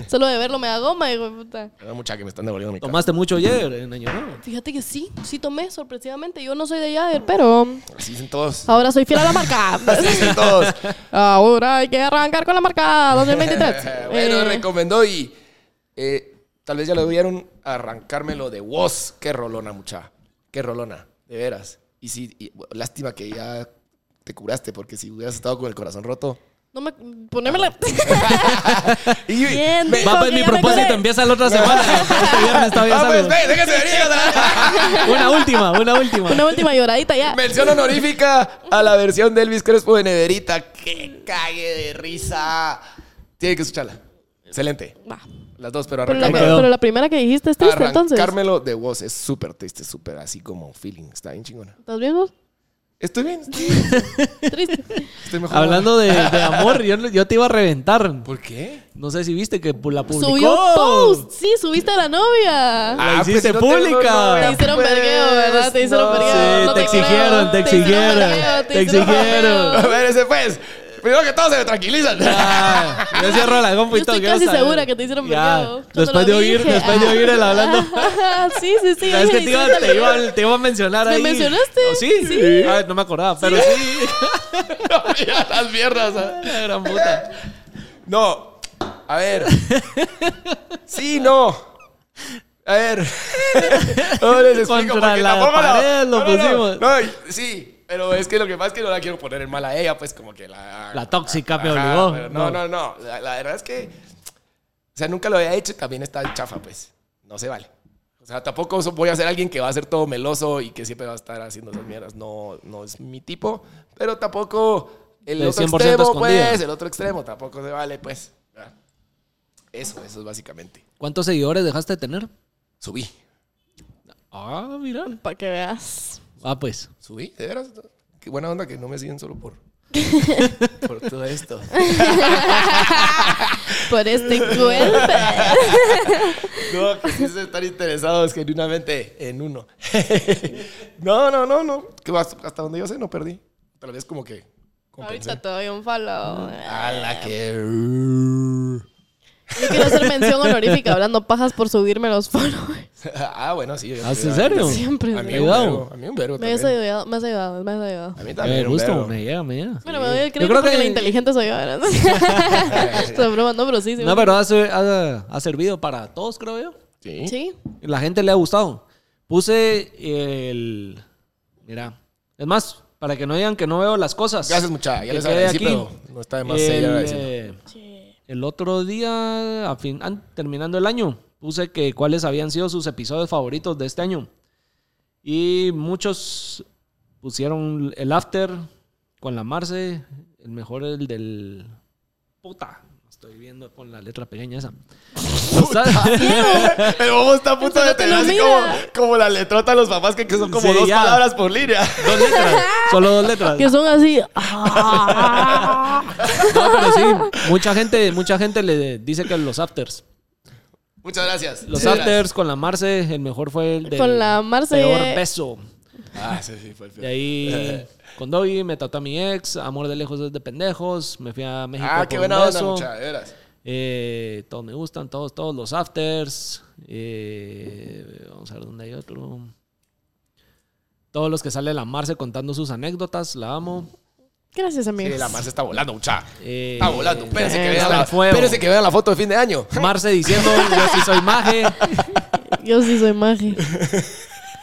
Speaker 1: Solo de verlo me da goma, hijo de puta.
Speaker 2: Perdón, mucha que me están devolviendo mi casa.
Speaker 3: Tomaste mucho ayer en Año Nuevo.
Speaker 1: Fíjate que sí, sí tomé sorpresivamente. Yo no soy de Jagger, pero
Speaker 2: Así dicen todos.
Speaker 1: ahora soy fiel a la marca.
Speaker 2: Así dicen todos.
Speaker 1: ahora hay que arrancar con la marca 2023.
Speaker 2: Eh, bueno,
Speaker 1: Eh,
Speaker 2: recomendó y eh, tal vez ya lo vieron arrancármelo de vos. Qué rolona, mucha. Qué rolona, de veras. Y sí, y, bueno, lástima que ya te curaste porque si hubieras estado con el corazón roto.
Speaker 1: no me... Ponémela.
Speaker 2: Y,
Speaker 1: Bien,
Speaker 2: me-
Speaker 1: dijo.
Speaker 3: Va, pues
Speaker 1: que
Speaker 3: mi
Speaker 1: ya me
Speaker 3: propósito
Speaker 1: colé.
Speaker 3: empieza la otra semana. Este viernes todavía
Speaker 2: Ah, pues,
Speaker 3: sale.
Speaker 2: ve, déjense venir, ¿verdad?
Speaker 3: Una última, una última.
Speaker 1: Una última lloradita ya.
Speaker 2: Mención honorífica a la versión de Elvis Crespo de Neverita. ¡Qué cague de risa! Tiene que escucharla. Excelente.
Speaker 1: Va.
Speaker 2: Las dos, pero
Speaker 1: Pero la,
Speaker 2: arrancármelo.
Speaker 3: quedó.
Speaker 1: pero la primera que dijiste es triste, entonces.
Speaker 2: Arrancármelo de vos es súper triste, súper así como un feeling. Está bien chingona.
Speaker 1: ¿Estás bien vos?
Speaker 2: Estoy bien, estoy, bien,
Speaker 1: Triste.
Speaker 2: estoy mejor.
Speaker 3: Hablando de, de amor, yo, yo te iba a reventar.
Speaker 2: ¿Por qué?
Speaker 3: No sé si viste que la publicó.
Speaker 1: Subió post. Sí, subiste a la novia.
Speaker 2: Ah,
Speaker 3: La
Speaker 2: pues
Speaker 3: hiciste pública.
Speaker 1: Te hicieron vergueo, ¿verdad? Te hicieron vergueo.
Speaker 3: Ah, pues. Sí,
Speaker 1: no
Speaker 3: te
Speaker 1: te creo.
Speaker 3: exigieron, te
Speaker 1: Te hicieron
Speaker 3: exigieron,
Speaker 1: vergueo,
Speaker 3: te
Speaker 1: te hicieron
Speaker 3: exigieron.
Speaker 1: vergueo.
Speaker 2: A ver, ese pues. Primero que todo se me tranquilizan.
Speaker 3: Ah, yo cierro la compu y
Speaker 1: Yo estoy
Speaker 3: todo, quiero
Speaker 1: casi
Speaker 3: saber.
Speaker 1: segura que te hicieron
Speaker 3: eh. Ya,
Speaker 1: vergueo. Yo te
Speaker 3: Después
Speaker 1: lo
Speaker 3: de oír,
Speaker 1: dije.
Speaker 3: después de oír el hablando.
Speaker 1: Ah, sí, sí, sí.
Speaker 3: ¿Sabes
Speaker 1: dije,
Speaker 3: que te iba,
Speaker 1: hiciste
Speaker 3: te,
Speaker 1: vergueo.
Speaker 3: iba, te iba a mencionar
Speaker 1: ¿Me
Speaker 3: ahí?
Speaker 1: mencionaste?
Speaker 3: Oh, sí.
Speaker 1: Sí.
Speaker 3: Ah, no me acordaba, pero sí.
Speaker 2: Mira las mierdas. ah.
Speaker 3: La gran puta.
Speaker 2: No. A ver. Sí, no. A ver. No les explico
Speaker 3: Contra
Speaker 2: porque
Speaker 3: la
Speaker 2: tampoco la-
Speaker 3: pared lo
Speaker 2: No, no, no.
Speaker 3: pusimos.
Speaker 2: No, y- sí, pero es que lo que pasa es que no la quiero poner en mala ella, pues como que la
Speaker 3: La tóxica me
Speaker 2: Ajá,
Speaker 3: obligó.
Speaker 2: pero No, no, no. La, la verdad es que o sea, nunca lo había hecho y también está chafa, pues. No se vale. O sea, tampoco so- voy a ser alguien que va a ser todo meloso y que siempre va a estar haciendo esas mierdas. No, no es mi tipo. Pero tampoco el
Speaker 3: El
Speaker 2: otro
Speaker 3: 100%
Speaker 2: extremo,
Speaker 3: escondida.
Speaker 2: pues. El otro extremo tampoco se vale, pues. Ah. Eso, eso es básicamente.
Speaker 3: ¿Cuántos seguidores dejaste de tener?
Speaker 2: Subí.
Speaker 3: Ah, mira.
Speaker 1: Para que veas.
Speaker 3: Ah, pues.
Speaker 2: Subí, de veras. Qué buena onda que no me siguen solo por... por todo esto.
Speaker 1: Por este cuerpo.
Speaker 2: No, que sí se están interesados genuinamente en uno. no, no, no, no. Que vas- hasta donde yo sé no perdí. Tal vez como que compensé.
Speaker 1: Ahorita te doy un follow.
Speaker 2: uh. A la que...
Speaker 1: quiero hacer mención honorífica hablando pajas por subirme los followers.
Speaker 2: ah, bueno, sí. yo-
Speaker 3: ¿Ah,
Speaker 2: yo-
Speaker 3: en serio?
Speaker 1: Siempre.
Speaker 2: A mí
Speaker 1: sí.
Speaker 2: un
Speaker 3: Cuidado.
Speaker 2: vergo, A mí un vergo
Speaker 1: Me has
Speaker 2: también.
Speaker 1: ayudado, me has ayudado, me has ayudado.
Speaker 2: A mí
Speaker 3: Me
Speaker 2: también un
Speaker 3: gusta,
Speaker 2: vergo.
Speaker 3: Eh, me llega, me llega.
Speaker 1: Bueno, me doy el crédito
Speaker 3: creo
Speaker 1: porque
Speaker 3: que-
Speaker 1: la inteligente soy yo, ¿verdad? Estoy broma, no, pero sí. sí
Speaker 3: No, pero ha, ser- ha- ha servido para todos, creo yo.
Speaker 2: Sí.
Speaker 1: Sí.
Speaker 3: La gente le ha gustado. Puse eh, el... Mira, es más, para que no digan que no veo las cosas.
Speaker 2: Gracias, muchacha. Ya
Speaker 3: Que
Speaker 2: les
Speaker 3: quede
Speaker 2: agradecí,
Speaker 3: aquí.
Speaker 2: pero no está de más seguir
Speaker 3: El,
Speaker 2: agradeciendo.
Speaker 3: eh, el otro día, a fin- an- terminando el año, puse que cuáles habían sido sus episodios favoritos de este año. Y muchos pusieron el after con la Marce, el mejor el del... Puta, estoy viendo con la letra pequeña esa.
Speaker 2: El bobo está a punto
Speaker 1: Eso
Speaker 2: de
Speaker 1: no te
Speaker 2: tener
Speaker 1: lo
Speaker 2: así
Speaker 1: mira.
Speaker 2: como, como la letrota de los papás que, que son como
Speaker 3: Sí,
Speaker 2: dos
Speaker 3: ya.
Speaker 2: palabras por línea.
Speaker 3: Dos letras, solo dos letras.
Speaker 1: Que son así. ah.
Speaker 3: No, pero sí, mucha gente, mucha gente le dice que los afters.
Speaker 2: Muchas gracias.
Speaker 3: Los
Speaker 2: Muchas gracias.
Speaker 3: afters con la Marce, el mejor fue el del
Speaker 1: Con la Marce.
Speaker 3: peor beso.
Speaker 2: Ah, sí, sí, fue el peor.
Speaker 3: De ahí con Doggy me trató a mi ex, amor de lejos es de pendejos, me fui a México
Speaker 2: Ah, qué
Speaker 3: por
Speaker 2: buena
Speaker 3: un
Speaker 2: onda,
Speaker 3: beso.
Speaker 2: mucha, de veras.
Speaker 3: Eh, todos me gustan, todos, todos los afters. Eh, vamos a ver dónde hay otro. Todos los que sale la Marce contando sus anécdotas, la amo.
Speaker 1: Gracias,
Speaker 2: Sí,
Speaker 1: amigos.
Speaker 2: la Marce está volando, mucha.
Speaker 3: Eh,
Speaker 2: Está Ah, volando. Espérense que,
Speaker 3: eh,
Speaker 2: vean
Speaker 3: al
Speaker 2: la,
Speaker 3: fuego.
Speaker 2: espérense que vean la foto de fin de año.
Speaker 3: Marce diciendo, yo sí soy maje.
Speaker 1: Yo sí soy magia.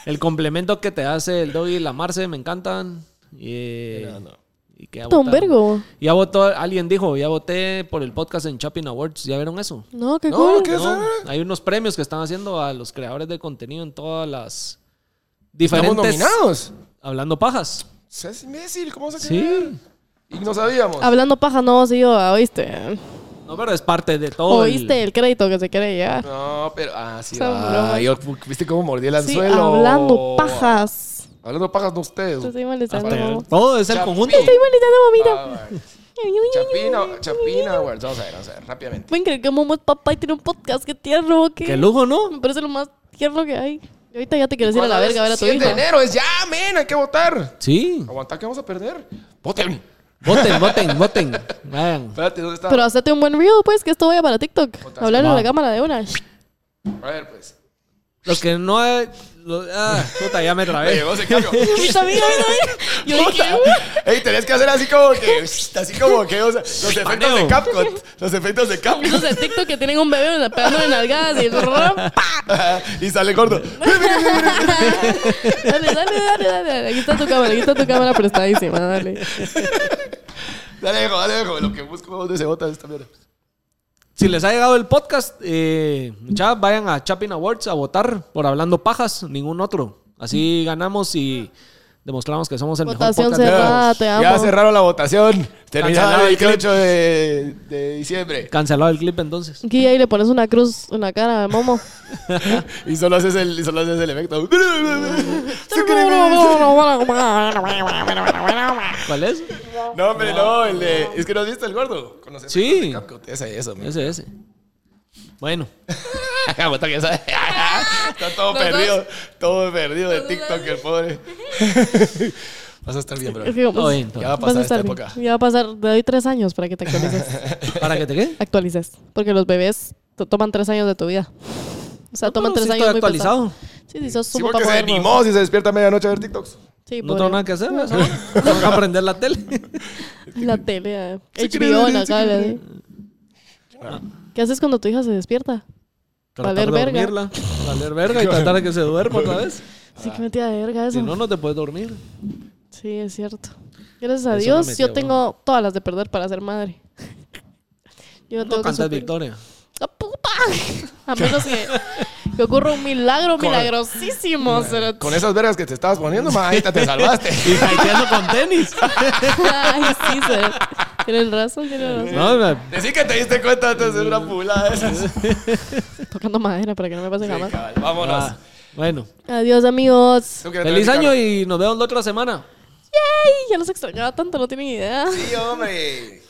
Speaker 3: El complemento que te hace el Doggy y la Marce me encantan. Eh,
Speaker 2: No, no.
Speaker 3: y que ya
Speaker 1: Tom
Speaker 3: votaron.
Speaker 1: Vergo.
Speaker 3: Ya votó, alguien dijo, ya voté por el podcast en Shopping Awards. ¿Ya vieron eso?
Speaker 1: No, qué
Speaker 2: No,
Speaker 1: cool.
Speaker 2: ¿qué?
Speaker 3: No,
Speaker 2: sabe?
Speaker 3: hay unos premios que están haciendo a los creadores de contenido en todas las
Speaker 2: Estamos
Speaker 3: diferentes.
Speaker 2: nominados.
Speaker 3: Hablando pajas.
Speaker 2: Es imbécil, ¿cómo se
Speaker 3: Sí.
Speaker 2: Y no sabíamos.
Speaker 1: Hablando paja, no, sí, yo, ah, oíste.
Speaker 3: No, pero es parte de todo. el-
Speaker 1: Oíste el crédito que se quiere llevar.
Speaker 2: No, pero. Ah, sí.
Speaker 1: Esa
Speaker 2: ah,
Speaker 1: broma.
Speaker 2: yo- ¿Viste cómo mordí el
Speaker 1: Sí,
Speaker 2: anzuelo?
Speaker 1: hablando pajas.
Speaker 2: Hablando pajas de ustedes.
Speaker 1: Te estoy molestando.
Speaker 3: hasta el-
Speaker 1: mamá.
Speaker 3: Ah, todo es el
Speaker 2: Chapi.
Speaker 3: conjunto.
Speaker 1: Estoy molestando, mamita.
Speaker 2: Ah, bueno.
Speaker 1: Ay, ay, ay, ay.
Speaker 2: Chapina, Chapina Awards. Vamos a ver, vamos a ver, rápidamente.
Speaker 1: Pueden creer que Momo es papá y tiene un podcast. Qué tierno, qué.
Speaker 3: Qué lujo, ¿no?
Speaker 1: Me parece lo más tierno que hay. Y ahorita ya te quieres ir a la
Speaker 2: ¿Cuándo es?
Speaker 1: verga a ver a tu
Speaker 2: 100 de
Speaker 1: hija.
Speaker 2: enero es ya, men, hay que votar.
Speaker 3: Sí.
Speaker 2: Aguanta que vamos a perder. Voten.
Speaker 3: Voten, voten, voten. Vayan.
Speaker 2: Espérate, ¿dónde está?
Speaker 1: Pero hacete un buen reel, pues, que esto vaya para TikTok.
Speaker 2: Puta,
Speaker 1: Hablar a
Speaker 3: va.
Speaker 1: la cámara de una.
Speaker 2: A ver, pues.
Speaker 3: Los que no. hay- los- ah, puta, ya me
Speaker 2: Me
Speaker 3: trabé.
Speaker 2: llegó ese cambio.
Speaker 1: Mira, mira, mira. Yo dije,
Speaker 2: Puta. Ey, tenés que hacer así como que. Así como que. o sea, los efectos de Capcom. Los efectos de Capcom.
Speaker 1: esos de TikTok que tienen un bebé pegándole nalgadas y ¡pa!
Speaker 2: y sale gordo.
Speaker 1: Dale, dale, dale, dale. Aquí está tu cámara, aquí está tu cámara prestadísima, dale.
Speaker 2: Dale, hijo, dale, hijo. Lo que busco dónde se vota esta mierda.
Speaker 3: Si les ha llegado el podcast, eh, ya vayan a Chapin Awards a votar por Hablando Pajas, ningún otro. Así ganamos y demostramos que somos el
Speaker 1: Votación
Speaker 3: mejor podcast. de
Speaker 1: cerrada.
Speaker 3: todos.
Speaker 1: Ah, te
Speaker 2: Ya
Speaker 1: amo.
Speaker 2: cerraron la votación. Terminaba
Speaker 3: Cancelado
Speaker 2: el
Speaker 3: el clip.
Speaker 2: 28 de, de diciembre.
Speaker 3: Cancelado el clip entonces.
Speaker 1: Aquí ahí le pones una cruz en la cara al momo.
Speaker 2: Y solo haces el, y solo haces el efecto.
Speaker 3: ¿Cuál es?
Speaker 2: No, hombre, no. El de, es que no has visto el gordo. Con los efectos
Speaker 3: Sí.
Speaker 2: de Capcom. Ese, eso, mira.
Speaker 3: Ese, ese. Bueno,
Speaker 2: Aguanta que esa- Está todo
Speaker 1: Los
Speaker 2: perdido.
Speaker 1: dos.
Speaker 2: Todo perdido de
Speaker 1: Los dos
Speaker 2: TikTok, el pobre. Vas a estar bien, bro.
Speaker 1: Es que, pues,
Speaker 3: todo bien, todo
Speaker 2: Ya
Speaker 3: bien.
Speaker 2: va
Speaker 1: vas
Speaker 2: a
Speaker 1: a
Speaker 2: pasar esta
Speaker 1: estar bien.
Speaker 2: época.
Speaker 1: Ya va a pasar, te doy tres años para que te actualices.
Speaker 3: ¿Para que te quede?
Speaker 1: Actualices. Porque los bebés to- toman tres años de tu vida. O sea, toman tres años
Speaker 3: estoy
Speaker 1: muy
Speaker 3: actualizado.
Speaker 1: pesados. Sí, sí, sos
Speaker 2: Sí,
Speaker 1: súper
Speaker 2: porque se animó si se despierta a medianoche a ver TikToks.
Speaker 1: Sí,
Speaker 3: No
Speaker 1: pobre.
Speaker 3: tengo nada que hacer. a esa hora. Tengo que aprender la tele.
Speaker 1: La tele, eh.
Speaker 2: Sí,
Speaker 1: HBO en la
Speaker 2: sí,
Speaker 1: cara.
Speaker 2: sí.
Speaker 1: eh. ¿Qué haces cuando tu hija se despierta?
Speaker 3: Tratar
Speaker 1: Valer
Speaker 3: de
Speaker 1: verga.
Speaker 3: dormirla. Valer verga y tratar de que se duerma otra vez.
Speaker 1: Sí, que metida de verga eso.
Speaker 3: Ah. Si no, no te puedes dormir.
Speaker 1: Sí, es cierto. Gracias a
Speaker 3: Eso
Speaker 1: Dios,
Speaker 3: me metió,
Speaker 1: yo tengo todas las de perder para ser madre. Yo no
Speaker 3: No
Speaker 1: tengo que
Speaker 3: cantas
Speaker 1: sufrir.
Speaker 3: victoria.
Speaker 1: ¡La puta! A menos que, que ocurra un milagro
Speaker 2: Con-
Speaker 1: milagrosísimo. cerote.
Speaker 2: Con esas vergas que te estabas poniendo, maíta, te salvaste.
Speaker 3: Y caiteando con tenis.
Speaker 1: Ay, sí, cerote. Tienen razón, tienen razón.
Speaker 3: No, me-
Speaker 2: Decí que te diste cuenta antes de hacer una pulada de esas.
Speaker 1: Tocando madera para que no me pase jamás.
Speaker 2: Cabal, Vámonos.
Speaker 3: Ah, bueno.
Speaker 1: Adiós, amigos.
Speaker 2: Tú que
Speaker 3: Feliz
Speaker 2: te vas a
Speaker 3: año
Speaker 2: dedicar.
Speaker 3: y nos vemos la otra semana.
Speaker 1: ¡Yay! Ya los extrañaba tanto, no tienen idea.
Speaker 2: Sí, hombre.